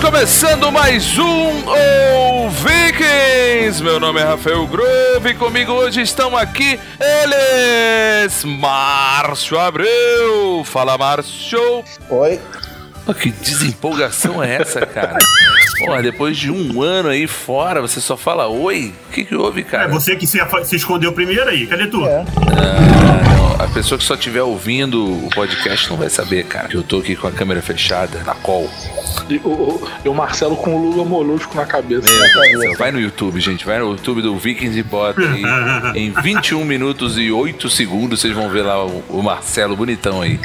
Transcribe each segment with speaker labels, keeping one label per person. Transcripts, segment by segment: Speaker 1: começando mais um ou Vikings! Meu nome é Rafael Grove e comigo hoje estão aqui eles! Márcio Abreu! Fala, Márcio!
Speaker 2: Oi.
Speaker 1: Pô, que desempolgação é essa, cara? Porra, depois de um ano aí fora, você só fala oi? O que, que houve, cara?
Speaker 3: É você que se, afa- se escondeu primeiro aí, cadê tu?
Speaker 2: É.
Speaker 1: Ah, não. A pessoa que só estiver ouvindo o podcast não vai saber, cara, que eu tô aqui com a câmera fechada, na call.
Speaker 4: E o, o- e o Marcelo com o Lula molusco na cabeça.
Speaker 5: É.
Speaker 1: Meu Deus, vai no YouTube, gente. Vai no YouTube do Vikings e bota aí. Em 21 minutos e 8 segundos, vocês vão ver lá o, o Marcelo bonitão aí.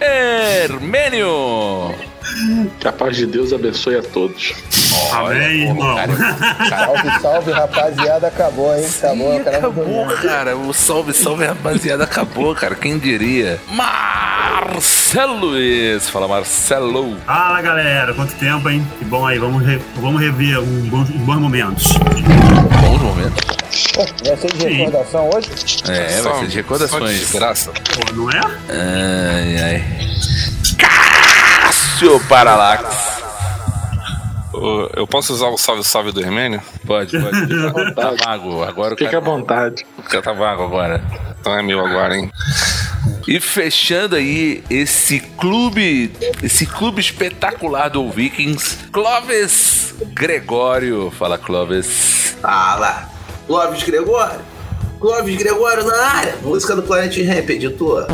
Speaker 1: Hermênio!
Speaker 4: Que a paz de Deus abençoe a todos.
Speaker 3: Amém,
Speaker 1: como o
Speaker 3: irmão.
Speaker 1: Cara, cara,
Speaker 2: Salve, salve, rapaziada. Acabou, hein? Acabou,
Speaker 1: Ih,
Speaker 2: acabou.
Speaker 1: acabou, cara. O salve, salve, rapaziada. Acabou, cara. Quem diria? Marcelo Luiz. Fala, Marcelo.
Speaker 3: Fala galera, quanto tempo, hein? Que bom aí, vamos, re- vamos rever uns bons, uns bons momentos.
Speaker 1: Bons momentos.
Speaker 2: Vai ser de recordação hoje?
Speaker 1: É, vai ser de recordações. Graça.
Speaker 3: Pô, não é?
Speaker 1: Ai, ai. Cássio Paralax.
Speaker 5: Ô, Eu posso usar o salve salve do Hermênio?
Speaker 1: Pode, pode. Tá vago. Agora o
Speaker 4: Fique à
Speaker 1: cara,
Speaker 4: vontade.
Speaker 1: o cara tá vago agora.
Speaker 5: Então é meu agora, hein?
Speaker 1: E fechando aí esse clube, esse clube espetacular do Vikings, Clovis Gregório. Fala, Clovis.
Speaker 6: Fala! Clóvis Gregório! Clóvis Gregório na área! Música do Planet Ramp, editor!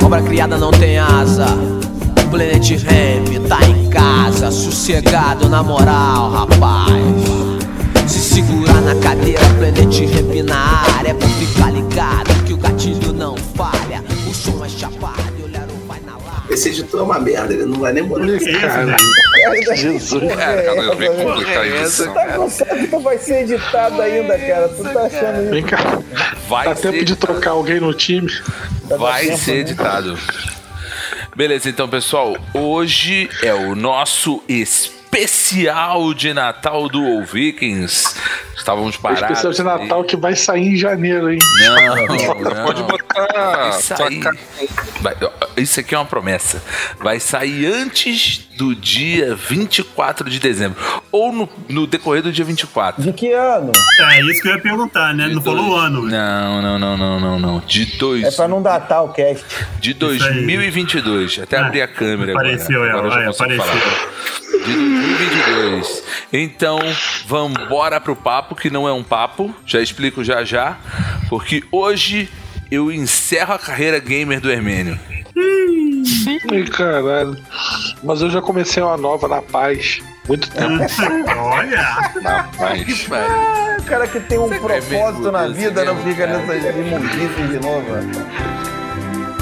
Speaker 7: Cobra criada não tem asa. Planet Ramp tá em casa, sossegado na moral, rapaz. Se segurar na cadeira, Planet Ramp na área. É pra ficar ligado que o gatilho não falha. O som é chapado e o olhar vai na lata.
Speaker 6: Esse editor é uma merda, ele não vai nem botar.
Speaker 3: Que isso, velho?
Speaker 4: Jesus.
Speaker 5: Cara, cada vez
Speaker 2: Porra,
Speaker 5: vem complicar a
Speaker 1: é essa,
Speaker 5: edição.
Speaker 2: É, Tá com sabe que não vai ser editado ainda, cara. Tu tá achando
Speaker 4: Vem cá.
Speaker 1: Vai
Speaker 4: Dá tempo de trocar alguém no time.
Speaker 2: isso? Tá
Speaker 1: Vai
Speaker 2: tempo,
Speaker 1: ser
Speaker 2: né?
Speaker 1: editado. Beleza, então, pessoal, hoje é o nosso especial de Natal do All Vikings. Estávamos parados.
Speaker 4: Especial de
Speaker 1: ali.
Speaker 4: Natal que vai sair em janeiro, hein?
Speaker 1: Não, não.
Speaker 5: Pode botar
Speaker 1: Isso
Speaker 5: tua
Speaker 1: aí.
Speaker 5: cara.
Speaker 1: Vai- ó, isso aqui é uma promessa. Vai sair antes do dia 24 de dezembro. Ou no, no decorrer do dia 24.
Speaker 2: De que ano?
Speaker 3: É isso que eu ia perguntar, né? Não
Speaker 1: Então,
Speaker 3: falou o ano. velho.
Speaker 1: Não, não, não, não, não, não. De dois.
Speaker 2: É pra não datar o cast.
Speaker 1: De 2022. Até
Speaker 3: Ah,
Speaker 1: abrir a câmera
Speaker 3: apareceu
Speaker 1: agora.
Speaker 3: ela,
Speaker 1: agora eu já
Speaker 3: olha,
Speaker 1: consigo
Speaker 3: apareceu.
Speaker 1: falar. De 2022. Então, vambora pro papo, que não é um papo. Já explico já já. Porque hoje eu encerro a carreira gamer do Hermênio.
Speaker 4: Ih, caralho. Mas eu já comecei uma nova na paz. Muito tempo.
Speaker 3: Olha!
Speaker 5: Ah, Rapaz.
Speaker 1: Que pariu.
Speaker 2: O cara que tem um
Speaker 1: Você é
Speaker 2: propósito
Speaker 1: mesmo,
Speaker 2: na
Speaker 1: você
Speaker 2: vida não
Speaker 1: mesmo,
Speaker 2: fica
Speaker 1: cara.
Speaker 2: nessas imundícies de novo. mano.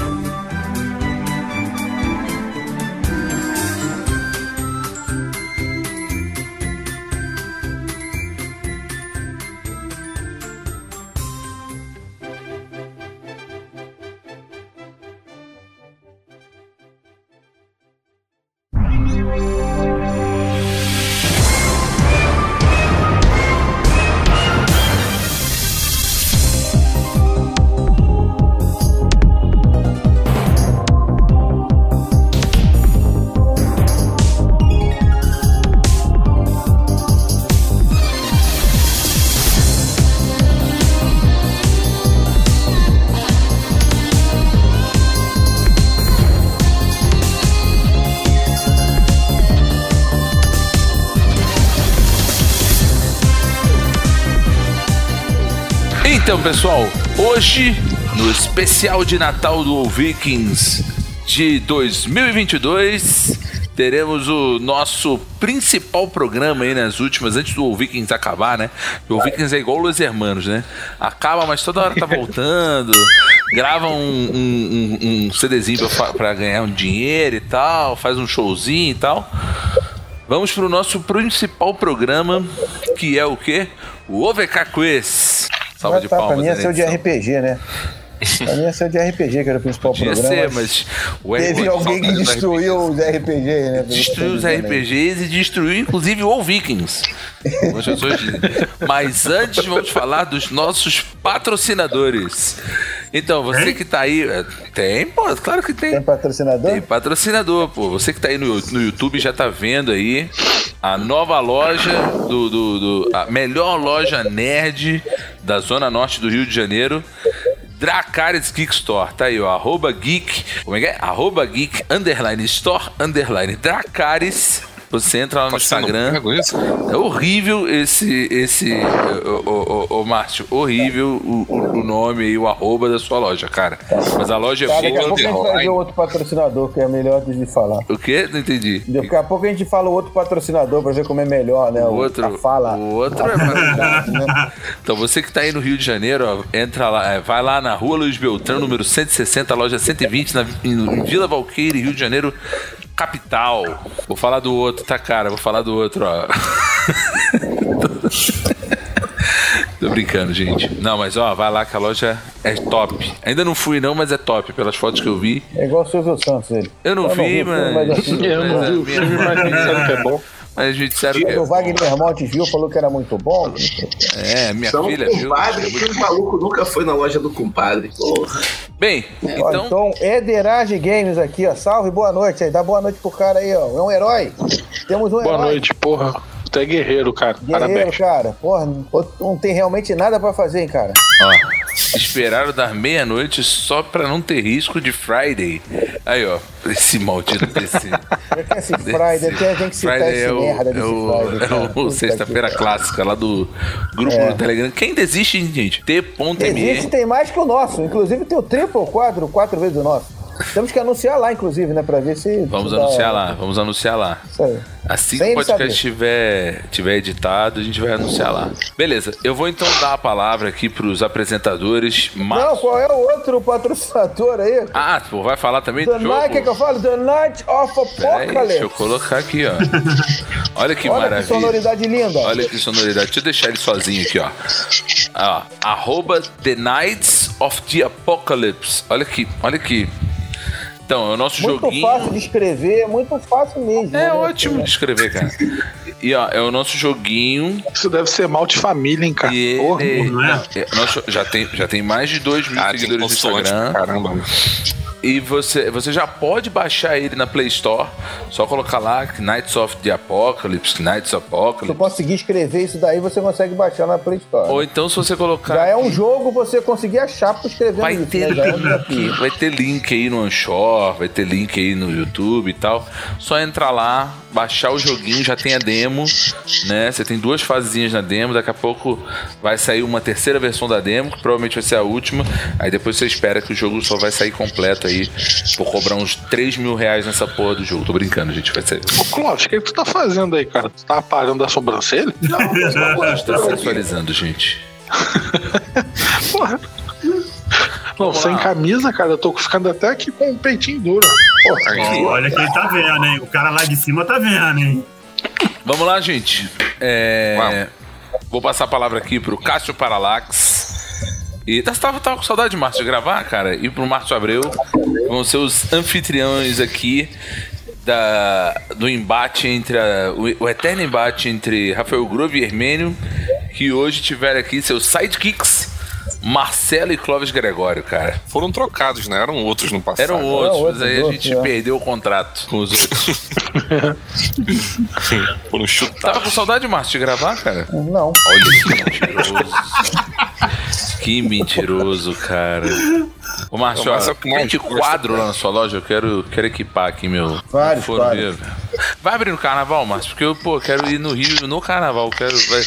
Speaker 1: Então, pessoal, hoje, no especial de Natal do All Vikings de 2022, teremos o nosso principal programa aí nas últimas, antes do All Vikings acabar, né? O All Vikings é igual os Hermanos, né? Acaba, mas toda hora tá voltando, grava um, um, um- um CDzinho pra, fa- pra ganhar um dinheiro e tal, faz um showzinho e tal. Vamos pro nosso principal programa, que é o quê? O OVK Quiz. Salve
Speaker 2: Ah,
Speaker 1: de
Speaker 2: tá, pra
Speaker 1: palmas.
Speaker 2: mim
Speaker 1: né,
Speaker 2: é seu de
Speaker 1: edição.
Speaker 2: RPG, né? Pra mim ia ser de RPG, que era o principal
Speaker 1: Podia
Speaker 2: programa.
Speaker 1: ser, mas. é o
Speaker 2: Teve
Speaker 1: RPG
Speaker 2: alguém que
Speaker 5: saudades do
Speaker 2: destruiu os RPG, né?
Speaker 1: Destruiu os RPGs e destruiu, inclusive, o Vikings. Como as pessoas dizem. Mas antes, vamos falar dos nossos patrocinadores. Então, você
Speaker 3: Tem?
Speaker 1: que tá aí. é, Tem, pô, claro que tem.
Speaker 2: Tem patrocinador?
Speaker 1: Tem patrocinador, pô. Você que tá aí no, no YouTube já tá vendo aí a nova loja do, do, do- a melhor loja nerd da zona norte do Rio de Janeiro. Dracarys Geek Store, tá aí, ó, arroba geek, como é que é? Arroba geek, underline store, underline Dracarys. Você entra lá no Instagram,
Speaker 5: Pego isso?
Speaker 1: é horrível esse. esse ô, ô, ô, ô, Márcio, horrível o, o- o nome e o arroba da sua loja, cara. Mas a loja é
Speaker 2: Cara, daqui a
Speaker 1: boa.
Speaker 2: pouco a gente vai ver outro patrocinador, que é melhor de falar.
Speaker 1: O quê? Não entendi.
Speaker 2: Daqui a pouco a gente fala o outro patrocinador pra ver como é melhor, né?
Speaker 1: O
Speaker 2: A
Speaker 1: outro.
Speaker 2: fala.
Speaker 1: O outro é
Speaker 2: Verdade, né?
Speaker 1: Então você que tá aí no Rio de Janeiro, ó, entra lá, é, vai lá na rua Luiz Beltrão, número 160, loja 120, na, em, em Vila Valqueira, Rio de Janeiro, capital. Vou falar do outro, tá, cara? Vou falar do outro, ó. Tô brincando, gente. Não, mas ó, vai lá que a loja é top. Ainda não fui, não, mas é top, pelas fotos que eu vi.
Speaker 2: É igual o Silvio Santos, ele. Tá
Speaker 1: Eu não vi,
Speaker 2: o filme,
Speaker 1: mas.
Speaker 2: eu assisti.
Speaker 4: Eu não
Speaker 1: mas
Speaker 4: vi o
Speaker 1: a
Speaker 4: filme,
Speaker 1: minha-
Speaker 4: mas me disseram que é bom.
Speaker 1: Mas me disseram que
Speaker 2: O Wagner Montes viu, falou que era muito bom.
Speaker 1: é. É, minha
Speaker 6: São
Speaker 1: filha, viu?
Speaker 6: compadre que o maluco nunca foi na loja do compadre. Porra.
Speaker 1: Bem,
Speaker 2: Ó,
Speaker 1: então.
Speaker 2: Então, Ederage Games aqui, ó. Salve, boa noite aí. Dá boa noite pro cara aí, ó. É um herói. Temos um
Speaker 4: Boa
Speaker 2: herói.
Speaker 4: noite, porra. Tu é guerreiro, cara.
Speaker 2: Guerreiro,
Speaker 4: Parabéns.
Speaker 2: cara. Porra, não tem realmente nada pra fazer, hein, cara.
Speaker 1: Ó, esperaram dar meia-noite só pra não ter risco de Friday. Aí, ó, esse maldito desse.
Speaker 2: Já que esse Friday, tem, tem que citar
Speaker 1: Friday
Speaker 2: esse
Speaker 1: é o,
Speaker 2: merda desse
Speaker 1: é o,
Speaker 2: Friday.
Speaker 1: é o
Speaker 2: cara. Puta
Speaker 1: sexta-feira
Speaker 2: que-
Speaker 1: clássica lá do grupo
Speaker 2: É.
Speaker 1: no Telegram. Quem desiste, gente?
Speaker 2: Existe,
Speaker 1: T.me.
Speaker 2: tem mais que o nosso. Inclusive tem o triplo, quadro, quatro vezes o nosso. Temos que anunciar lá, inclusive, né? Pra ver se.
Speaker 1: Vamos
Speaker 2: se dá-
Speaker 1: anunciar lá, vamos anunciar lá.
Speaker 2: Isso aí.
Speaker 1: Assim
Speaker 2: Sem
Speaker 1: que o
Speaker 2: ele
Speaker 1: podcast
Speaker 2: saber.
Speaker 1: tiver, tiver editado, a gente vai anunciar lá. Beleza, eu vou então dar a palavra aqui pros apresentadores.
Speaker 2: Não,
Speaker 1: Mas...
Speaker 2: qual é o outro patrocinador aí?
Speaker 1: Ah, pô, vai falar também
Speaker 2: The
Speaker 1: do
Speaker 2: Night, que, é que eu
Speaker 1: jogo?
Speaker 2: falo? The Night of
Speaker 1: Peraí, deixa eu
Speaker 2: Apocalypse.
Speaker 1: colocar aqui, ó. Olha que
Speaker 2: Olha que
Speaker 1: maravilha.
Speaker 2: sonoridade linda.
Speaker 1: Olha que sonoridade. Deixa eu deixar ele sozinho aqui, ó. Ó, arroba The Knights of the Apocalypse. Olha aqui, olha aqui. Então, é o nosso
Speaker 2: muito
Speaker 1: joguinho.
Speaker 2: fácil de escrever, muito fácil mesmo.
Speaker 1: É
Speaker 2: né?
Speaker 1: ótimo de escrever, cara. E ó, é o nosso joguinho.
Speaker 4: Isso deve ser mal de família, hein, cara.
Speaker 1: E
Speaker 4: Porra.
Speaker 1: ele-
Speaker 3: não é?
Speaker 1: é, nosso- já, tem, já tem mais de 2 mil
Speaker 5: Ah, tem
Speaker 1: seguidores no
Speaker 5: consoante
Speaker 1: Instagram.
Speaker 5: pra caramba.
Speaker 1: E você, você já pode baixar ele na Play Store. Só colocar lá Knights of the Apocalypse, Knights of
Speaker 2: Se eu
Speaker 1: Apocalypse.
Speaker 2: conseguir escrever isso daí, você consegue baixar na Play Store.
Speaker 1: Ou então, se você colocar.
Speaker 2: Já é um jogo você conseguir achar pra escrever
Speaker 1: Vai
Speaker 2: isso,
Speaker 1: ter
Speaker 2: né? Já é um
Speaker 1: link,
Speaker 2: desafio.
Speaker 1: vai ter link aí no Anchor, vai ter link aí no YouTube e tal. Só entrar lá, baixar o joguinho, já tem a demo, né? Você tem duas fasezinhas na demo, daqui a pouco vai sair uma terceira versão da demo, que provavelmente vai ser a última. Aí depois você espera que o jogo só vai sair completo aí. Vou cobrar uns 3 mil reais nessa porra do jogo. Tô brincando, gente. Vai ser.
Speaker 4: Ô, Clóvis, o que, que tu tá fazendo aí, cara? Tu tá apagando a sobrancelha?
Speaker 1: Tá sensualizando, gente.
Speaker 4: Porra. Não, sem
Speaker 1: lá.
Speaker 4: camisa, cara, eu tô ficando até aqui com o peitinho duro. Porra.
Speaker 3: Olha que ele tá vendo, hein? O cara lá de cima tá vendo, hein?
Speaker 1: Vamos lá, gente. É, Vou passar a palavra aqui pro Cássio Paralax. E tá- tava, tava com saudade, Márcio, de gravar, cara. E pro Márcio Abreu. Vão ser os anfitriões aqui da, do embate entre. a- o, o eterno embate entre Rafael Grove e Hermênio. Que hoje tiveram aqui seus sidekicks, Marcelo e Clóvis Gregório, cara.
Speaker 5: Foram trocados, né? Eram outros no passado.
Speaker 1: Eram outros,
Speaker 2: outros,
Speaker 1: mas aí a
Speaker 2: outros,
Speaker 1: gente
Speaker 2: é.
Speaker 1: perdeu o contrato com os outros.
Speaker 5: Foram chutados.
Speaker 1: tava com saudade, Márcio, de gravar, cara?
Speaker 2: um- Não.
Speaker 1: Olha que mentiroso. que mentiroso, cara. Ô, Márcio,
Speaker 5: Não, mas
Speaker 1: ó,
Speaker 5: é o que mais
Speaker 1: vende
Speaker 5: custa,
Speaker 1: quadro lá na sua loja, eu quero, quero equipar aqui, meu.
Speaker 2: Vários,
Speaker 1: forno
Speaker 2: vários.
Speaker 1: mesmo. Vai abrir no carnaval, Márcio? Porque eu, pô, quero ir no Rio no carnaval. Quero, vai,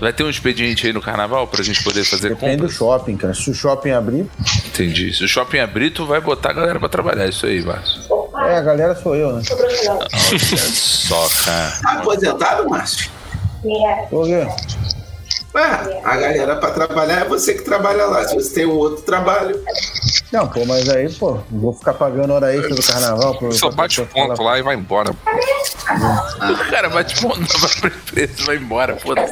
Speaker 1: vai ter um expediente aí no carnaval pra gente poder fazer
Speaker 2: Tem do
Speaker 1: compras?
Speaker 2: shopping, cara. Se o shopping abrir.
Speaker 1: Entendi. Se o shopping abrir, tu vai botar a galera pra trabalhar. Isso aí, Márcio.
Speaker 2: É, a galera sou eu, né?
Speaker 1: Olha só, cara.
Speaker 6: Tá aposentado, Márcio?
Speaker 2: Tô vendo.
Speaker 6: Ué, a galera pra trabalhar é você que trabalha lá. Se você tem um outro trabalho,
Speaker 2: Não, pô, mas aí, pô, vou ficar pagando hora extra do carnaval. Pro,
Speaker 5: Só
Speaker 2: pra-
Speaker 5: bate
Speaker 2: pra-
Speaker 5: o ponto lá e vai embora.
Speaker 1: O cara bate ponto, vai pra empresa, vai embora, foda-se.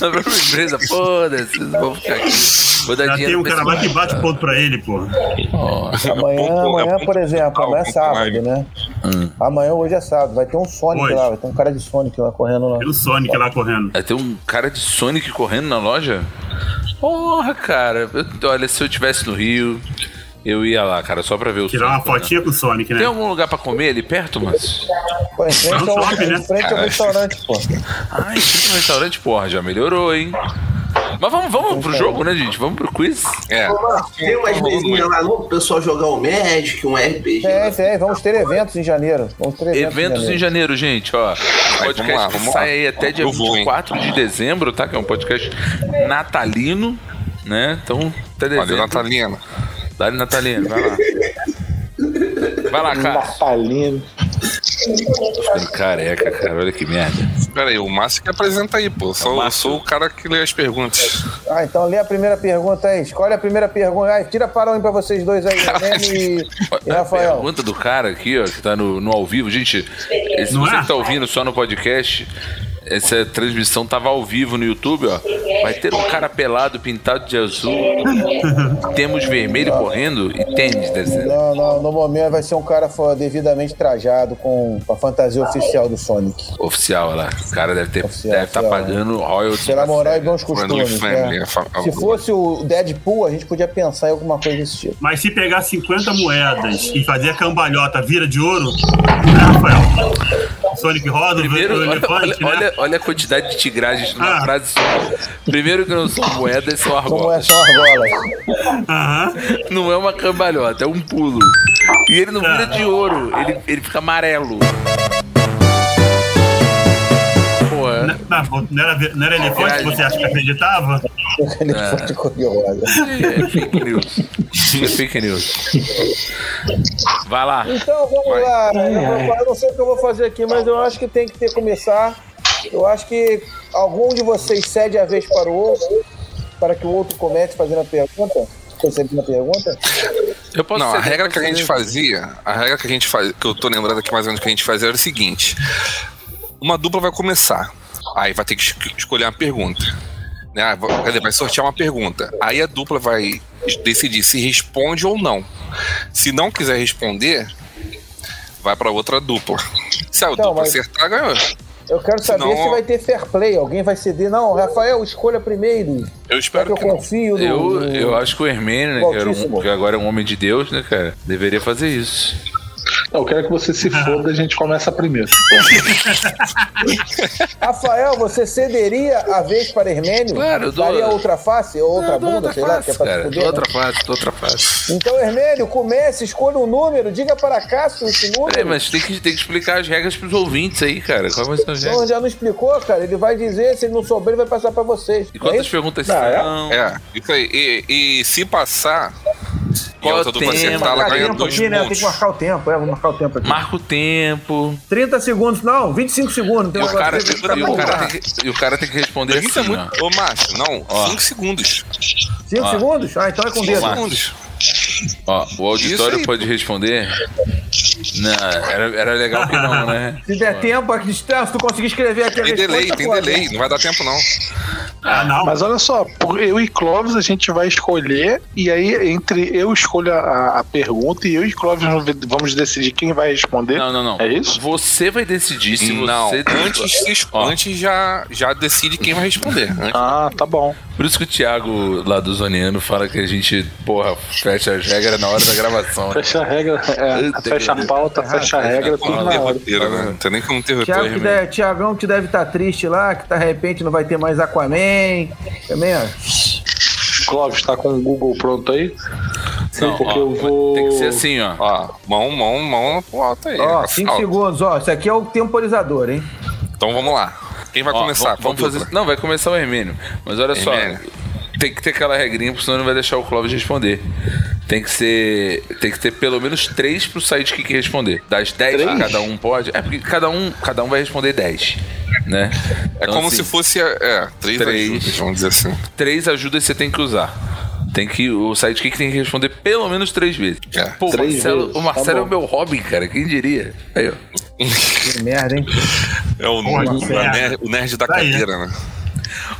Speaker 1: Vai pra empresa, foda-se, não vou ficar aqui. Vou dar
Speaker 3: Já tem
Speaker 1: dinheiro
Speaker 3: um
Speaker 1: pra
Speaker 3: cara
Speaker 1: esse
Speaker 3: lá que bate ponto pra ele, pô.
Speaker 2: Amanhã,
Speaker 5: ponto- é
Speaker 2: amanhã
Speaker 5: ponto
Speaker 2: por exemplo,
Speaker 5: total,
Speaker 2: amanhã é
Speaker 5: ponto
Speaker 2: sábado,
Speaker 5: live.
Speaker 2: né? Amanhã hoje é sábado, vai ter um Sonic
Speaker 3: Hoje.
Speaker 2: lá, vai ter um cara de Sonic lá correndo lá.
Speaker 3: Tem o Sonic lá correndo.
Speaker 1: Aí tem um cara de Sonic correndo na loja? Porra, cara. Eu- olha, se eu tivesse no Rio, eu ia lá, cara, só pra ver o
Speaker 3: Tirar uma
Speaker 1: Sonic, né?
Speaker 3: fotinha com o Sonic, né?
Speaker 1: Tem algum lugar pra comer ali perto, Márcio?
Speaker 2: Pô, em frente,
Speaker 3: Não,
Speaker 2: ao,
Speaker 3: sobe, né?
Speaker 2: em frente ao restaurante, pô.
Speaker 1: Ai, tem um restaurante, porra, já melhorou, hein? Mas vamos, vamos pro jogo, né, gente? Vamos pro quiz.
Speaker 5: É.
Speaker 6: Tem umas mesinhas lá no pessoal jogar o Magic, um RPG.
Speaker 2: Tem, tem, É, vamos ter eventos em janeiro. Vamos ter eventos,
Speaker 1: Eventos em janeiro,
Speaker 2: janeiro.
Speaker 1: gente, ó. podcast
Speaker 5: É, vamos lá,
Speaker 1: que
Speaker 5: vamos
Speaker 1: sai
Speaker 5: lá.
Speaker 1: aí até dia
Speaker 5: Eu vou, hein?
Speaker 1: 24 de dezembro, tá? Que é um podcast natalino, né? Então, até
Speaker 5: Valeu,
Speaker 1: dezembro.
Speaker 5: Natalina.
Speaker 1: Dá-lhe natalino, vai lá. Vai lá, cara.
Speaker 4: Natalino.
Speaker 1: Careca, cara, olha que merda.
Speaker 5: Pera aí, o Márcio que apresenta aí, pô.
Speaker 1: É
Speaker 5: Só, eu sou o cara que lê as perguntas.
Speaker 2: Ah, então lê a primeira pergunta aí. Escolhe a primeira pergunta. Ah, tira para um pra vocês dois aí, Nene e, e
Speaker 1: Tá A
Speaker 2: Rafael.
Speaker 1: pergunta do cara aqui, ó, que tá no, no ao vivo. Gente, eh, se
Speaker 3: Não
Speaker 1: você
Speaker 3: é?
Speaker 1: que tá ouvindo só no podcast, essa transmissão tava ao vivo no YouTube, ó. Vai ter um cara pelado, pintado de azul, temos vermelho correndo e tênis, deve ser.
Speaker 2: Não, não, no momento vai ser um cara fo- devidamente trajado com com a fantasia oficial do Sonic.
Speaker 1: Oficial, olha lá. O cara deve ter,
Speaker 2: Oficial,
Speaker 1: deve tá
Speaker 2: oficial, é.
Speaker 1: pagando royalties.
Speaker 2: Será moral e bons
Speaker 5: Friendly,
Speaker 2: costumes.
Speaker 5: friendly,
Speaker 2: né?
Speaker 5: a fa- a-
Speaker 2: Se fosse o Deadpool, a gente podia pensar em alguma coisa desse tipo.
Speaker 3: Mas se pegar 50 moedas e fazer a cambalhota vira de ouro, né, Rafael? O Sonic roda,
Speaker 1: Primeiro,
Speaker 3: o
Speaker 1: olha, olha,
Speaker 3: elefante, né?
Speaker 1: olha- olha a quantidade de tigragens numa
Speaker 3: Ah.
Speaker 1: frase só. Primeiro que não são moedas, são
Speaker 2: Como é
Speaker 1: argolas.
Speaker 2: só argola.
Speaker 3: Aham.
Speaker 1: Não é uma cambalhota, é um pulo. E ele não
Speaker 3: Ah.
Speaker 1: vira de ouro, ele, ele fica amarelo. Pô, é.
Speaker 3: né? Não, pô, Não, era, ve- não era elefante que você acha que acreditava?
Speaker 2: Ele foi de curiosa.
Speaker 1: é fake news. É fake news. Vai lá.
Speaker 2: Então vamos lá. Eu, vou- eu não sei o que eu vou fazer aqui, mas eu acho que tem que ter começar. Eu acho que algum de vocês cede a vez para o outro, para que o outro comece fazendo a pergunta. Recebendo a pergunta?
Speaker 1: Eu posso
Speaker 5: Não, a
Speaker 1: ceder
Speaker 5: regra
Speaker 1: pra
Speaker 5: que a gente
Speaker 1: vocês.
Speaker 5: fazia, a regra que a gente faz, que eu tô lembrando aqui mais ou menos que a gente fazia era o seguinte: uma dupla vai começar, aí vai ter que es- escolher uma pergunta, né? Ah, vai- Quer dizer, vai sortear uma pergunta, aí a dupla vai decidir se responde ou não. Se não quiser responder, vai pra outra dupla. Se a dupla
Speaker 2: mas- é
Speaker 5: acertar, ganhou.
Speaker 2: Eu quero saber
Speaker 5: Senão-
Speaker 2: se vai ter fair play. Alguém vai ceder? Não, Rafael, escolha primeiro.
Speaker 5: Eu
Speaker 2: Já que
Speaker 5: espero
Speaker 2: eu
Speaker 5: que não.
Speaker 2: confio no.
Speaker 1: Eu, eu acho que o Hermênio, né, que, era um-
Speaker 2: Altíssimo.
Speaker 1: que agora é um homem de Deus, né, cara? Deveria fazer isso.
Speaker 4: Não, eu quero que você se foda, a gente começa primeiro.
Speaker 2: Rafael, você cederia a vez para Hermênio?
Speaker 1: Claro, eu dou-
Speaker 2: Daria outra face ou outra
Speaker 1: Dou
Speaker 2: bunda,
Speaker 1: outra
Speaker 2: sei lá, que é
Speaker 1: face,
Speaker 2: pra se
Speaker 1: cara.
Speaker 2: fuder,
Speaker 1: Dou
Speaker 2: né?
Speaker 1: outra face, dou outra face.
Speaker 2: Então, Hermênio, comece, escolha um número, diga para Cássio esse número.
Speaker 1: Peraí, mas tem que, tem que explicar as regras pros ouvintes aí, cara. Quais são as
Speaker 2: Então
Speaker 1: regras?
Speaker 2: já não explicou, cara. Ele vai dizer, se ele não souber, ele vai passar pra vocês.
Speaker 1: E
Speaker 2: Não é
Speaker 1: quantas
Speaker 2: isso?
Speaker 1: perguntas
Speaker 4: Ah, é?
Speaker 1: são?
Speaker 5: É, isso aí. E, e se passar, e
Speaker 1: Qual
Speaker 5: a outra
Speaker 1: o
Speaker 5: dupla
Speaker 1: tema?
Speaker 5: acertar, ela
Speaker 2: Marcar
Speaker 5: ganha
Speaker 2: tempo
Speaker 5: dois
Speaker 2: aqui, né? Tem
Speaker 5: pontos.
Speaker 2: que marcar o tempo, é, vou marcar o tempo aqui.
Speaker 1: Marca o tempo.
Speaker 2: 30 segundos, não, 25 segundos.
Speaker 1: E
Speaker 2: Tem um
Speaker 1: o, cara,
Speaker 2: tem
Speaker 1: e, o cara tem que, e o cara tem que responder
Speaker 5: Isso
Speaker 1: assim,
Speaker 5: é muito. Ô, Márcio, não,
Speaker 1: Ó.
Speaker 5: 5 segundos.
Speaker 2: 5 segundos? Ah, então é com o
Speaker 5: Cinco
Speaker 2: dedo.
Speaker 5: segundos.
Speaker 1: ó. Ó, o auditório
Speaker 5: Isso aí,
Speaker 1: pode responder. Não, era, era legal que não, né?
Speaker 2: Se der tempo, aqui, se tu conseguir escrever aqui a
Speaker 5: Tem
Speaker 2: resposta,
Speaker 5: delay, tem
Speaker 2: pô,
Speaker 5: delay, não vai dar tempo não.
Speaker 3: Ah, não.
Speaker 4: Mas olha só, por- eu e Clóvis a gente vai escolher, e aí entre eu escolho a, a pergunta e eu e Clóvis vamos ver- vamos decidir quem vai responder.
Speaker 1: Não, não, não.
Speaker 4: É isso?
Speaker 1: Você vai decidir se
Speaker 5: não,
Speaker 1: você.
Speaker 5: antes, se-
Speaker 1: Ó.
Speaker 5: antes já, já decide quem vai responder. né? Antes-
Speaker 4: Ah, tá bom.
Speaker 1: Por isso que o Thiago, lá do Zoniano, fala que a gente, porra, fecha as regras na hora da gravação. né?
Speaker 4: Fecha a regra, é,
Speaker 1: Puta
Speaker 4: fecha a pauta, fecha a regra,
Speaker 5: Pô,
Speaker 4: tudo
Speaker 5: não tem
Speaker 4: na hora.
Speaker 5: roteiro, né? Não tem nem como ter roteiro.
Speaker 2: Tiago que
Speaker 5: né?
Speaker 2: deve, Tiagão que deve estar triste lá, que tá, de repente não vai ter mais Aquaman. Também, ó.
Speaker 4: Clóvis, tá com o Google pronto aí? Sim,
Speaker 1: Não,
Speaker 4: porque
Speaker 1: ó,
Speaker 4: eu vou.
Speaker 1: Tem que ser assim, ó.
Speaker 5: Ó, mão, mão, mão pro alto aí.
Speaker 2: Ó,
Speaker 5: Alto.
Speaker 2: 5 segundos, ó. Isso aqui é o temporizador, hein?
Speaker 5: Então vamos lá. Quem vai
Speaker 1: Ó,
Speaker 5: começar?
Speaker 1: Vamos, vamos fazer. Não, vai começar o Hermínio. Mas olha
Speaker 5: Hermínio.
Speaker 1: só, tem que ter aquela regrinha, porque senão não vai deixar o Clóvis responder. Tem que ser. Tem que ter pelo menos três pro sidekick responder. Das 10 que
Speaker 4: Três?
Speaker 1: cada um pode. É porque cada um, cada um vai responder 10. Né?
Speaker 5: É como se fosse. É, três,
Speaker 1: Três.
Speaker 5: ajudas, vamos dizer assim.
Speaker 1: Três ajudas você tem que usar. Tem que, o sidekick tem que responder pelo menos três vezes.
Speaker 5: É,
Speaker 1: Pô, o
Speaker 4: três
Speaker 1: Marcelo,
Speaker 4: vezes,
Speaker 1: o Marcelo
Speaker 4: tá
Speaker 1: é
Speaker 4: bom.
Speaker 1: o meu hobby, cara. Quem diria? Aí, ó.
Speaker 2: Que merda, hein?
Speaker 5: É o,
Speaker 3: Porra,
Speaker 5: o
Speaker 3: que
Speaker 5: nerd,
Speaker 3: merda.
Speaker 5: o nerd da
Speaker 3: Tá aí.
Speaker 5: cadeira, né?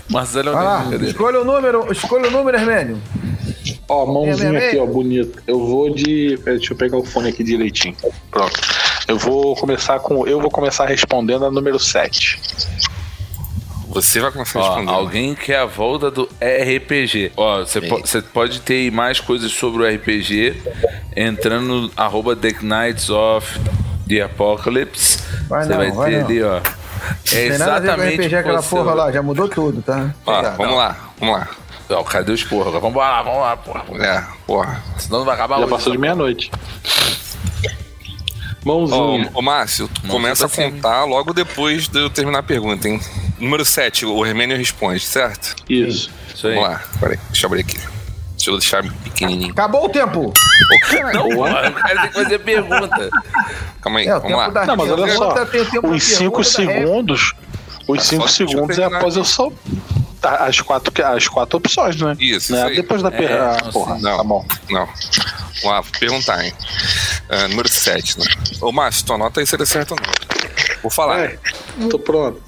Speaker 1: O Marcelo é o
Speaker 2: Vai lá,
Speaker 1: meu hobby.
Speaker 2: escolha o número, escolha o número, Hermênio.
Speaker 4: Ó, mãozinha
Speaker 2: É, é, é.
Speaker 4: aqui, ó, bonito. Eu vou de. pera, Deixa eu pegar o fone aqui direitinho. Pronto. Eu vou começar com. Eu vou começar respondendo a número 7.
Speaker 5: Você vai começar a
Speaker 1: Ó,
Speaker 5: responder.
Speaker 1: alguém quer a volta do RPG. Ó, você po- você pode ter aí mais coisas sobre o RPG entrando no arroba The Knights of the Apocalypse.
Speaker 2: Vai
Speaker 1: Você
Speaker 2: não,
Speaker 1: vai,
Speaker 2: vai
Speaker 1: ter
Speaker 2: não.
Speaker 1: ali, ó. É
Speaker 2: Tem nada a ver com
Speaker 1: exatamente
Speaker 2: RPG
Speaker 1: o
Speaker 2: aquela
Speaker 1: seu-
Speaker 2: porra lá, já mudou tudo, tá?
Speaker 5: Ó,
Speaker 1: Obrigado.
Speaker 5: vamos lá, vamos lá.
Speaker 1: Ó, cadê os porra? agora? Vamos lá, vamos lá, porra.
Speaker 5: É, porra.
Speaker 1: Senão não vai acabar
Speaker 4: Já
Speaker 1: hoje.
Speaker 4: passou de meia-noite.
Speaker 5: Ó,
Speaker 4: Mãozinha.
Speaker 5: ô, Márcio, tu começa a
Speaker 1: pra cima.
Speaker 5: contar logo depois de eu terminar a pergunta, hein? Número 7, o Hermênio responde, certo?
Speaker 4: Isso.
Speaker 1: Isso aí.
Speaker 5: Vamos lá, peraí, deixa eu abrir aqui. Deixa eu deixar pequenininho.
Speaker 2: Acabou o tempo!
Speaker 1: Não, porra, o cara tem que fazer pergunta.
Speaker 5: Calma aí,
Speaker 2: É, o
Speaker 5: vamos lá.
Speaker 2: tempo da
Speaker 4: Não, mas olha só.
Speaker 2: pergunta, tem o tempo da
Speaker 4: Os 5
Speaker 2: pergunta, da réplica.
Speaker 4: segundos. Os 5
Speaker 5: Tá deixa eu
Speaker 4: segundos é
Speaker 5: terminar
Speaker 4: após eu sol. tá, As quatro, as quatro opções, né?
Speaker 5: Isso,
Speaker 4: Não
Speaker 5: isso
Speaker 4: é
Speaker 5: aí.
Speaker 4: Depois da per...
Speaker 1: É,
Speaker 4: ah,
Speaker 1: não,
Speaker 4: porra,
Speaker 5: sim, não.
Speaker 4: tá bom.
Speaker 5: Não. Vamos lá, vou perguntar, hein? Ah, número 7, né? Ô, Márcio, tu anota aí se ele acerta ou não. Vou falar.
Speaker 4: Vai. É, Tô pronto.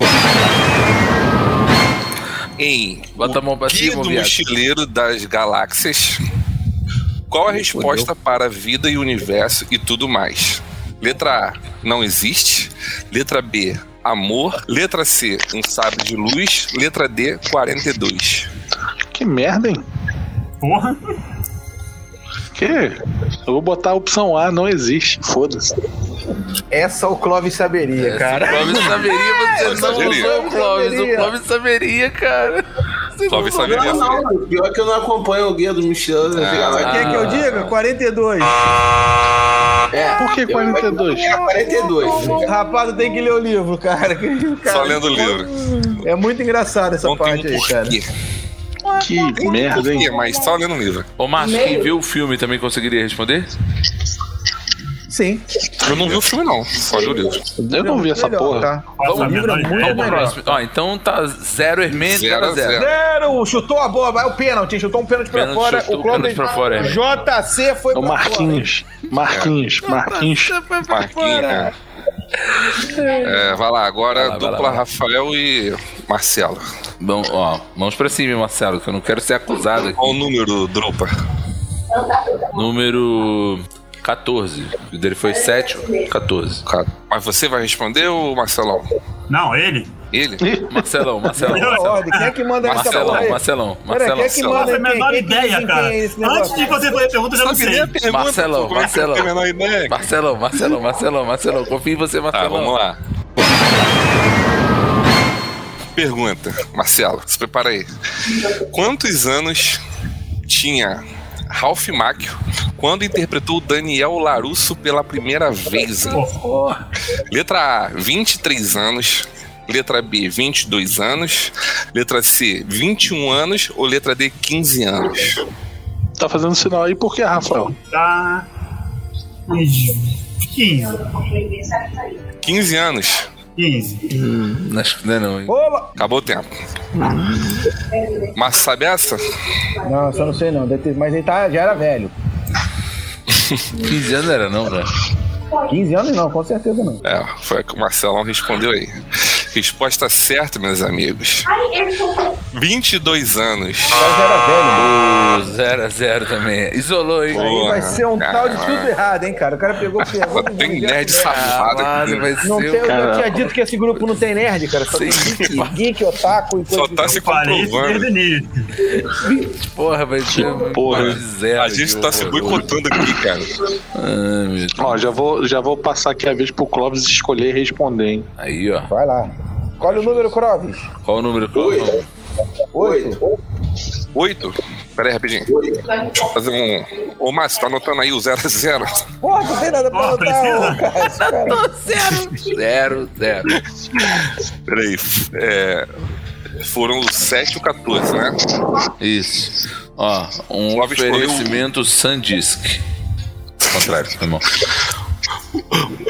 Speaker 5: Em
Speaker 1: Bota a mão pra
Speaker 5: Guia
Speaker 1: cima,
Speaker 5: do
Speaker 1: viado.
Speaker 5: Mochileiro das Galáxias, qual a resposta para a vida e o universo e tudo mais? Letra A, não existe. Letra B, amor. Letra C, um sabre de luz. Letra D, 42.
Speaker 4: Que merda, hein?
Speaker 3: Porra.
Speaker 4: Que? Eu vou botar a opção A, não existe. Foda-se.
Speaker 2: Essa o Clóvis saberia, cara.
Speaker 1: O Clóvis saberia, você não
Speaker 5: saberia.
Speaker 1: usou o Clóvis. O
Speaker 2: Saberia.
Speaker 1: Clóvis saberia, cara. Você
Speaker 5: Clóvis
Speaker 1: não usou.
Speaker 5: saberia.
Speaker 6: Não, não, pior que eu não acompanho o guia do Michelin.
Speaker 2: Quer que eu diga? 42.
Speaker 6: é,
Speaker 4: Por que 42?
Speaker 6: É 42.
Speaker 2: Rapaz, tem que ler o livro, cara. Que- cara,
Speaker 5: Só lendo o livro.
Speaker 2: É muito engraçado essa
Speaker 5: Não tem um
Speaker 2: parte aí, cara.
Speaker 5: porquê.
Speaker 2: é
Speaker 4: Que merda,
Speaker 5: Porquê,
Speaker 4: hein?
Speaker 5: mas só lendo o livro.
Speaker 1: Ô, Márcio, quem viu o filme também conseguiria responder?
Speaker 2: Sim.
Speaker 5: Eu não vi o filme, não. Só li o livro.
Speaker 4: Eu não vi essa
Speaker 2: Melhor,
Speaker 4: porra.
Speaker 2: Tá.
Speaker 3: Faço a menor ideia.
Speaker 1: Vamos pro próximo. Ó, então tá zero Hermênio,
Speaker 5: Zero,
Speaker 1: zero, zero.
Speaker 5: zero.
Speaker 2: Zero, chutou a bola, vai o pênalti, chutou um pênalti pra
Speaker 1: Pênalti,
Speaker 2: fora.
Speaker 1: chutou
Speaker 2: o
Speaker 1: o
Speaker 2: Clóvis
Speaker 1: pênalti pra fora, é.
Speaker 2: JC foi
Speaker 4: É o
Speaker 2: pra Tá.
Speaker 4: Marquinhos. Marquinhos,
Speaker 2: É.
Speaker 4: Marquinhos.
Speaker 5: Marquinhos. é. É, vai lá, agora
Speaker 1: Vai lá, vai lá,
Speaker 5: dupla
Speaker 1: vai lá.
Speaker 5: Rafael e Marcelo.
Speaker 1: Bom, ó, mãos pra cima, Marcelo, que eu não quero ser acusado aqui.
Speaker 5: Qual o número, Dropa?
Speaker 1: Número 14. O dele foi 7, 14.
Speaker 5: Cara, Mas você vai responder ou Marcelão?
Speaker 3: Não, ele.
Speaker 5: Ele?
Speaker 1: Marcelão, Marcelão,
Speaker 2: fora.
Speaker 1: Marcelão.
Speaker 2: Ordem. Quem é que manda essa bola
Speaker 1: Marcelão,
Speaker 2: aí?
Speaker 1: Marcelão,
Speaker 2: Pera, quem é que
Speaker 1: Marcelão.
Speaker 2: manda
Speaker 3: Faço a
Speaker 2: aí? Quem-
Speaker 3: menor
Speaker 2: quem
Speaker 3: ideia,
Speaker 2: desenvolve
Speaker 3: cara.
Speaker 2: esse
Speaker 3: Antes
Speaker 2: negócio?
Speaker 3: de você fazer a pergunta, eu já não
Speaker 5: Sabe nem
Speaker 3: sei.
Speaker 5: a pergunta,
Speaker 1: Assim, Marcelão,
Speaker 5: pô, como é que eu
Speaker 1: Marcelão.
Speaker 5: tenho a menor ideia?
Speaker 1: Marcelão, Marcelão, Marcelão, Marcelão. Confia em você,
Speaker 5: Tá,
Speaker 1: Marcelão.
Speaker 5: vamos lá. Pergunta, Marcelo, se prepara aí. Quantos anos tinha Ralph Macchio quando interpretou Daniel Larusso pela primeira vez? hein? Letra A, 23 anos. Letra B, 22 anos. Letra C, 21 anos. Ou letra D, 15 anos?
Speaker 4: Tá fazendo sinal aí por que, Rafael?
Speaker 3: Tá. Uns 15.
Speaker 5: 15 anos.
Speaker 3: 15.
Speaker 1: Não acho que não é não, hein?
Speaker 2: Oba!
Speaker 5: Acabou o tempo. Mas sabe essa?
Speaker 2: Não, só não sei não, deve ter- mas ele tá, já era velho.
Speaker 1: 15 anos era não, cara.
Speaker 2: 15 anos não, com certeza não.
Speaker 5: É, foi o que o Marcelão respondeu aí. Resposta certa, meus amigos. 22 anos.
Speaker 2: Mas já
Speaker 1: O 0
Speaker 2: era velho.
Speaker 1: a 0 também. Isolou, hein?
Speaker 5: Boa.
Speaker 2: Vai ser um tal de
Speaker 5: Ah.
Speaker 2: tudo errado, hein, cara. O cara pegou
Speaker 5: Só
Speaker 2: pergunta.
Speaker 5: tem
Speaker 2: já-
Speaker 1: É
Speaker 5: nerd safado
Speaker 1: Caralho,
Speaker 5: aqui.
Speaker 1: vai ser
Speaker 2: Não
Speaker 1: o
Speaker 2: tem, eu já tinha dito que esse grupo não tem nerd, cara. Só tem
Speaker 1: Sim.
Speaker 2: geek, geek, otaku e
Speaker 5: Só
Speaker 2: coisa
Speaker 5: tá se
Speaker 3: Falei isso desde
Speaker 5: comprovando.
Speaker 3: o início.
Speaker 1: Porra, vai ser um
Speaker 4: porra.
Speaker 1: de zero.
Speaker 5: Tipo, A gente
Speaker 1: que
Speaker 5: tá se
Speaker 1: horror.
Speaker 5: boicotando aqui, cara.
Speaker 1: Ah, meu-
Speaker 4: Ó, já vou, já vou passar aqui a vez pro Clóvis escolher e responder, hein?
Speaker 1: Aí, ó.
Speaker 2: Vai lá. Olha o número, Crovis.
Speaker 1: Qual o número? Qual o
Speaker 6: Oi.
Speaker 1: número?
Speaker 6: Oito.
Speaker 5: Oito? Pera aí, rapidinho. Deixa eu fazer um. Ô, Márcio, tá anotando aí o 0 a 0
Speaker 2: Porra, não tem nada pra
Speaker 3: Ó, precisa.
Speaker 2: anotar, ô, cara. Esse cara.
Speaker 1: Zero, zero.
Speaker 5: Pera aí. É. Foram os 7 ou 14, né?
Speaker 1: Isso. Ó, um
Speaker 5: Flávio escolheu-
Speaker 1: oferecimento Sandisk. Ao contrário, tá foi mal.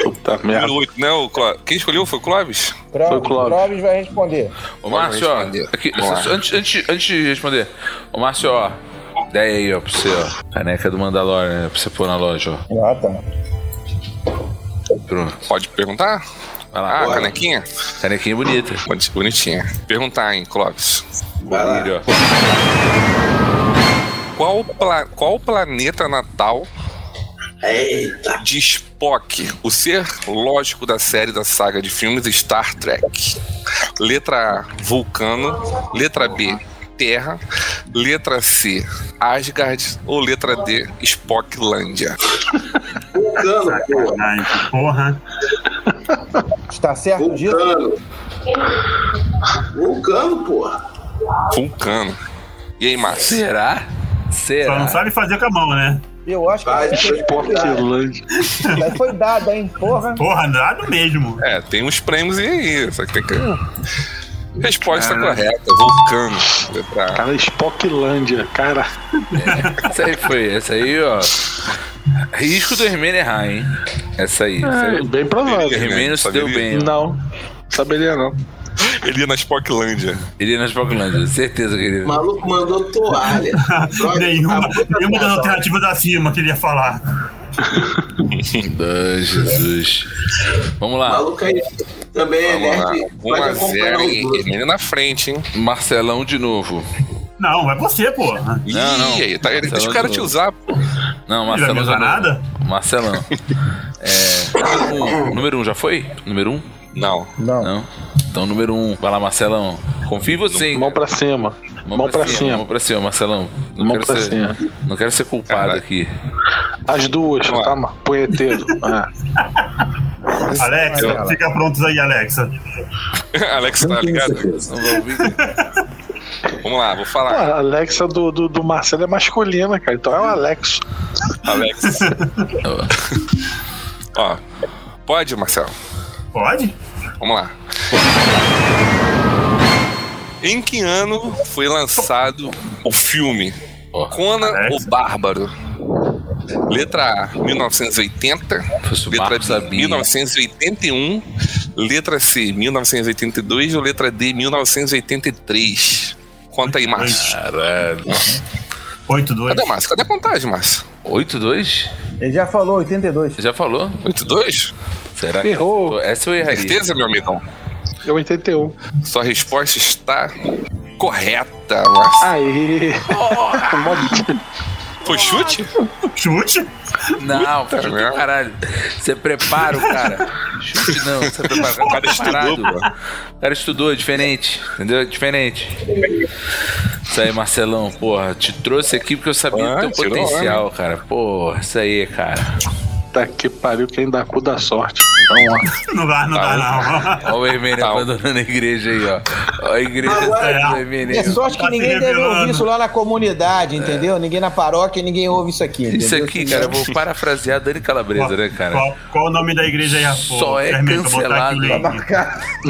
Speaker 4: Puta merda.
Speaker 5: Número 8, né? O Cló- Quem escolheu foi o Clóvis?
Speaker 2: Clóvis,
Speaker 4: Foi o Clóvis.
Speaker 2: Clóvis vai responder.
Speaker 1: Ô, Márcio, ó, aqui,
Speaker 5: Vamos lá.
Speaker 1: antes, antes, antes de responder, ô, Márcio, ó, ideia aí, ó, pra você, ó. Caneca do Mandalorian, né, pra você pôr na loja, ó.
Speaker 2: Ah, tá.
Speaker 1: Pronto.
Speaker 5: Pode perguntar?
Speaker 1: Vai lá,
Speaker 5: Ah,
Speaker 1: ó,
Speaker 5: canequinha?
Speaker 1: canequinha bonita.
Speaker 5: Pode- Bonitinha. Perguntar, hein, Clóvis.
Speaker 6: Vai lá.
Speaker 1: Filho, ó.
Speaker 5: Qual, pla- qual planeta natal
Speaker 6: Eita.
Speaker 5: de Spock, o ser lógico da série da saga de filmes Star Trek? Letra A, Vulcano. Letra B, Terra. Letra C, Asgard. Ou letra D, Spocklândia?
Speaker 6: Vulcano, pô.
Speaker 3: Sacanagem, porra.
Speaker 2: Está certo disso?
Speaker 6: Vulcano. Vulcano, porra.
Speaker 5: Vulcano. E aí, Márcio?
Speaker 1: Será?
Speaker 3: Só não
Speaker 1: Será?
Speaker 3: sabe fazer com a mão, né?
Speaker 2: Eu acho que
Speaker 6: Vai,
Speaker 2: vai ser-
Speaker 4: Porquilândia.
Speaker 2: mas foi dado, hein? Porra.
Speaker 3: Porra, dado mesmo.
Speaker 5: É, tem uns prêmios e aí, só que tem que. Resposta correta, Vulcano. Letra A.
Speaker 4: Cara, Spockilândia, cara.
Speaker 1: Essa aí foi, essa aí, ó. Risco do Hermênio errar, hein? Essa aí. Essa aí.
Speaker 4: É, bem provável.
Speaker 1: Hermênio se deu bem, ó.
Speaker 4: Não. Saberia não.
Speaker 5: Ele ia na Spocklândia.
Speaker 1: Iria nas Falklandas, certeza que
Speaker 6: O
Speaker 1: ele é.
Speaker 6: maluco mandou toalha. Droga,
Speaker 3: Nenhuma,
Speaker 6: a boca
Speaker 3: nenhuma das
Speaker 6: tá-
Speaker 3: alternativas da firma que ele ia falar.
Speaker 1: Ai, Jesus. Vamos
Speaker 6: O
Speaker 1: lá.
Speaker 6: maluco aí também é
Speaker 5: Vamos lá.
Speaker 6: nerd.
Speaker 5: 1
Speaker 6: Pode
Speaker 5: a 0
Speaker 6: acompanhar
Speaker 5: e
Speaker 6: os dois.
Speaker 5: Hermênio na frente, hein?
Speaker 1: Marcelão de novo.
Speaker 3: Não, é você, porra.
Speaker 5: Ih,
Speaker 1: Não, não.
Speaker 5: aí, tá,
Speaker 1: Marcelo
Speaker 5: deixa o cara
Speaker 1: de
Speaker 5: te
Speaker 1: novo.
Speaker 5: usar, pô.
Speaker 1: Não,
Speaker 3: Ele vai
Speaker 1: Marcelão
Speaker 3: me
Speaker 1: de
Speaker 3: usar
Speaker 1: novo.
Speaker 3: nada?
Speaker 1: Marcelão. É, número um, número um já foi? Número um?
Speaker 5: Não.
Speaker 2: Não.
Speaker 1: Não. Então, número um. Vai lá, Marcelão. Confio em você, hein?
Speaker 4: Mão pra cima. Mão, pra, cima.
Speaker 1: Mão pra cima, Marcelão. Não,
Speaker 4: Mão
Speaker 1: quero,
Speaker 4: pra
Speaker 1: ser,
Speaker 4: cima.
Speaker 1: não quero ser culpado
Speaker 5: Caralho.
Speaker 1: aqui.
Speaker 4: As duas,
Speaker 5: Vamos lá.
Speaker 4: tá? mano? Punheteiro. É.
Speaker 1: é
Speaker 3: Alexa, fica prontos aí, Alexa.
Speaker 5: Alex, tá ligado?
Speaker 1: Não vou ouvir.
Speaker 5: Vamos lá, vou
Speaker 4: Pô,
Speaker 5: falar.
Speaker 4: Ah, a Alexa do, do, do Marcelo é masculina, cara. Então é o Alex.
Speaker 5: Alex. Ó, pode, Marcelo?
Speaker 3: Pode?
Speaker 5: Vamos lá. Em que ano foi lançado o filme
Speaker 1: Ó.
Speaker 5: Conan
Speaker 3: Alexa.
Speaker 5: o Bárbaro? Letra A, 1980.
Speaker 1: Fosse o
Speaker 5: Letra
Speaker 1: Marco
Speaker 5: B,
Speaker 1: Sabinho.
Speaker 5: 1981. Letra C, 1982. Ou letra D, 1983. Conta aí, Márcio.
Speaker 1: Caralho.
Speaker 3: 8-2.
Speaker 5: Cadê, Márcio? Cadê a contagem, Márcio?
Speaker 1: 8-2?
Speaker 2: Ele já falou, 82.
Speaker 1: Já falou?
Speaker 5: 82?
Speaker 1: Será que.
Speaker 4: Errou.
Speaker 1: Essa eu erraria.
Speaker 5: Certeza, meu amigão?
Speaker 4: É 81.
Speaker 5: Sua resposta está correta, Márcio.
Speaker 4: Aí. Mó-
Speaker 5: Foi chute?
Speaker 3: Chute?
Speaker 1: Não, chute do
Speaker 5: merda.
Speaker 1: caralho. Você prepara o cara. Chute não, você prepara o cara.
Speaker 5: cara estudou,
Speaker 1: preparado. O cara estudou, é diferente. Entendeu? É Diferente. Isso aí, Marcelão, porra. Te trouxe aqui porque eu sabia
Speaker 5: Ah,
Speaker 1: do teu
Speaker 5: tirou
Speaker 1: potencial, cara. Porra, isso aí, cara.
Speaker 4: Tá que pariu, quem dá cu dá sorte. Então, ó.
Speaker 3: Não dá, não dá, não.
Speaker 1: Ó o Hermênio
Speaker 5: Tá.
Speaker 1: abandonando a igreja aí, ó. Ó a igreja
Speaker 3: Agora-
Speaker 1: do
Speaker 2: É
Speaker 1: Hermênio.
Speaker 2: sorte que
Speaker 3: Tá se
Speaker 2: ninguém deve
Speaker 3: revelando.
Speaker 2: ouvir isso lá na comunidade, entendeu? Ninguém na paróquia, ninguém ouve isso aqui.
Speaker 1: É. Isso
Speaker 2: entendeu?
Speaker 1: aqui, cara, eu vou parafrasear a Dani Calabresa, né, cara?
Speaker 3: Qual, qual o nome da igreja aí, Rafa?
Speaker 1: Só é
Speaker 3: Fermento, vou botar aqui o
Speaker 1: cancelado.
Speaker 2: Ah,
Speaker 3: link.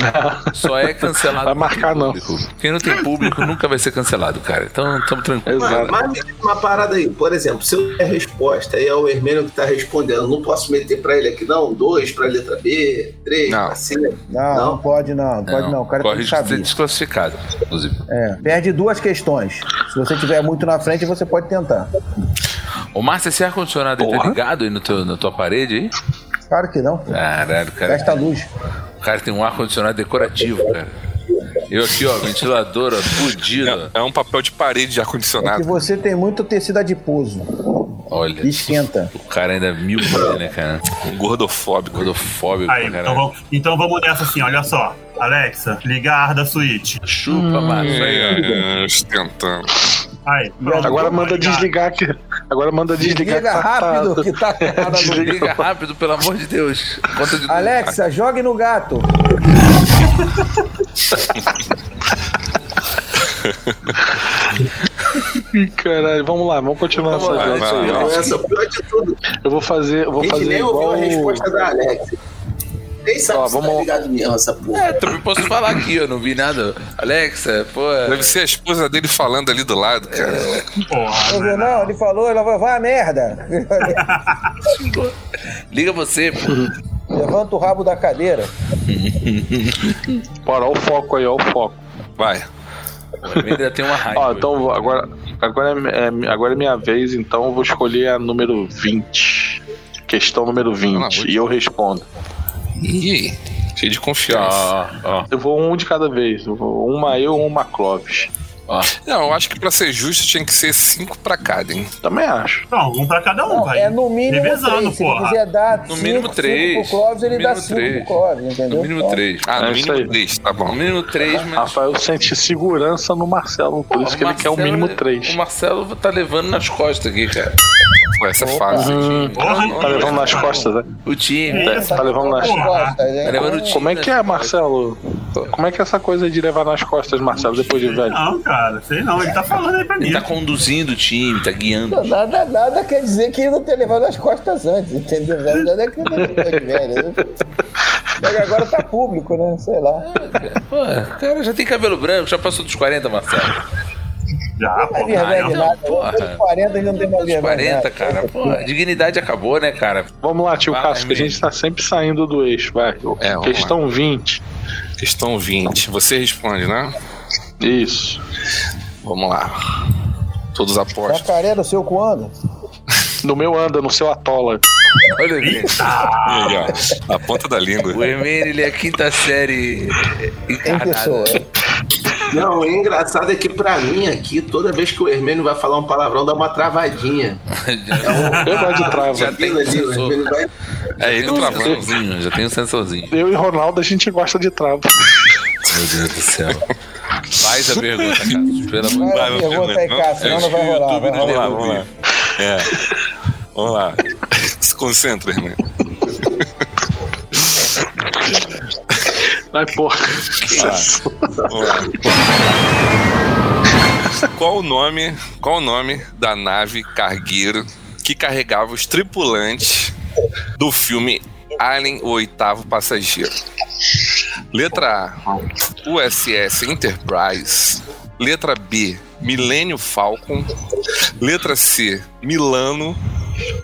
Speaker 1: Só é cancelado.
Speaker 4: Vai
Speaker 1: quem
Speaker 4: marcar,
Speaker 1: tem
Speaker 4: não.
Speaker 1: público. Quem não tem público nunca vai ser cancelado, cara. Então, estamos tranquilos.
Speaker 6: Mas,
Speaker 4: Exato.
Speaker 6: mas me diz uma parada aí, por exemplo, se eu der a resposta e é o Hermênio que tá respondendo, não posso meter pra ele aqui, não? Dois pra letra B, três
Speaker 5: Não.
Speaker 6: pra C.
Speaker 2: Não, não,
Speaker 6: Não.
Speaker 2: pode não, não pode não. O cara
Speaker 1: corre
Speaker 2: tem que
Speaker 1: risco de ser
Speaker 2: saber.
Speaker 1: desclassificado, inclusive.
Speaker 2: É, perde duas questões. Se você tiver muito na frente, você pode tentar.
Speaker 1: Ô, Márcio, esse ar-condicionado aí tá
Speaker 4: Porra.
Speaker 1: ligado aí no teu, na tua parede aí?
Speaker 2: Claro que não. pô.
Speaker 1: Caralho, cara.
Speaker 2: Gasta luz.
Speaker 1: O cara tem um ar-condicionado decorativo, cara. Eu aqui, ó, ventilador, ó, fudido.
Speaker 5: É, é um papel de parede de
Speaker 1: Ah.
Speaker 2: Se
Speaker 5: ar-condicionado.
Speaker 2: você tem muito tecido adiposo,
Speaker 1: Olha,
Speaker 2: esquenta.
Speaker 1: o cara ainda é mil por né, cara?
Speaker 4: É
Speaker 5: Gordofóbico.
Speaker 1: Gordofóbico,
Speaker 3: Aí,
Speaker 1: pra
Speaker 3: então
Speaker 1: caralho.
Speaker 3: vamos, então vamos nessa assim, olha só. Alexa, liga a ar da suíte.
Speaker 1: Chupa,
Speaker 3: Hum.
Speaker 1: Márcio. aí, ó.
Speaker 5: É, é, ostentando.
Speaker 3: Aí, pronto.
Speaker 4: Agora manda
Speaker 3: Ligado.
Speaker 4: desligar que. Agora manda desligar
Speaker 2: Liga
Speaker 4: que tá- tá-
Speaker 2: rápido que tá ferrada a luz.
Speaker 1: Liga rápido, pelo amor de Deus. Conta de
Speaker 2: Alexa, jogue no gato.
Speaker 4: Ih, Caralho, vamos lá, vamos continuar essa
Speaker 1: lá,
Speaker 4: essa é
Speaker 5: vai lá,
Speaker 4: aí.
Speaker 6: Então,
Speaker 5: vai lá.
Speaker 6: Essa, é pior de tudo,
Speaker 4: Eu vou fazer, eu
Speaker 6: a
Speaker 4: vou
Speaker 6: gente
Speaker 4: fazer
Speaker 6: nem
Speaker 4: igual
Speaker 6: ouviu a resposta da Alex. Nem sabe
Speaker 4: Ó,
Speaker 6: se tá
Speaker 4: vamos-
Speaker 6: ligado mesmo essa porra.
Speaker 1: É, também posso falar aqui, eu não vi nada. Alexa, pô.
Speaker 5: Deve ser a esposa dele falando ali do lado, cara.
Speaker 4: É.
Speaker 3: Porra,
Speaker 2: Meu
Speaker 3: né?
Speaker 2: irmão, ele falou, ela falou, vai a merda.
Speaker 1: Liga você, pô.
Speaker 2: Levanta o rabo da cadeira.
Speaker 4: Bora, ó o foco aí, ó o foco.
Speaker 5: Vai.
Speaker 1: Ele ainda tem uma raiva.
Speaker 4: Ó, então vou- agora, agora, é, é- agora é minha vez, então eu vou escolher a número 20. Questão número 20. E eu respondo.
Speaker 5: Ih, cheio de confiança.
Speaker 4: Ah.
Speaker 1: Ó, ó,
Speaker 4: Eu vou um de cada vez. Eu vou uma eu, uma Clóvis.
Speaker 1: ó.
Speaker 5: Não, eu acho que pra ser justo tinha que ser cinco pra cada, hein?
Speaker 4: Também acho.
Speaker 3: Não, um pra cada um,
Speaker 2: Não,
Speaker 3: vai.
Speaker 2: é no mínimo
Speaker 3: Revezando,
Speaker 2: três. Se ele
Speaker 3: porra.
Speaker 2: quiser dar
Speaker 1: No
Speaker 2: cinco,
Speaker 1: mínimo três.
Speaker 2: cinco pro Clóvis, ele
Speaker 1: No
Speaker 2: dá
Speaker 1: mínimo
Speaker 2: cinco
Speaker 1: três.
Speaker 2: pro Clóvis, entendeu?
Speaker 1: No mínimo três.
Speaker 5: Ah, no
Speaker 4: É isso aí.
Speaker 5: mínimo três, tá
Speaker 1: No
Speaker 5: bom.
Speaker 1: mínimo três,
Speaker 2: Ah,
Speaker 1: mas.
Speaker 4: Rafael sente segurança no Marcelo, é por isso que ele quer o mínimo
Speaker 1: O
Speaker 4: 3.
Speaker 1: Marcelo tá levando nas costas aqui, cara.
Speaker 5: Pô, essa é fácil.
Speaker 3: Porra,
Speaker 4: Tá levando nas costas, né?
Speaker 1: O time.
Speaker 3: Que isso?
Speaker 4: Tá levando nas
Speaker 3: Porra.
Speaker 2: costas, hein?
Speaker 1: Tá levando o time.
Speaker 4: Como é que é,
Speaker 1: nas costas.
Speaker 4: Marcelo? Como é que é essa coisa de levar nas costas, Marcelo, depois de velho?
Speaker 3: Não, cara, sei não. Ele tá falando aí pra mim.
Speaker 1: Ele tá conduzindo o time, tá guiando.
Speaker 2: Não, Nada, nada quer dizer que não ter levado as costas antes, entendeu? Nada é que não de velho. né? Mas Agora tá público, né? Sei lá.
Speaker 1: Pô, o cara já tem cabelo branco, já passou dos 40, Marcelo.
Speaker 3: Já,
Speaker 2: Não é
Speaker 3: porra.
Speaker 2: verdade
Speaker 1: não,
Speaker 2: nada.
Speaker 1: porra.
Speaker 2: Depois de 40 ele não tem mais
Speaker 1: Dos
Speaker 2: vergonha.
Speaker 1: 40,
Speaker 2: nada.
Speaker 1: cara. Pô, a dignidade acabou, né, cara?
Speaker 4: Vamos lá, tio
Speaker 1: Vai,
Speaker 4: Cássio, que a
Speaker 1: amigo.
Speaker 4: gente tá sempre saindo do eixo, vai.
Speaker 5: É, vamos
Speaker 4: Questão 20.
Speaker 5: Questão 20. Você responde, né?
Speaker 4: Isso.
Speaker 5: Vamos lá. Todos apostam.
Speaker 2: Jacaré do seu quando?
Speaker 4: No meu anda, no seu atola.
Speaker 1: Olha aqui.
Speaker 4: Ah.
Speaker 5: Aí, ó, na ponta da língua.
Speaker 1: O Hermênio, ele é a quinta série
Speaker 2: Em
Speaker 1: encarnada.
Speaker 2: pessoa.
Speaker 6: Não, o engraçado é que pra mim aqui, toda vez que o Hermênio vai falar um palavrão, dá uma travadinha.
Speaker 1: um
Speaker 4: Eu gosto de
Speaker 1: Já
Speaker 4: trava.
Speaker 1: tem
Speaker 6: Aquilo ali, o
Speaker 1: sensor.
Speaker 6: Hermênio vai.
Speaker 5: É ele
Speaker 1: um
Speaker 5: travando.
Speaker 1: sensorzinho, já tem um sensorzinho.
Speaker 4: Eu e Ronaldo, a gente gosta de trava.
Speaker 1: Meu Deus do céu. Faz a pergunta, Cássio. Pelo amor de
Speaker 2: Vai lá,
Speaker 5: Vai, meu
Speaker 2: pergunta aí,
Speaker 5: Fernando.
Speaker 2: Cássio, senão
Speaker 5: Eu
Speaker 2: não vai
Speaker 5: acho que o
Speaker 2: rolar.
Speaker 5: YouTube
Speaker 2: vai
Speaker 5: não
Speaker 2: rolar.
Speaker 5: lá, vamos lá. É. Vamos lá. Se concentra, irmão.
Speaker 4: Vai, porra.
Speaker 5: Vamos lá. Qual o nome? Qual o nome da nave cargueiro que carregava os tripulantes do filme Alien, o oitavo passageiro? Letra A, USS Enterprise. Letra B, Millennium Falcon. Letra C, Milano.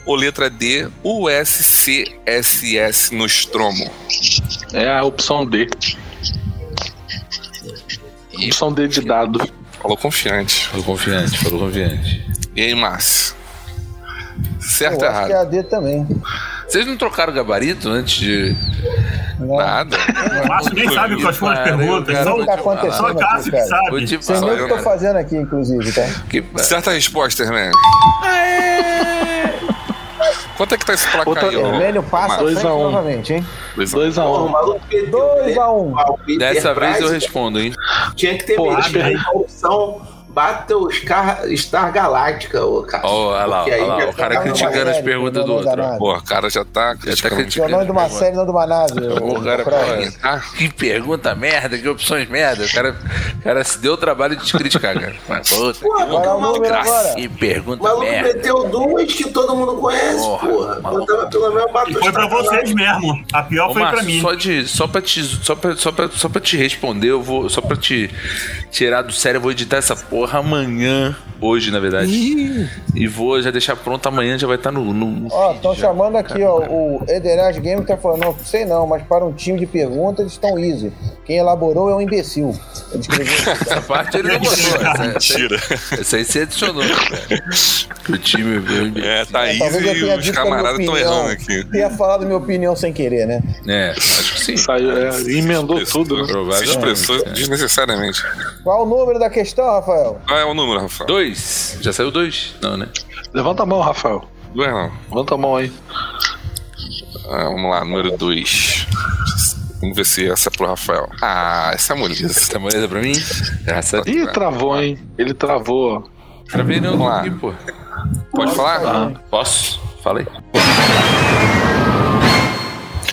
Speaker 5: Ou letra D, USCSS Nostromo.
Speaker 4: É a opção D. Opção D de dado.
Speaker 5: Falou confiante.
Speaker 1: Falou confiante, falou confiante.
Speaker 5: E aí, Márcio? Certo
Speaker 2: Eu
Speaker 1: tá
Speaker 5: ou
Speaker 2: acho que é
Speaker 5: errado?
Speaker 2: a D também.
Speaker 1: Vocês não trocaram gabarito antes de.
Speaker 5: Nada.
Speaker 3: O Márcio nem sabe quais foram as
Speaker 1: Cara,
Speaker 3: perguntas.
Speaker 1: eu
Speaker 3: Só
Speaker 1: quero
Speaker 3: o
Speaker 2: Tá acontecendo
Speaker 3: só o Cássio que
Speaker 2: aqui, cara.
Speaker 1: Vou
Speaker 3: sabe.
Speaker 1: te
Speaker 2: Sem
Speaker 1: falar,
Speaker 2: nem o que eu tô
Speaker 1: cara.
Speaker 2: fazendo aqui, inclusive, tá?
Speaker 1: Que...
Speaker 5: Certa resposta, Hermélio. Quanto é que tá esse placar
Speaker 4: Outra-
Speaker 5: aí, ó?
Speaker 2: Vermelho passa à
Speaker 4: Dois
Speaker 2: frente
Speaker 4: a um.
Speaker 2: novamente, hein?
Speaker 5: Dois a um.
Speaker 4: 2x1.
Speaker 6: Porra, o maluco perdeu.
Speaker 2: 2 a 1
Speaker 6: O
Speaker 1: Dessa vez eu né?
Speaker 6: Enterprise
Speaker 1: respondo, hein?
Speaker 6: Tinha que ter
Speaker 4: Porra,
Speaker 6: metido
Speaker 4: aí.
Speaker 6: a opção Battlestar Star Galáctica, ô cara.
Speaker 1: Ó, olha lá,
Speaker 6: Porque aí
Speaker 1: olha lá,
Speaker 6: já tá
Speaker 1: o cara
Speaker 6: tava numa
Speaker 1: criticando as
Speaker 2: série,
Speaker 1: perguntas do
Speaker 2: não dá
Speaker 1: outro. ó.
Speaker 2: nada.
Speaker 5: Pô, o cara já tá
Speaker 1: Já tá
Speaker 2: Que é o
Speaker 5: criticando.
Speaker 1: criticando.
Speaker 2: nome de uma série, não de uma nave.
Speaker 1: O cara,
Speaker 2: Fred.
Speaker 1: pô,
Speaker 5: Ah,
Speaker 1: que pergunta merda, que opções merda. O cara, o cara se deu o trabalho de te criticar, cara. Mas, puta, que
Speaker 6: Porra,
Speaker 2: Agora
Speaker 6: porque o
Speaker 2: o
Speaker 6: maluco,
Speaker 2: número agora.
Speaker 1: Que
Speaker 6: o
Speaker 1: pergunta
Speaker 6: maluco
Speaker 1: merda.
Speaker 6: meteu duas que todo mundo conhece,
Speaker 1: Porra,
Speaker 6: porra.
Speaker 1: maluco.
Speaker 6: Botava pelo
Speaker 3: E
Speaker 6: menos
Speaker 3: foi
Speaker 6: Battlestar
Speaker 3: pra
Speaker 6: Galáctica.
Speaker 3: vocês né? mesmo. A pior
Speaker 1: Ô,
Speaker 3: foi pra
Speaker 1: Márcio,
Speaker 3: mim.
Speaker 1: só de só para te só pra, só pra, só pra te responder, eu vou só pra te tirar do sério, eu vou editar essa porra amanhã, hoje na verdade. e vou já deixar pronto amanhã, já vai estar no, no no
Speaker 2: Ó,
Speaker 1: feed
Speaker 2: estão
Speaker 1: já.
Speaker 2: chamando aqui, ó, o Ederaz Game tá falando, não sei não, mas para um time de perguntas eles estão easy. Quem elaborou é um imbecil. Ele escreveu isso.
Speaker 1: Essa parte ele não botou.
Speaker 2: Ah,
Speaker 5: É,
Speaker 1: Essa, essa,
Speaker 5: Mentira.
Speaker 1: essa aí você adicionou. cara. O time viu?
Speaker 5: É, tá aí
Speaker 2: Talvez eu
Speaker 5: e
Speaker 2: tenha
Speaker 5: os
Speaker 2: dito a minha
Speaker 5: camaradas estão
Speaker 2: opinião.
Speaker 5: errando aqui.
Speaker 2: Tenha falado minha opinião sem querer, né?
Speaker 1: É, acho que sim.
Speaker 4: Saiu, é, emendou tudo, né?
Speaker 5: Se expressou desnecessariamente.
Speaker 2: Qual o número da questão, Rafael?
Speaker 5: Qual é o número, Rafael?
Speaker 1: Dois. Já saiu dois? Não, né?
Speaker 4: Levanta a mão, Rafael.
Speaker 5: Dois não.
Speaker 4: Levanta a mão aí.
Speaker 5: Ah, vamos lá, número dois. Vamos ver se essa é pro Rafael. Ah, essa é moleza.
Speaker 1: Tá moleza pra mim? Graças a
Speaker 4: Ih,
Speaker 1: Deus.
Speaker 4: travou, hein? Ele travou, ó.
Speaker 1: Travei não aqui, pô.
Speaker 5: Pode falar?
Speaker 1: Posso? Falei.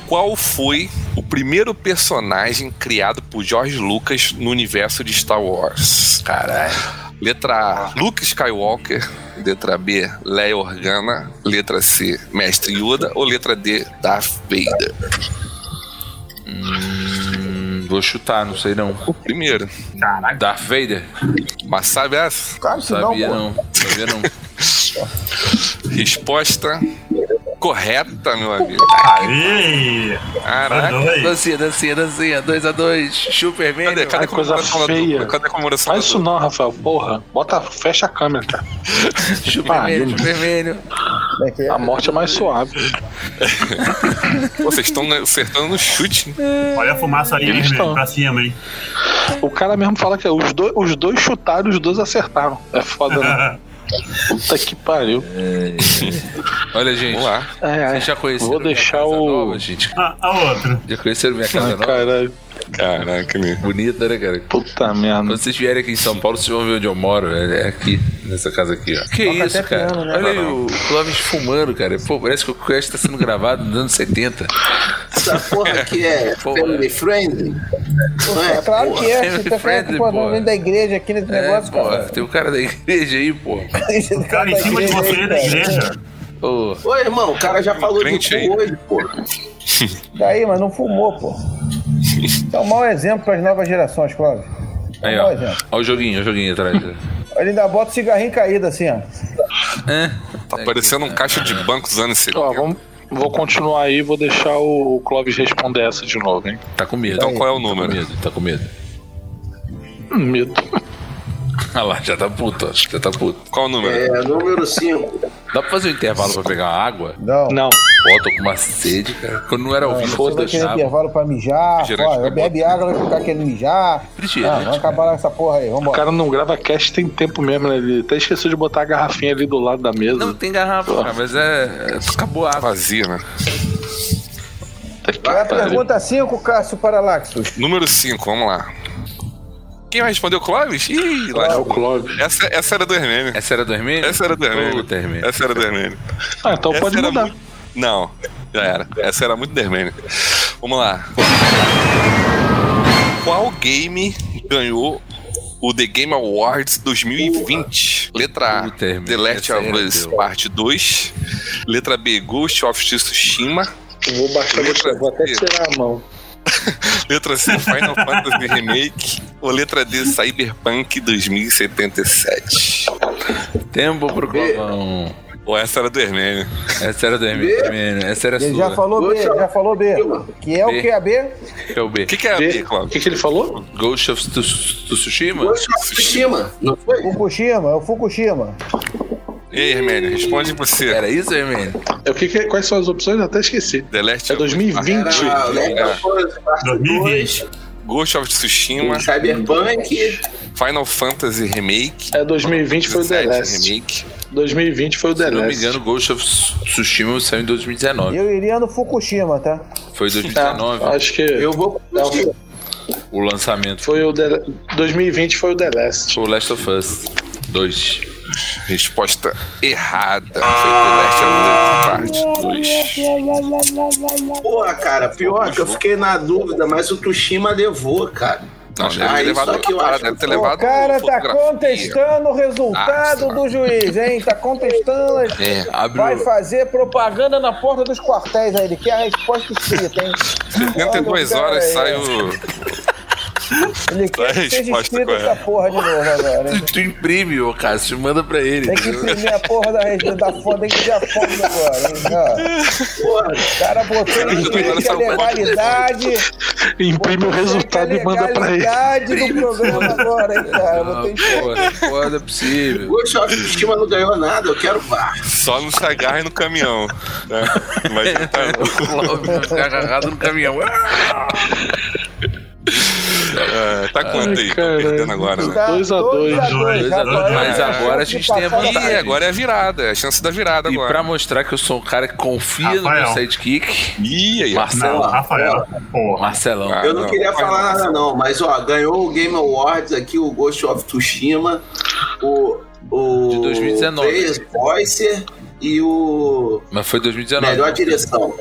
Speaker 5: Qual foi o primeiro personagem criado por George Lucas no universo de Star Wars?
Speaker 1: Caralho.
Speaker 5: Letra A, Luke Skywalker. Letra B, Leia Organa. Letra C, Mestre Yoda. Ou letra D, Darth Vader?
Speaker 1: Hum, vou chutar, não sei não.
Speaker 5: Primeiro.
Speaker 1: Darth Vader?
Speaker 5: Mas sabe essa?
Speaker 2: Claro que não,
Speaker 1: Sabia
Speaker 2: pô.
Speaker 1: não. Sabia não.
Speaker 5: Resposta correta, meu amigo.
Speaker 3: Ei!
Speaker 5: Caraca.
Speaker 3: Mandou aí.
Speaker 1: Dancinha, dancinha, dancinha. 2x2. Superman.
Speaker 5: Cadê, cadê a
Speaker 4: Que coisa
Speaker 5: comemoração da
Speaker 4: feia.
Speaker 5: dupla? Cadê a comemoração
Speaker 4: Faz
Speaker 5: da
Speaker 4: isso não, Rafael. Porra. Bota, fecha a câmera, cara.
Speaker 1: Chute vermelho, chute vermelho.
Speaker 2: Como é que é?
Speaker 4: A morte é mais suave.
Speaker 5: dupla? Vocês estão acertando no chute.
Speaker 3: Olha a fumaça aí,
Speaker 4: Eles
Speaker 3: vermelho,
Speaker 4: estão.
Speaker 3: pra cima, hein?
Speaker 4: O cara mesmo fala que os dois, os dois chutaram, os dois acertaram. É foda, né? Puta que pariu.
Speaker 1: Olha, gente.
Speaker 5: Vamos lá.
Speaker 4: É, é.
Speaker 1: Vocês já conheceram
Speaker 4: Vou
Speaker 1: minha
Speaker 4: deixar
Speaker 1: casa
Speaker 4: o-
Speaker 1: nova, gente?
Speaker 3: Ah, a outra.
Speaker 1: Já conheceram minha casa
Speaker 4: Ah,
Speaker 1: nova?
Speaker 4: caralho.
Speaker 5: Caraca, né?
Speaker 1: Bonita, né, cara?
Speaker 4: Puta merda.
Speaker 1: Quando vocês vierem aqui em São Paulo, vocês vão ver onde eu moro. É é aqui, nessa casa aqui, ó. Que
Speaker 2: Toca
Speaker 1: isso,
Speaker 2: até
Speaker 1: cara?
Speaker 2: piano, né?
Speaker 1: Olha aí o Clóvis fumando, cara. Pô, parece que o Quest tá sendo gravado nos anos 70.
Speaker 6: Essa porra aqui é
Speaker 1: Porra.
Speaker 6: family friendly. Não é?
Speaker 2: É claro que é,
Speaker 1: Family
Speaker 2: você tá falando
Speaker 1: friendly,
Speaker 2: com o
Speaker 1: pô.
Speaker 2: nome da igreja aqui nesse
Speaker 1: É,
Speaker 2: negócio,
Speaker 1: pô,
Speaker 2: cara.
Speaker 1: tem um cara da igreja aí, pô.
Speaker 2: O
Speaker 3: Cara, Tá em cima de você né? da igreja.
Speaker 1: Ô,
Speaker 2: é.
Speaker 6: Ô, irmão, o cara já falou de
Speaker 5: Crente
Speaker 6: cu
Speaker 5: aí.
Speaker 6: hoje, pô.
Speaker 2: Daí, Tá mas não fumou, pô. Isso é um mau exemplo para as novas gerações, Clóvis.
Speaker 1: Aí, ó. Ó o joguinho, ó o joguinho atrás.
Speaker 2: Ele ainda bota o cigarrinho caído assim, ó.
Speaker 5: Tá parecendo um caixa de banco dos anos 70.
Speaker 4: Ó, vamos. Vou continuar aí, vou deixar o o Clóvis responder essa de novo, hein?
Speaker 1: Tá com medo.
Speaker 5: Então qual é o
Speaker 1: Tá com
Speaker 5: número?
Speaker 1: medo, tá com medo.
Speaker 4: Hum, Medo.
Speaker 1: Ah lá, já tá puto, ó. Já tá puto.
Speaker 5: Qual o número?
Speaker 6: É, número 5.
Speaker 1: Dá pra fazer um intervalo pra pegar uma água?
Speaker 2: Não.
Speaker 4: Não,
Speaker 1: Pô, tô com uma sede, cara. Quando não era ao vivo, eu
Speaker 2: Você vai querer
Speaker 1: deixava.
Speaker 2: intervalo pra mijar,
Speaker 5: Refrigerante
Speaker 2: pô,
Speaker 5: na
Speaker 2: bebe água, vai ficar querendo mijar.
Speaker 1: Refrigerante,
Speaker 2: Ah, vamos acabar essa porra aí,
Speaker 4: o
Speaker 2: vambora.
Speaker 4: cara não grava cast tem tempo mesmo, né? Ele até esqueceu de botar a garrafinha ali do lado da mesa.
Speaker 1: Não, tem garrafa, cara, mas é. é- Acabou a água.
Speaker 5: Vazia, né?
Speaker 4: Puta que
Speaker 2: Agora
Speaker 4: pariu.
Speaker 2: pergunta 5, Cássio Paralaxos.
Speaker 5: Número 5, vamos lá. Quem vai responder o Clóvis? Ih,
Speaker 4: É
Speaker 5: lá.
Speaker 4: o Clóvis.
Speaker 5: Essa, essa era do Hermênio.
Speaker 1: Essa era do Hermênio?
Speaker 5: Essa era do Hermênio.
Speaker 1: Puta, Hermênio.
Speaker 5: Essa era do Hermênio.
Speaker 4: Ah, então
Speaker 5: Essa
Speaker 4: pode
Speaker 5: era
Speaker 4: mudar.
Speaker 5: muito- Não, já era. Essa era muito Dermênia. Vamos lá. Qual game ganhou o The Game Awards 2020? Letra A,
Speaker 1: Puta, Hermênio,
Speaker 5: The Last
Speaker 1: essa
Speaker 5: of
Speaker 1: era
Speaker 5: Us
Speaker 1: teu.
Speaker 5: Parte 2. Letra B, Ghost of Tsushima.
Speaker 4: Vou baixar,
Speaker 5: Letra
Speaker 4: vou até
Speaker 5: C.
Speaker 4: tirar a mão.
Speaker 5: Letra C, Final Fantasy Remake. Ou letra D, Cyberpunk 2077. É
Speaker 1: Tempo pro Clovão.
Speaker 5: Ou essa era do Hermênio.
Speaker 1: Essa era do Hermênio. Hermênio, Essa era
Speaker 2: Ele
Speaker 1: sua.
Speaker 2: já falou B, já falou B. Que é o que é B?
Speaker 1: É o B.
Speaker 5: O que, que é a
Speaker 4: Vê-
Speaker 5: B,
Speaker 4: O
Speaker 5: Cláudio?
Speaker 4: que, que ele falou?
Speaker 1: Ghost of Tsu- Tsushima?
Speaker 6: Hoje é Tsushima, não foi?
Speaker 2: Fukushima, é o Fukushima.
Speaker 5: Ei, Hermênio, responde você.
Speaker 1: Era isso, Hermênio?
Speaker 4: É, o que que- quais são as opções? Eu até esqueci.
Speaker 5: The Last
Speaker 4: É
Speaker 5: of Us
Speaker 4: 2020.
Speaker 6: Era Last
Speaker 5: É.
Speaker 6: of Us Parte
Speaker 3: 2020.
Speaker 6: 2,
Speaker 5: Ghost of Tsushima,
Speaker 6: Cyberpunk,
Speaker 5: Final Fantasy Remake.
Speaker 4: É 2020 foi o The
Speaker 5: 17
Speaker 4: Last.
Speaker 5: Remake.
Speaker 4: 2020 foi o The
Speaker 1: Se não me
Speaker 4: Last.
Speaker 1: engano, Ghost of Tsushima saiu em 2019.
Speaker 2: Eu iria no Fukushima, tá?
Speaker 1: Foi em
Speaker 4: Tá,
Speaker 1: 2019
Speaker 4: acho que
Speaker 6: eu vou com
Speaker 4: Não.
Speaker 5: Então,
Speaker 6: Tsushima.
Speaker 1: o lançamento.
Speaker 4: foi o The... 2020 foi o The Last.
Speaker 1: Foi o Last of Us 2.
Speaker 5: Resposta errada. Foi The Last of Us Part 2.
Speaker 6: Porra, cara, pior que eu fiquei na dúvida, mas o Tsushima levou, cara.
Speaker 5: Não, deve
Speaker 6: Ah,
Speaker 5: ter
Speaker 6: isso
Speaker 5: levado
Speaker 6: aqui eu
Speaker 5: ah,
Speaker 6: acho
Speaker 5: deve ter
Speaker 6: que-
Speaker 5: levado
Speaker 2: O cara tá
Speaker 5: fotografia.
Speaker 2: contestando o
Speaker 5: Ah,
Speaker 2: resultado
Speaker 5: tá.
Speaker 2: do juiz, hein? Tá contestando.
Speaker 5: É.
Speaker 1: Abre
Speaker 2: Vai
Speaker 1: o...
Speaker 2: fazer propaganda na porta dos quartéis aí. Ele quer a resposta escrita, hein?
Speaker 5: 72
Speaker 2: Olha o
Speaker 5: horas
Speaker 2: cara aí.
Speaker 5: sai o.
Speaker 2: Ele quer
Speaker 5: Qual é a
Speaker 2: que seja
Speaker 5: resposta
Speaker 2: escrita
Speaker 5: correta?
Speaker 2: essa porra de novo agora. hein?
Speaker 1: Tu, tu imprime, ô Cássio, manda pra ele.
Speaker 2: Tem que imprimir a porra da rede da foto, tem que ter a foto agora. Hein?
Speaker 6: Porra,
Speaker 2: Ó, o cara botou na
Speaker 1: tá
Speaker 2: internet a é legalidade.
Speaker 4: Imprime o resultado e manda pra ele.
Speaker 2: A legalidade do programa agora, hein, cara?
Speaker 1: Ah,
Speaker 2: Botei-
Speaker 1: pô, foda é possível.
Speaker 6: Ghost of Tsushima não ganhou nada, eu quero VAR.
Speaker 5: Só no Sagar e no caminhão. né? Vai tentar.
Speaker 1: O Clóvis vai ficar agarrado no caminhão. Ah,
Speaker 5: É, tá quanto aí? Tô
Speaker 4: caralho.
Speaker 5: perdendo agora, né?
Speaker 2: Tá
Speaker 4: Dois a dois.
Speaker 2: dois a dois,
Speaker 3: Dois a
Speaker 2: rapaz.
Speaker 3: dois.
Speaker 1: Mas agora a gente tem
Speaker 2: tá
Speaker 1: a vantagem.
Speaker 5: Ih, agora é a virada. É a chance da virada
Speaker 1: E pra
Speaker 5: agora.
Speaker 1: mostrar que eu sou um cara que confia no meu
Speaker 3: Rafael.
Speaker 1: sidekick,
Speaker 5: Ih, aí. ó.
Speaker 1: Marcelão.
Speaker 3: Não, Rafael. Porra.
Speaker 1: Marcelão.
Speaker 5: Ah,
Speaker 6: Eu não,
Speaker 5: não,
Speaker 6: queria
Speaker 5: vai
Speaker 6: falar
Speaker 5: não.
Speaker 6: nada, não, mas ó, ganhou o Game Awards aqui, o Ghost of Tsushima, o. o
Speaker 1: De 2019.
Speaker 6: Voice, e o
Speaker 1: Mas foi 2019.
Speaker 6: melhor direção.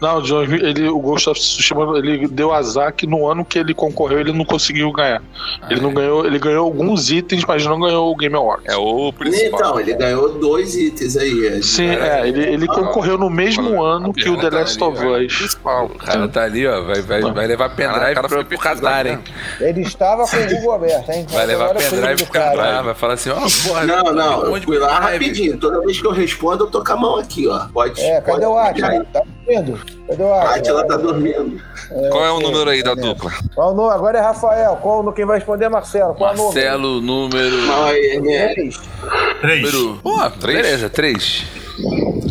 Speaker 4: Não, John, ele, o Ghost of Tsushima, ele deu azar que no ano que ele concorreu, ele não conseguiu ganhar. ele não ganhou, ele ganhou alguns itens, mas não ganhou o Game Award.
Speaker 5: É o principal.
Speaker 6: Então, ele ganhou dois itens aí.
Speaker 4: Sim, é, ele, ele concorreu no mesmo
Speaker 5: Olha,
Speaker 4: ano que o The Last of
Speaker 5: então,
Speaker 4: Us.
Speaker 5: Principal.
Speaker 1: O cara tá ali, ó. Vai, vai, vai levar pendrive
Speaker 5: Cara, o cara
Speaker 1: pro,
Speaker 5: foi
Speaker 1: pro Qatar, hein?
Speaker 2: Ele estava com o Google aberto, hein?
Speaker 1: Vai levar
Speaker 2: Agora foi né?
Speaker 1: pendrive
Speaker 2: do
Speaker 1: pro Qatar. Vai falar assim, ó, porra.
Speaker 6: Não, não,
Speaker 1: um
Speaker 6: eu
Speaker 1: monte de
Speaker 6: fui lá
Speaker 1: pendrive.
Speaker 6: rapidinho. Toda vez que eu respondo, eu tô com a mão aqui, ó. Pode.
Speaker 2: É, cadê
Speaker 6: pode
Speaker 2: o
Speaker 6: clicar aí.
Speaker 2: Atila? Tá dormindo? Cadê o
Speaker 6: A Atila tá
Speaker 2: Atila?
Speaker 6: dormindo.
Speaker 5: Qual é o número aí da dupla?
Speaker 2: Qual o nome? Agora é Rafael. Qual o nome? Quem vai responder é Marcelo. Qual o nome?
Speaker 1: Marcelo, número.
Speaker 6: Não, é, é,
Speaker 2: Três.
Speaker 3: Três.
Speaker 1: Número. Ó, beleza, três.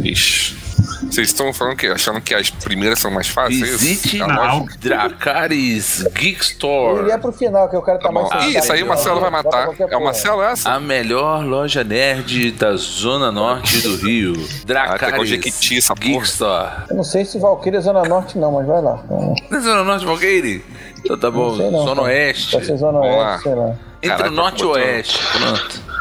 Speaker 5: Ixi. Vocês estão falando o quê? Achando que as primeiras são mais fáceis?
Speaker 1: Visite
Speaker 5: Tá
Speaker 3: Não.
Speaker 5: bom.
Speaker 1: Dracaris Geek
Speaker 2: Ele é
Speaker 1: Store.
Speaker 2: pro final, que o cara tá,
Speaker 5: Tá
Speaker 2: mais
Speaker 5: bom.
Speaker 2: sentado.
Speaker 5: Ih, Isso aí o Marcelo vai matar. É o Marcelo essa?
Speaker 1: A melhor loja nerd da zona norte do Rio.
Speaker 2: Ah,
Speaker 5: pegou
Speaker 1: Dracaris
Speaker 5: Jequiti, essa
Speaker 1: Geek
Speaker 5: porra.
Speaker 1: Store.
Speaker 2: Eu não sei se Valkyria é Zona Norte, não, mas vai lá.
Speaker 1: Na Zona Norte, Valqueire? Então tá bom.
Speaker 2: sei não,
Speaker 1: Zona
Speaker 2: cara. Tá
Speaker 1: Oeste.
Speaker 2: Pode ser Zona
Speaker 5: Vamos
Speaker 2: Oeste,
Speaker 5: lá.
Speaker 2: sei lá.
Speaker 1: Entre
Speaker 5: Caraca,
Speaker 1: o Norte e o
Speaker 5: botou-
Speaker 1: Oeste. Pronto.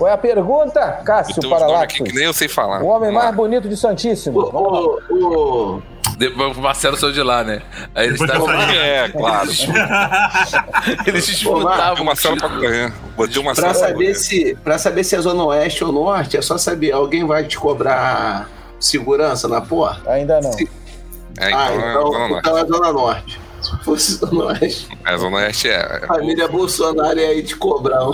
Speaker 2: Qual é a pergunta, Cássio
Speaker 5: Tem uns nomes aqui
Speaker 2: Paralaxo?
Speaker 5: que nem eu sei falar.
Speaker 2: O homem
Speaker 5: Vamos lá.
Speaker 2: mais bonito de Santíssimo.
Speaker 6: o, o, o,
Speaker 1: Depois o Marcelo saiu de lá, né? Aí eles
Speaker 3: Depois que eu
Speaker 1: tavam-
Speaker 3: saí.
Speaker 5: É, claro.
Speaker 1: eles
Speaker 5: Tem
Speaker 1: disputavam.
Speaker 5: uma sala pra
Speaker 2: tá
Speaker 1: título.
Speaker 5: ganhar. Botei uma
Speaker 6: Pra
Speaker 5: sala pra
Speaker 6: saber,
Speaker 5: ganhar.
Speaker 6: se, pra saber se é Zona Oeste ou Norte, é só saber. Alguém vai te cobrar segurança na porta?
Speaker 2: Ainda não.
Speaker 5: É,
Speaker 6: ah,
Speaker 5: então é Zona Norte.
Speaker 6: então, então é Zona Norte. Se fosse Zona Oeste,
Speaker 5: É, Zona Oeste é.
Speaker 6: a família Bolsonaro ia aí te cobrar. um.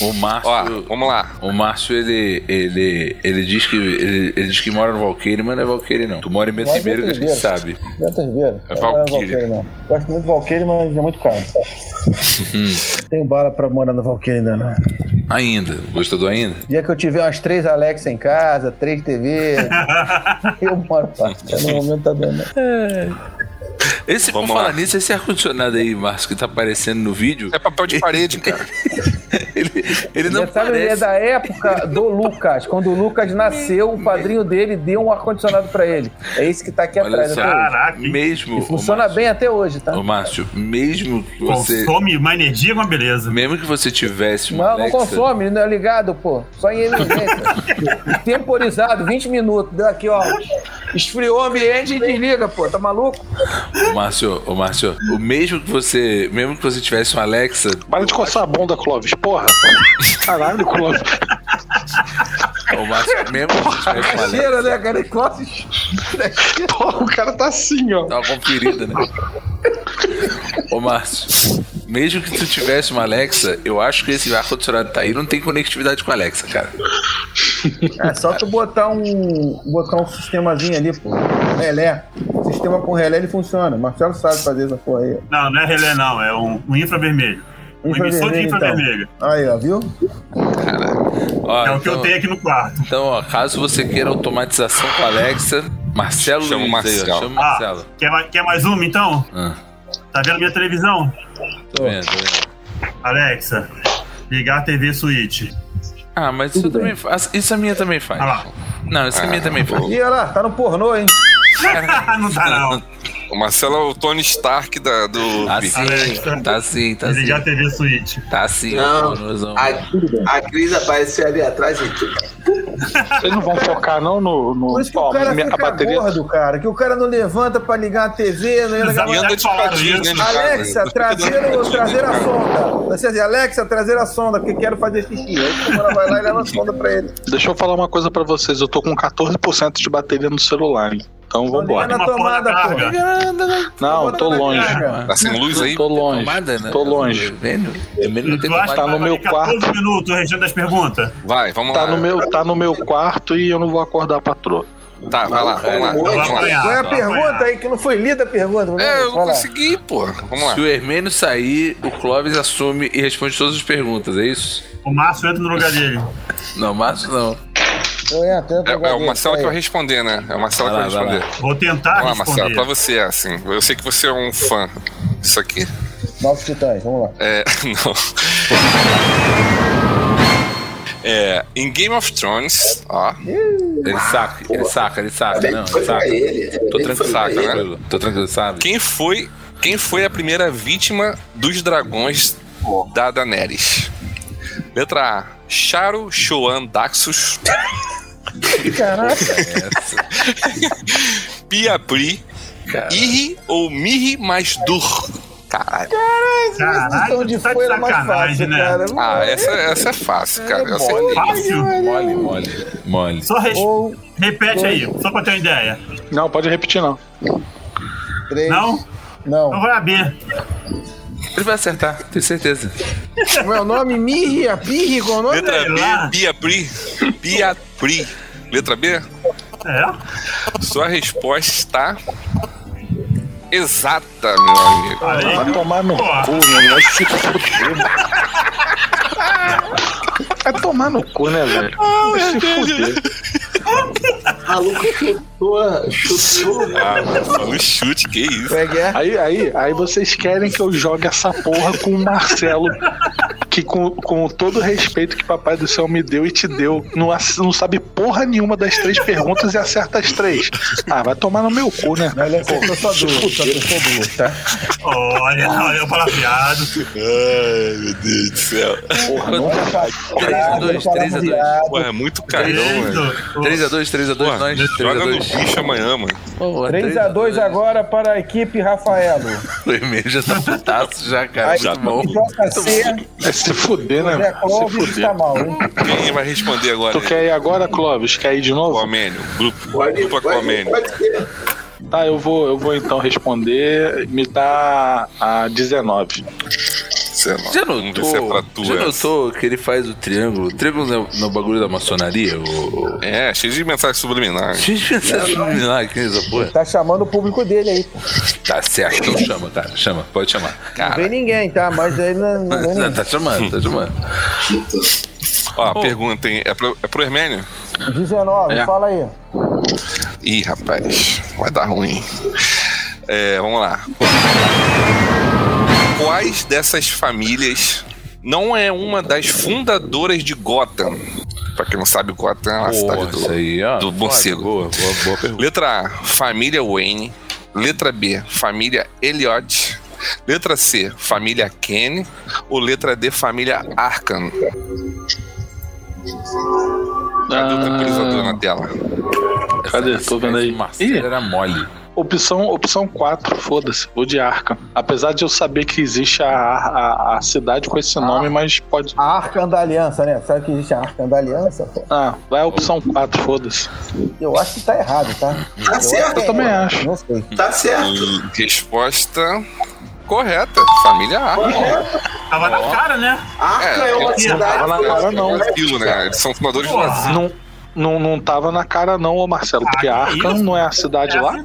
Speaker 1: O
Speaker 5: Ó,
Speaker 1: Márcio.
Speaker 5: vamos lá.
Speaker 1: O Márcio, ele, ele, ele, diz que, ele, ele diz que mora no Valqueire, mas não é Valqueire, não. Tu mora em Bento
Speaker 2: Mas é
Speaker 1: Ribeiro, que a gente
Speaker 2: Ribeiro.
Speaker 1: sabe.
Speaker 2: Beto Ribeiro.
Speaker 5: É
Speaker 2: Eu não era
Speaker 5: Valkyria.
Speaker 2: Valkyria, não. Gosto muito de Valkyrie, mas é muito caro. Tenho bala pra morar no Valkyrie ainda, não.
Speaker 1: Ainda. Gostou do ainda?
Speaker 2: Dia que eu tiver umas três Alexa em casa, três TV, eu moro pra No momento tá dando.
Speaker 1: Esse, por
Speaker 5: Vamos
Speaker 1: falar
Speaker 5: lá.
Speaker 1: nisso, esse ar-condicionado aí, Márcio, que tá aparecendo no vídeo,
Speaker 5: É papel de parede, cara.
Speaker 1: ele, ele não
Speaker 2: Você sabe, ele é
Speaker 1: parece...
Speaker 2: da época do Lucas. Quando o Lucas nasceu, o padrinho dele deu um ar-condicionado pra ele. É esse que tá aqui
Speaker 1: Olha
Speaker 2: atrás
Speaker 1: só,
Speaker 2: até hoje.
Speaker 3: Caraca, hein?
Speaker 1: mesmo...
Speaker 2: E
Speaker 1: o
Speaker 2: funciona
Speaker 1: Márcio-
Speaker 2: bem até hoje, tá?
Speaker 1: Ô, Márcio, mesmo que você...
Speaker 3: Consome uma energia é uma beleza.
Speaker 1: Mesmo que você tivesse uma
Speaker 2: Não, não
Speaker 1: Alexa,
Speaker 2: consome, não é ligado, pô. Só em emergência. Temporizado, 20 minutos. Deu aqui, ó. Esfriou o ambiente e desliga, pô. Tá maluco?
Speaker 1: Ô, Márcio, ô, Márcio, o mesmo que você, mesmo que você tivesse uma Alexa,
Speaker 4: Para de coçar a bunda, Clóvis, porra. Caralho, Clóvis.
Speaker 1: ô, Márcio, mesmo que você tivesse um uma Alexa,
Speaker 2: Cheira, né, cara? Corre.
Speaker 4: Porra, o cara tá assim, ó.
Speaker 1: dá uma conferida, né? Ô, Márcio, mesmo que tu tivesse uma Alexa, eu acho que esse ar-condicionado tá aí não tem conectividade com a Alexa, cara.
Speaker 2: É só tu botar um. botar um sistemazinho ali, pô. Relé. Sistema com relé ele funciona. Marcelo sabe fazer essa porra aí.
Speaker 3: Não, não é relé, não. É um, um infravermelho. Um emissor de infravermelho.
Speaker 2: Aí, ó, viu?
Speaker 1: Ó,
Speaker 3: É o que
Speaker 1: então,
Speaker 3: eu tenho aqui no quarto.
Speaker 1: então, ó, caso você queira automatização com a Alexa, Marcelo
Speaker 5: Chama o
Speaker 1: Luiz aí, ó,
Speaker 5: Marcelo.
Speaker 1: chama o
Speaker 3: Ah,
Speaker 1: Marcelo.
Speaker 3: quer, mais- quer mais uma então?
Speaker 1: Ah.
Speaker 3: Tá vendo minha televisão?
Speaker 1: Tô tá vendo, tô vendo.
Speaker 3: Alexa, ligar a TV Switch.
Speaker 1: Ah, mas isso eu também faz. Isso a minha também faz.
Speaker 3: Olha lá.
Speaker 1: Não, isso a minha também faz.
Speaker 5: Ah,
Speaker 2: E olha lá, tá no pornô, hein?
Speaker 3: não tá não.
Speaker 5: O Marcelo é o Tony Stark da, do.
Speaker 1: Tá
Speaker 5: Vic.
Speaker 1: sim, tá sim, tá
Speaker 3: Ligar a
Speaker 1: sim.
Speaker 3: TV Switch.
Speaker 1: Tá sim,
Speaker 6: Não.
Speaker 1: ô, Nozão.
Speaker 6: A, a Cris apareceu ali atrás e tudo.
Speaker 4: Vocês não vão focar, não, no. no
Speaker 2: Por isso que
Speaker 4: Ó,
Speaker 2: o cara
Speaker 4: minha- tá
Speaker 2: fica gordo, cara. Que o cara não levanta pra ligar a TV, não ligar
Speaker 3: Exato.
Speaker 5: E anda de patins, né? de casa.
Speaker 2: Alexa, traseiro, traseira a sonda. Você diz, Alexa, traseira a sonda, porque quero fazer xixi. Aí o cara vai lá e leva a sonda pra ele.
Speaker 4: Deixa eu falar uma coisa pra vocês. Eu tô com 14% de bateria no celular, hein? Então
Speaker 2: liga
Speaker 4: vambora.
Speaker 2: na
Speaker 3: Uma
Speaker 2: tomada,
Speaker 3: porra
Speaker 2: pô.
Speaker 3: larga.
Speaker 4: Não, tô
Speaker 2: na
Speaker 4: longe.
Speaker 2: carga.
Speaker 5: Tá sem luz aí?
Speaker 4: Tô longe.
Speaker 1: Tomada, né? É
Speaker 4: Tô longe.
Speaker 1: Vermelho? Vermelho não tem
Speaker 3: Tu acha
Speaker 1: tomada.
Speaker 4: tá no
Speaker 3: que vai
Speaker 4: meu
Speaker 3: ficar 14
Speaker 4: quarto.
Speaker 3: minutos regendo as perguntas?
Speaker 5: Vai, vamos
Speaker 4: Tá
Speaker 5: lá.
Speaker 4: no, meu, tá no meu quarto e eu não vou acordar a patroa.
Speaker 5: Tá, vai lá, vamos lá.
Speaker 3: Vai
Speaker 5: Vamos lá.
Speaker 3: apanhar,
Speaker 2: Qual é a
Speaker 3: vai apanhar.
Speaker 2: pergunta aí? Que não foi lida a pergunta. né?
Speaker 5: É, eu
Speaker 2: Vai lá.
Speaker 5: consegui, pô. Vamos lá. É,
Speaker 1: Se o Hermênio sair, o Clóvis assume e responde todas as perguntas, é isso?
Speaker 3: O Márcio entra no lugar dele.
Speaker 1: Não, Márcio não.
Speaker 2: Eu entro,
Speaker 5: É,
Speaker 2: entro
Speaker 5: é o Marcelo que vai
Speaker 2: eu
Speaker 5: responder, né? É o Marcelo que
Speaker 1: Vai
Speaker 5: vai
Speaker 1: lá, vai
Speaker 5: responder.
Speaker 3: Vou tentar
Speaker 5: Vamos lá, Marcelo,
Speaker 3: responder.
Speaker 5: pra você, assim. Eu sei que você é um fã disso aqui.
Speaker 2: Novos titãs, vamos lá.
Speaker 5: É. Não. É, em Game of Thrones, ó,
Speaker 1: Ele saca, ele saca, ele saca. Não,
Speaker 6: Foi
Speaker 1: ele
Speaker 6: pra
Speaker 1: saca.
Speaker 6: ele.
Speaker 1: Tô
Speaker 6: Ele
Speaker 1: tranquilo,
Speaker 6: foi pra
Speaker 1: saca,
Speaker 6: ele.
Speaker 1: né? Tô tranquilo, sabe?
Speaker 5: quem foi, quem foi a primeira vítima dos dragões da Daenerys? Letra A, Sharo Shoan Daxus.
Speaker 2: Caraca.
Speaker 5: Piapri, Irri ou Mirri mais Dur. Caralho.
Speaker 2: Então
Speaker 3: Caralho,
Speaker 2: de
Speaker 3: tu tá de
Speaker 2: foi era mais fácil,
Speaker 3: sacanagem, né?
Speaker 2: cara. Não
Speaker 5: Ah,
Speaker 2: é?
Speaker 5: essa, essa é fácil, cara. Eu
Speaker 2: mole.
Speaker 5: acertei.
Speaker 3: Fácil.
Speaker 1: Mole, mole, mole.
Speaker 3: Só res-
Speaker 2: Um,
Speaker 3: repete aí, só pra ter uma ideia.
Speaker 4: Não, pode repetir, não.
Speaker 2: três.
Speaker 3: Não?
Speaker 2: Não.
Speaker 3: Então vai a B.
Speaker 1: Ele vai acertar, tenho certeza.
Speaker 2: Como é o nome? Mirri, a Pirri, qual é o nome?
Speaker 5: Letra
Speaker 3: Sei lá.
Speaker 5: B, Piapri. Piapri. Letra B?
Speaker 3: É?
Speaker 5: Sua resposta está exata, meu amigo.
Speaker 4: Vai
Speaker 3: Aí,
Speaker 4: tomar no
Speaker 3: Porra.
Speaker 4: cu, meu irmão. Vai se fuder, mano. Vai tomar no cu, né, velho? Vai se fuder.
Speaker 6: Maluco chutou, chutou.
Speaker 5: Ah, mano, só um chute, que isso.
Speaker 2: Como é que é?
Speaker 4: Aí, aí, aí vocês querem que eu jogue essa porra com o Marcelo, que com, com todo o respeito que papai do céu me deu e te deu, não, ac- não sabe porra nenhuma das três perguntas e acerta as três. Ah, vai tomar no meu cu, né?
Speaker 2: Olha, acertou só duas. Acertou duas, tá?
Speaker 3: olha, olha, eu palafiado.
Speaker 5: Ai, meu Deus do céu.
Speaker 4: Porra, não é
Speaker 2: Ah,
Speaker 1: 3x2,
Speaker 2: vou falar
Speaker 1: 3x2.
Speaker 2: viado.
Speaker 5: Pô, é muito carão, velho.
Speaker 3: Isso.
Speaker 1: 3x2, 3x2, nós.
Speaker 5: Pô, Joga no
Speaker 1: 3x2.
Speaker 5: bicho amanhã, mano.
Speaker 1: Pô,
Speaker 2: 3x2 agora para a equipe Rafaelo.
Speaker 1: O e-mail já tá putaço já, cara.
Speaker 5: Já
Speaker 1: Muito bom.
Speaker 2: tá JC,
Speaker 4: Vai se fuder, né?
Speaker 2: Zé
Speaker 4: velho? Vai se
Speaker 2: Clóvis está
Speaker 4: fuder.
Speaker 2: mal, hein?
Speaker 5: Quem vai responder agora?
Speaker 4: Tu quer ir agora, Clóvis? Quer ir de novo?
Speaker 5: Comênio. Grupo,
Speaker 6: Pode,
Speaker 5: grupo
Speaker 6: pode,
Speaker 5: Comênio.
Speaker 6: pode ser.
Speaker 4: Tá, eu vou, eu vou então responder. Me dá a 19.
Speaker 5: Sei lá.
Speaker 1: Já
Speaker 5: Vamos ver se é pra
Speaker 1: notou,
Speaker 5: tu.
Speaker 1: já
Speaker 5: essa.
Speaker 1: notou que ele faz o triângulo? O triângulo no, no bagulho da maçonaria? O...
Speaker 5: É, cheio de mensagem subliminar.
Speaker 1: Deixa eu pensar lá, que essa porra.
Speaker 2: Tá chamando o público dele aí. pô.
Speaker 1: Tá certo, então chama, cara. Chama, pode chamar.
Speaker 2: Não
Speaker 1: Cara,
Speaker 2: vem ninguém, tá? Mas aí não, não vem
Speaker 1: Não,
Speaker 2: ninguém.
Speaker 1: tá chamando, tá chamando.
Speaker 5: Ó, pergunta, hein? É pro, é pro Hermênio?
Speaker 2: 19,
Speaker 4: É.
Speaker 2: fala aí.
Speaker 5: Ih, rapaz, vai dar ruim. É, vamos lá. Quais dessas famílias não é uma das fundadoras de Gotham? Pra quem não sabe, Gotham é uma cidade
Speaker 1: Porra, isso
Speaker 5: do,
Speaker 1: aí, ó.
Speaker 5: do
Speaker 1: Foda,
Speaker 5: morcego.
Speaker 1: Boa, boa, boa pergunta.
Speaker 5: Letra A, família Wayne. Letra B, família Elliot. Letra C, família Kenny. Ou letra D, família Arkham. Cadê o Tá,
Speaker 4: Ah.
Speaker 5: tranquilizador na tela?
Speaker 4: Cadê? Tô vendo aí.
Speaker 1: Marcelo
Speaker 4: Ih,
Speaker 1: era mole.
Speaker 4: Opção, opção 4, foda-se, vou de Arkham. Apesar de eu saber que existe a, a, a cidade com
Speaker 2: Ah.
Speaker 4: esse nome, mas pode.
Speaker 2: A Arca da Aliança, né? Sabe que existe a Arca da Aliança? pô?
Speaker 4: Ah, vai a opção 4, foda-se.
Speaker 2: Eu acho que tá errado, tá?
Speaker 6: Tá certo,
Speaker 4: Eu também acho.
Speaker 2: Não sei.
Speaker 6: tá certo.
Speaker 5: Resposta correta, família Arkham.
Speaker 3: Tava na cara, né?
Speaker 6: Arca
Speaker 5: É,
Speaker 6: é, uma
Speaker 5: não
Speaker 6: cidade.
Speaker 4: tava na cara, não.
Speaker 5: Aquilo, né? Eles são fundadores de
Speaker 3: Porra.
Speaker 2: Ah.
Speaker 4: Não, não, não tava na cara, não, ô Marcelo, porque
Speaker 3: Ah, que
Speaker 4: Arkham
Speaker 3: isso?
Speaker 4: não é a cidade lá?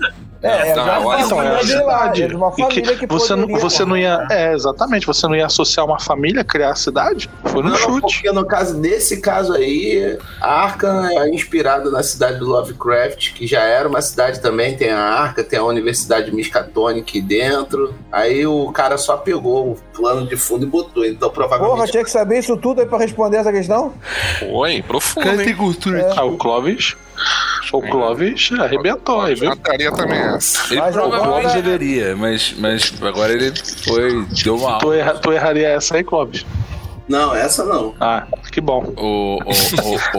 Speaker 2: É, é,
Speaker 5: Não,
Speaker 2: já é
Speaker 4: Então, é
Speaker 5: olha,
Speaker 4: a
Speaker 2: família de lá,
Speaker 4: cidade.
Speaker 2: é de uma
Speaker 4: E que
Speaker 2: família que
Speaker 4: você não,
Speaker 2: poderia-
Speaker 4: você não ia. É, exatamente, você não ia associar uma família a criar a cidade? Foi no
Speaker 6: Não,
Speaker 4: chute.
Speaker 6: porque no caso nesse caso aí, a Arca é inspirada na cidade do Lovecraft, que já era uma cidade também, tem a Arca, tem a Universidade Miskatonic dentro. Aí o cara só pegou o plano de fundo e botou. Então
Speaker 2: Porra,
Speaker 6: provavelmente
Speaker 2: tinha que saber isso tudo aí pra responder essa questão?
Speaker 5: Oi, profundo, hein?
Speaker 1: cultura
Speaker 2: É,
Speaker 4: Ah, o Clóvis. O Clóvis arrebentou aí, viu?
Speaker 5: Mataria também é essa.
Speaker 1: Ele
Speaker 2: Mas
Speaker 1: provavelmente
Speaker 2: agora-
Speaker 1: deveria, mas, mas agora ele foi, deu uma
Speaker 4: Tu,
Speaker 1: aula.
Speaker 4: erra, tu erraria essa aí, Clóvis?
Speaker 6: Não, essa não.
Speaker 4: Ah, que bom.
Speaker 1: O, o,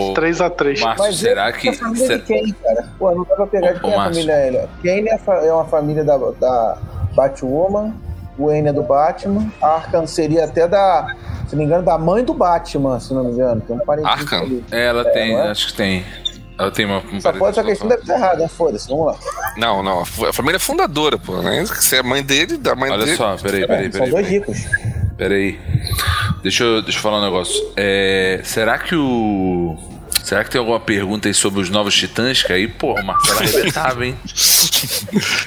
Speaker 1: o, o,
Speaker 4: 3x3.
Speaker 1: Márcio,
Speaker 2: Mas
Speaker 1: será
Speaker 2: é
Speaker 1: que.
Speaker 2: a família
Speaker 1: se-
Speaker 2: de Kane, cara. Pô, não dá pra pegar de
Speaker 1: Ô,
Speaker 2: quem é a
Speaker 1: Márcio.
Speaker 2: família dele. Kane é, fa- é uma família da, da Batwoman, o N é do Batman, a Arkham seria até da, se não me engano, da mãe do Batman, se não me engano. Tem um parecido
Speaker 5: Arkham?
Speaker 2: ali.
Speaker 1: É, Ela tem,
Speaker 2: não é?
Speaker 1: acho que tem. Ela tem uma. Um
Speaker 2: Só pode essa
Speaker 1: parecido
Speaker 2: questão deve estar errada, né? Foda-se, vamos lá.
Speaker 5: Não, não. A família é fundadora, pô. Né? Você é mãe dele, da mãe
Speaker 1: Olha
Speaker 5: dele.
Speaker 1: só,
Speaker 2: tá
Speaker 1: peraí, peraí,
Speaker 2: São
Speaker 1: peraí.
Speaker 2: dois
Speaker 1: peraí,
Speaker 2: ricos.
Speaker 1: peraí. Deixa, eu, deixa eu falar um negócio. É, será que o. Será que tem alguma pergunta aí sobre os novos titãs? Que aí, porra, o Marcelo arrebentava, hein?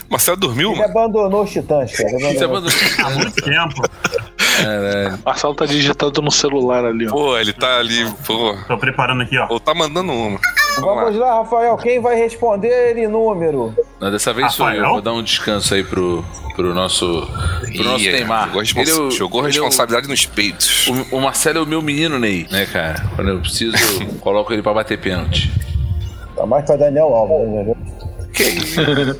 Speaker 5: Marcelo dormiu,
Speaker 2: Ele
Speaker 5: mano?
Speaker 2: abandonou os titãs, cara. ele
Speaker 1: Você
Speaker 2: abandonou.
Speaker 1: abandonou.
Speaker 3: Tempo.
Speaker 1: Caralho.
Speaker 4: Marcelo tá digitando no celular ali, ó.
Speaker 5: Pô, ele tá ali, pô.
Speaker 3: Tô preparando aqui, ó.
Speaker 5: Ou tá mandando uma.
Speaker 2: Vamos lá, Rafael. Quem vai responder ele número?
Speaker 1: Não, dessa vez sou eu.
Speaker 3: Rafael?
Speaker 1: Vou dar um descanso aí pro, pro nosso. Pro nosso
Speaker 5: Ih,
Speaker 1: Neymar.
Speaker 5: Jogou, respons-
Speaker 1: Ele é o-
Speaker 5: jogou
Speaker 1: ele é o-
Speaker 5: responsabilidade nos peitos.
Speaker 1: O, o Marcelo é o meu menino, Ney, né, cara? Quando eu preciso, eu coloco ele pra bater pênalti.
Speaker 2: Tá mais pra Daniel Alves, né?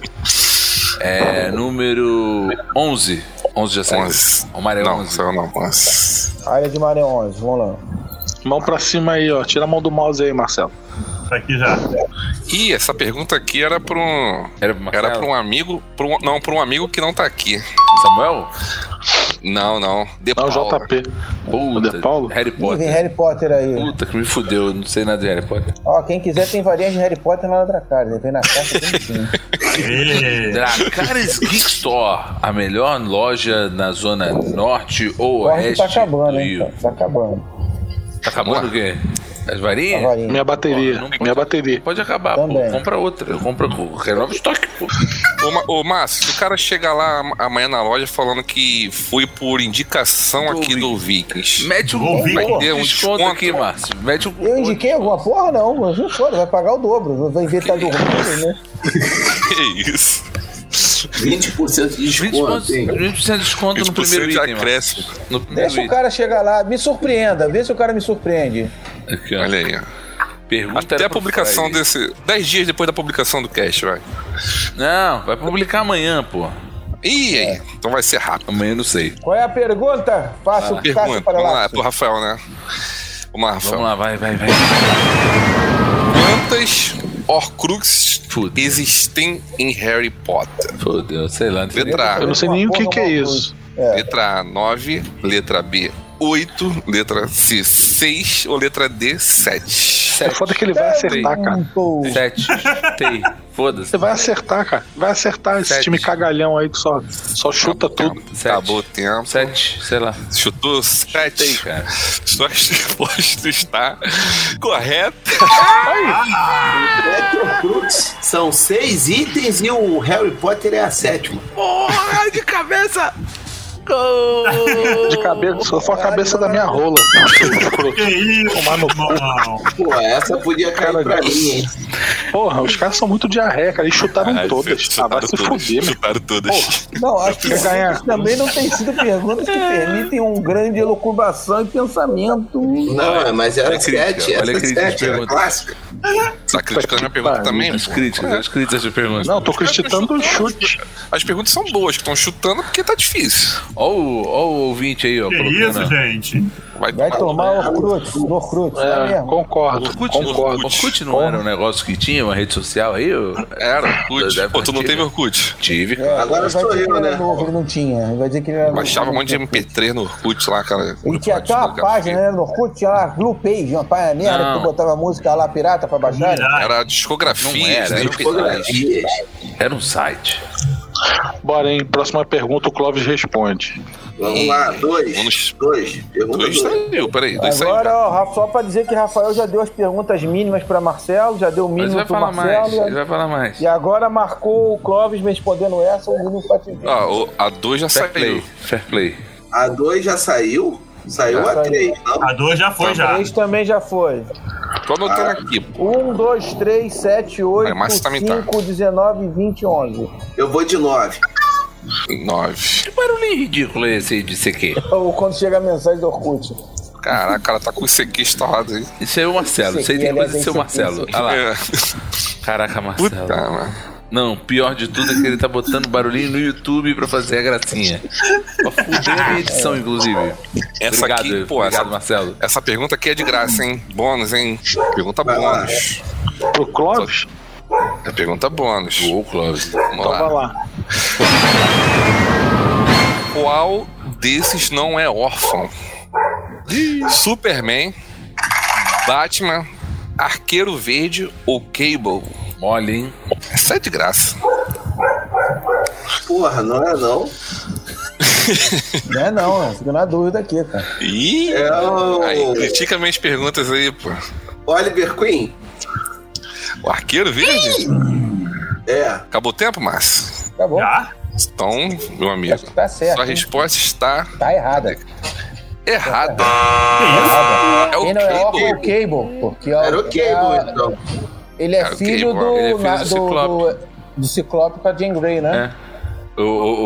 Speaker 1: É número 11. 11 já saiu.
Speaker 5: 11.
Speaker 1: O Mário é
Speaker 5: Não,
Speaker 1: 11.
Speaker 5: saiu não. Nossa.
Speaker 2: Área de Maré 11, vamos lá.
Speaker 4: Mão pra cima aí, ó. Tira a mão do mouse aí, Marcelo.
Speaker 3: tá aqui já.
Speaker 5: Ih, essa pergunta aqui era pra um.
Speaker 1: Era pro Marcelo?
Speaker 5: Era pra um amigo. pra um- não, pra um amigo que não tá aqui.
Speaker 1: Samuel?
Speaker 5: Não, não. De
Speaker 4: Não, tá
Speaker 5: Paula.
Speaker 4: JP.
Speaker 1: Puta,
Speaker 4: De Paulo?
Speaker 1: Harry
Speaker 2: Ih, Vem
Speaker 1: Potter.
Speaker 2: Harry Potter aí.
Speaker 1: Puta que me fudeu, eu não sei nada de Harry Potter.
Speaker 2: Ó, quem quiser tem varinha de Harry Potter lá na Dracarys. Vem na caixa bonitinho.
Speaker 3: Ê,
Speaker 1: Dracarys Geek Store, a melhor loja na zona norte ou
Speaker 2: O Orc
Speaker 1: oeste.
Speaker 2: tá acabando,
Speaker 1: do
Speaker 2: hein?
Speaker 1: Rio.
Speaker 2: cara? Tá acabando.
Speaker 1: Tá acabando o quê? As
Speaker 2: A
Speaker 1: varinhas?
Speaker 2: Tá varinha.
Speaker 4: Minha bateria.
Speaker 1: Porra, não pode-
Speaker 4: minha bateria.
Speaker 1: Pode acabar,
Speaker 2: Também.
Speaker 1: pô. Compra outra. Compra, renova o estoque, pô.
Speaker 5: Ô, Ma- Ô, Márcio, se o cara chegar lá am- amanhã na loja falando que foi por indicação
Speaker 1: Do
Speaker 5: aqui do Vikings.
Speaker 1: Mete um,
Speaker 3: Ouvi,
Speaker 1: mete um
Speaker 3: pô.
Speaker 5: Desconto.
Speaker 1: desconto aqui, Márcio. Mete um
Speaker 2: Eu indiquei alguma porra, não. Mas não foda, vai pagar o dobro. Não vai ver que tá dormindo, né?
Speaker 5: Que isso?
Speaker 6: 20% de
Speaker 1: 20%
Speaker 6: desconto, hein?
Speaker 1: 20% de desconto no
Speaker 5: 20%
Speaker 1: primeiro
Speaker 5: de
Speaker 1: item, Márcio.
Speaker 5: acréscimo.
Speaker 1: No primeiro
Speaker 2: Deixa o
Speaker 1: item.
Speaker 2: cara chegar lá, me surpreenda, vê se o cara me surpreende.
Speaker 1: Aqui, ó.
Speaker 5: Olha aí. ó.
Speaker 1: Pergunta
Speaker 5: Até
Speaker 1: era
Speaker 5: a
Speaker 1: pro
Speaker 5: publicação
Speaker 1: Fred.
Speaker 5: desse. Dez dias depois da publicação do cast, vai.
Speaker 1: Não, vai publicar amanhã, pô.
Speaker 5: Ih,
Speaker 1: É.
Speaker 5: aí. Então vai ser rápido.
Speaker 1: Amanhã eu não sei.
Speaker 2: Qual é a pergunta? Faça o
Speaker 4: Tá,
Speaker 5: Pergunta.
Speaker 2: caça para
Speaker 5: Vamos lá,
Speaker 2: lá.
Speaker 5: é pro Rafael, né? Vamos lá, Rafael.
Speaker 1: Vamos lá, vai, vai, vai.
Speaker 5: Quantas Horcruxes
Speaker 1: Puta.
Speaker 5: existem em Harry Potter?
Speaker 1: Fodeu, sei lá. Não sei nem-
Speaker 5: Letra
Speaker 4: Eu não
Speaker 5: A,
Speaker 4: sei nem o que, que é isso.
Speaker 5: letra A, 9, letra B, 8, letra C, 6 ou letra D, 7?
Speaker 4: É foda que ele vai acertar, cara.
Speaker 2: Perguntou.
Speaker 1: Sete. Tem. Foda-se.
Speaker 4: Ele vai acertar, cara. Vai acertar esse
Speaker 1: Sete.
Speaker 4: time cagalhão aí que só, só chuta tudo.
Speaker 1: Sete.
Speaker 5: Acabou o tempo.
Speaker 1: Sete, sei lá.
Speaker 5: Chutou 7.
Speaker 1: Tem, cara.
Speaker 5: Sua resposta está correta.
Speaker 6: Electrocrux são seis itens e o Harry Potter é a sétima.
Speaker 1: Porra, de cabeça!
Speaker 4: De cabeça, só foi a cabeça da minha rola.
Speaker 3: Que isso,
Speaker 4: Tomar no cu.
Speaker 3: irmão?
Speaker 6: Pô, essa podia cair
Speaker 4: Cara,
Speaker 6: pra mim, hein?
Speaker 4: Porra, os caras são muito diarreia, cara. Eles chutaram todas. Ah, vai
Speaker 5: Chutaram
Speaker 4: se
Speaker 5: todas.
Speaker 4: fuder, meu.
Speaker 5: Chutaram todas.
Speaker 2: Não, acho que
Speaker 4: Quer ganhar?
Speaker 2: também não tem sido perguntas que permitem um grande elucubração e pensamento.
Speaker 6: Não, é, mas era
Speaker 1: Olha a crítica,
Speaker 6: sete.
Speaker 1: olha a
Speaker 6: Essa
Speaker 1: crítica de
Speaker 6: sete era
Speaker 1: pergunta.
Speaker 6: clássica.
Speaker 5: Tá criticando a minha pergunta
Speaker 4: pariu.
Speaker 5: também?
Speaker 1: As
Speaker 5: pô?
Speaker 1: críticas, né? as críticas de perguntas.
Speaker 4: Não, tô criticando o chute.
Speaker 5: As perguntas são boas, que estão chutando porque tá difícil.
Speaker 1: Ó o, ó o ouvinte aí, ó.
Speaker 3: Que
Speaker 1: colocando, ó.
Speaker 3: isso, gente?
Speaker 5: Vai,
Speaker 2: Vai
Speaker 5: tomar-
Speaker 2: tomar o Cruz, no Cruz, é
Speaker 4: É,
Speaker 2: mesmo?
Speaker 4: concordo,
Speaker 5: Orkut,
Speaker 4: concordo.
Speaker 1: Orkut não era um negócio que tinha, uma rede social aí? Eu
Speaker 5: Era, Orkut.
Speaker 1: Deve
Speaker 5: Pô, tu não
Speaker 1: partir,
Speaker 5: teve
Speaker 1: né?
Speaker 5: Orkut?
Speaker 1: tive.
Speaker 2: É,
Speaker 6: Agora
Speaker 2: vai
Speaker 6: sou
Speaker 2: dizer
Speaker 6: eu,
Speaker 2: que ele
Speaker 6: né?
Speaker 2: era novo, ele não tinha. Ele vai dizer que ele era novo.
Speaker 5: Baixava um monte de MP3 no Orkut lá, cara.
Speaker 2: E tinha até uma página, né, no Orkut, tinha lá, Blue Page, uma página merda, que tu botava música lá pirata pra baixar. né?
Speaker 3: Irado.
Speaker 5: Era a discografia,
Speaker 1: Não era, era o
Speaker 5: né?
Speaker 6: Tipo,
Speaker 1: que-
Speaker 6: Fotografias.
Speaker 1: Era um site.
Speaker 4: Bora, hein? Próxima pergunta, o Clóvis responde.
Speaker 6: Vamos lá, dois.
Speaker 5: Vamos-
Speaker 6: Dois. Pergunta
Speaker 5: Dois tá
Speaker 6: dois.
Speaker 5: saiu, peraí. Dois saiu.
Speaker 2: Agora, ó, Rafa, só pra dizer que Rafael já deu as perguntas mínimas pra Marcelo, já deu o
Speaker 1: Mas ele
Speaker 2: mínimo
Speaker 1: vai
Speaker 2: pro
Speaker 1: falar mais,
Speaker 2: Marcelo.
Speaker 1: ele
Speaker 2: e-
Speaker 1: vai falar mais.
Speaker 2: E agora marcou o Clóvis respondendo essa, o mínimo pra te ver.
Speaker 5: Ah, o- a 2 já
Speaker 1: Fair play,
Speaker 5: saiu.
Speaker 1: fair play.
Speaker 6: A dois já saiu? Saiu a
Speaker 2: saiu.
Speaker 6: três, não?
Speaker 3: A dois já foi, já.
Speaker 2: Esse também já foi.
Speaker 5: Tô anotando aqui, pô.
Speaker 2: 1, 2, 3, 7, 8,
Speaker 5: Vai, Márcio tá me
Speaker 2: 5, 19, 20, 11.
Speaker 6: Eu vou de nove.
Speaker 5: 9.
Speaker 1: Que barulhinho ridículo é esse aí de CQ?
Speaker 2: Ou quando chega a mensagem do Orkut.
Speaker 5: Caraca, cara tá com o CQ instalado aí.
Speaker 1: Isso aí é o Marcelo, isso aí tem
Speaker 2: CQ,
Speaker 1: coisa de
Speaker 2: aliás,
Speaker 1: ser o
Speaker 2: é
Speaker 1: Marcelo. Olha lá.
Speaker 5: É.
Speaker 1: Caraca,
Speaker 5: Puta,
Speaker 1: Marcelo.
Speaker 5: mano.
Speaker 1: Não, pior de tudo é que ele tá botando barulhinho no YouTube pra fazer a gracinha. Pra fuder a minha edição, inclusive.
Speaker 5: Essa
Speaker 1: obrigado,
Speaker 5: aqui, pô,
Speaker 1: obrigado,
Speaker 5: essa-
Speaker 1: Marcelo.
Speaker 5: Essa pergunta aqui é de graça, hein? Bônus, hein? Pergunta
Speaker 6: Vai lá.
Speaker 5: bônus.
Speaker 4: Pro Clóvis?
Speaker 5: É pergunta bônus.
Speaker 1: Ô, Clóvis.
Speaker 5: Vamos
Speaker 4: Então vai
Speaker 5: lá.
Speaker 4: lá.
Speaker 5: Qual desses não é órfão? Superman, Batman, Arqueiro Verde ou Cable?
Speaker 1: Mole, hein?
Speaker 5: Essa é de graça.
Speaker 6: Porra, não é não.
Speaker 2: Não é não, eu fico na dúvida aqui, cara.
Speaker 5: Ih!
Speaker 6: É o-
Speaker 5: Aí, critica minhas perguntas aí, pô.
Speaker 6: Oliver Queen?
Speaker 5: O Arqueiro Verde?
Speaker 6: É.
Speaker 5: Acabou o tempo, Márcio?
Speaker 2: Tá bom,
Speaker 3: Já?
Speaker 5: Então, meu amigo,
Speaker 2: acho que tá certo.
Speaker 5: sua
Speaker 2: hein?
Speaker 5: resposta está
Speaker 2: Tá errada.
Speaker 5: errada. É o
Speaker 2: Quem não é órfão é o
Speaker 5: Cable.
Speaker 2: Cable, porque ó,
Speaker 6: Era o Cable, então.
Speaker 2: ele é
Speaker 5: Era o
Speaker 2: filho
Speaker 5: Cable,
Speaker 2: do,
Speaker 5: ele
Speaker 1: é filho
Speaker 2: na-
Speaker 1: do
Speaker 2: do,
Speaker 1: Ciclope.
Speaker 2: do- do Ciclope com a Jean Grey, né?
Speaker 1: O, o-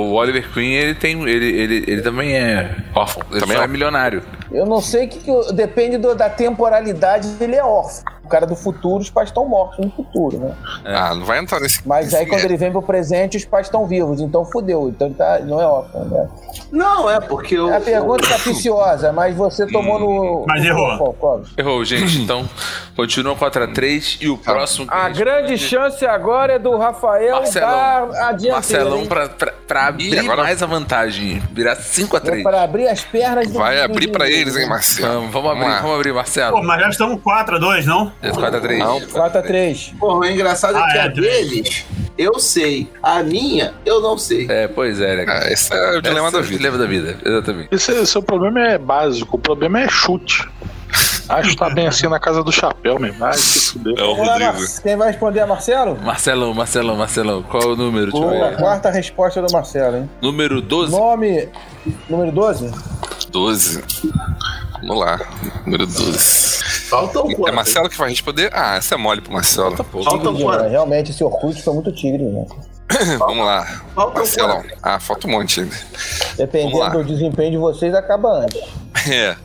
Speaker 1: o Oliver Queen, ele tem. Ele, ele, ele também é órfão. Ele
Speaker 5: Também
Speaker 1: só
Speaker 5: é
Speaker 1: é milionário.
Speaker 2: Eu não sei que, que eu- depende do- da temporalidade, ele é órfão. o cara do futuro, os pais estão mortos no futuro, né?
Speaker 5: Ah, não vai entrar nesse. É,
Speaker 2: Mas aí
Speaker 5: nesse-
Speaker 2: quando ele vem pro presente, os pais estão vivos, então fudeu. Então ele tá, não é órfão, né?
Speaker 6: Não, é porque eu.
Speaker 2: A pergunta é capiciosa, mas você tomou no.
Speaker 3: Mas errou.
Speaker 2: no Falcone.
Speaker 1: Errou, gente. Então, continua 4x3 e o próximo. que
Speaker 2: A
Speaker 1: gente-
Speaker 2: grande chance agora é do Rafael
Speaker 1: Marcelão.
Speaker 2: dar a dianteira.
Speaker 1: Marcelão
Speaker 2: hein?
Speaker 1: pra, pra, pra abrir
Speaker 5: agora-
Speaker 1: mais a vantagem. Virar 5x3.
Speaker 2: É para abrir as pernas do
Speaker 5: Vai abrir
Speaker 2: né?
Speaker 5: pra eles, hein,
Speaker 2: Marcelo?
Speaker 1: Vamos,
Speaker 5: Marcelo?
Speaker 1: vamos abrir,
Speaker 5: lá.
Speaker 1: vamos abrir,
Speaker 3: Pô,
Speaker 1: Marcelo.
Speaker 3: mas já estamos 4x2, não?
Speaker 1: 4x3.
Speaker 5: Não,
Speaker 2: 4x3.
Speaker 6: Porra, o engraçado
Speaker 3: Ah,
Speaker 6: é que
Speaker 3: é,
Speaker 6: a
Speaker 3: Deus.
Speaker 6: deles, eu sei. A minha, eu não sei.
Speaker 1: É, pois é, né?
Speaker 5: Ah, esse é o dilema da vida.
Speaker 1: Dilema da vida, exatamente.
Speaker 4: Esse, esse é o problema é básico, o problema é chute. Acho que tá bem assim na casa do chapéu mesmo. Ai, que fudeu.
Speaker 5: É o
Speaker 2: Vamos lá,
Speaker 5: Rodrigo.
Speaker 2: Mar- Quem vai responder é Marcelo?
Speaker 1: Marcelão, Marcelão, Marcelão. Qual é o número? Deixa eu
Speaker 2: Boa,
Speaker 1: ver.
Speaker 2: quarta resposta do Marcelo, hein?
Speaker 1: Número 12?
Speaker 2: Nome. Número 12?
Speaker 5: 12. Vamos lá. Número 12.
Speaker 6: Faltam
Speaker 5: É
Speaker 6: quantas?
Speaker 5: Marcelo que vai responder? Ah, essa é mole pro Marcelo.
Speaker 6: Faltam
Speaker 2: Ih,
Speaker 6: quantas?
Speaker 2: mas Realmente, esse Orkut foi muito tigre, né?
Speaker 5: Vamos lá.
Speaker 6: Faltam
Speaker 5: Marcelão. Ah, falta um monte ainda. Vamos
Speaker 2: Dependendo
Speaker 5: lá.
Speaker 2: do desempenho de vocês, acaba antes.
Speaker 5: É.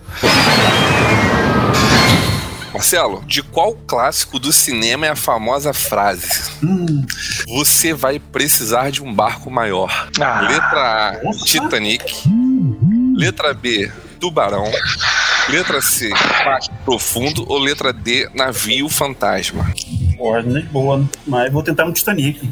Speaker 5: Marcelo, de qual clássico do cinema é a famosa frase?
Speaker 4: Hum.
Speaker 5: Você vai precisar de um barco maior.
Speaker 4: Ah. Uhum.
Speaker 5: Letra A, Titanic. Letra B, Tubarão. Letra C, Mar Profundo. Ou letra D, Navio Fantasma.
Speaker 3: Porra, nem boa. Mas vou tentar um Titanic.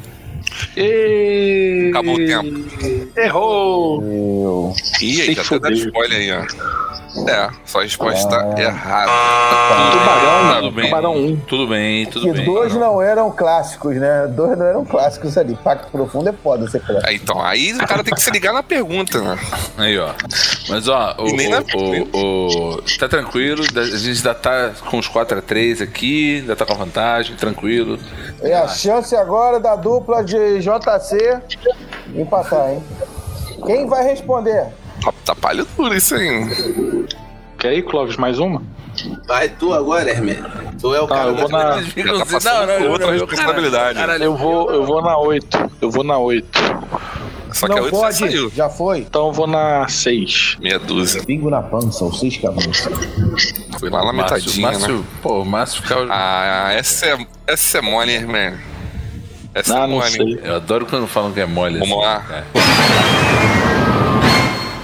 Speaker 4: E...
Speaker 5: Acabou o tempo.
Speaker 4: Errou!
Speaker 5: Ih, aí,
Speaker 4: Sei
Speaker 5: já
Speaker 4: que
Speaker 5: até dá
Speaker 4: fudeu.
Speaker 5: spoiler aí, ó. É, sua resposta é errada.
Speaker 1: Tá
Speaker 4: Ah. Tubarão, né?
Speaker 1: tudo bem.
Speaker 4: tubarão 1.
Speaker 1: Tudo bem, tudo
Speaker 2: Que
Speaker 1: bem.
Speaker 2: dois
Speaker 5: então.
Speaker 2: não eram clássicos, né? Dois não eram clássicos ali. Pacto Profundo é foda ser clássico.
Speaker 5: Aí, então, aí o cara tem que se ligar na pergunta, né?
Speaker 1: Aí, ó. Mas, ó, o,
Speaker 5: E nem
Speaker 1: o-
Speaker 5: na-
Speaker 1: o- o- tá tranquilo. da- A gente ainda tá com os 4x3 aqui, ainda tá com a vantagem, tranquilo.
Speaker 2: É a chance agora da dupla de JC empatar, hein? Quem vai responder?
Speaker 5: Tá, tá palho duro isso aí.
Speaker 4: Quer ir, Clóvis, mais uma?
Speaker 6: Vai tu agora, Hermes. Tu é o
Speaker 4: Tá,
Speaker 6: cara
Speaker 4: eu vou
Speaker 6: da-
Speaker 4: na-
Speaker 1: Eles ficam
Speaker 5: Já tá
Speaker 1: assim,
Speaker 5: passando por outra
Speaker 1: eu-
Speaker 5: responsabilidade.
Speaker 1: Caralho,
Speaker 4: Eu vou, eu vou na 8. Eu vou na 8.
Speaker 5: Só que a
Speaker 2: Não
Speaker 5: outra já
Speaker 2: pode.
Speaker 5: saiu.
Speaker 2: Já foi.
Speaker 4: Então eu vou na 6.
Speaker 5: Meia dúzia.
Speaker 2: Pingo na pança, ou seis cabelos.
Speaker 5: Foi lá na
Speaker 1: Márcio,
Speaker 5: metadinha, né?
Speaker 1: Márcio, pô, o Márcio ficava...
Speaker 5: Ah, essa é, essa é mole, hein, man. Essa
Speaker 4: Ah,
Speaker 5: é
Speaker 4: não
Speaker 5: mole.
Speaker 4: sei.
Speaker 1: Eu adoro quando falam que é mole.
Speaker 5: Vamos
Speaker 1: assim,
Speaker 5: lá.
Speaker 1: cara.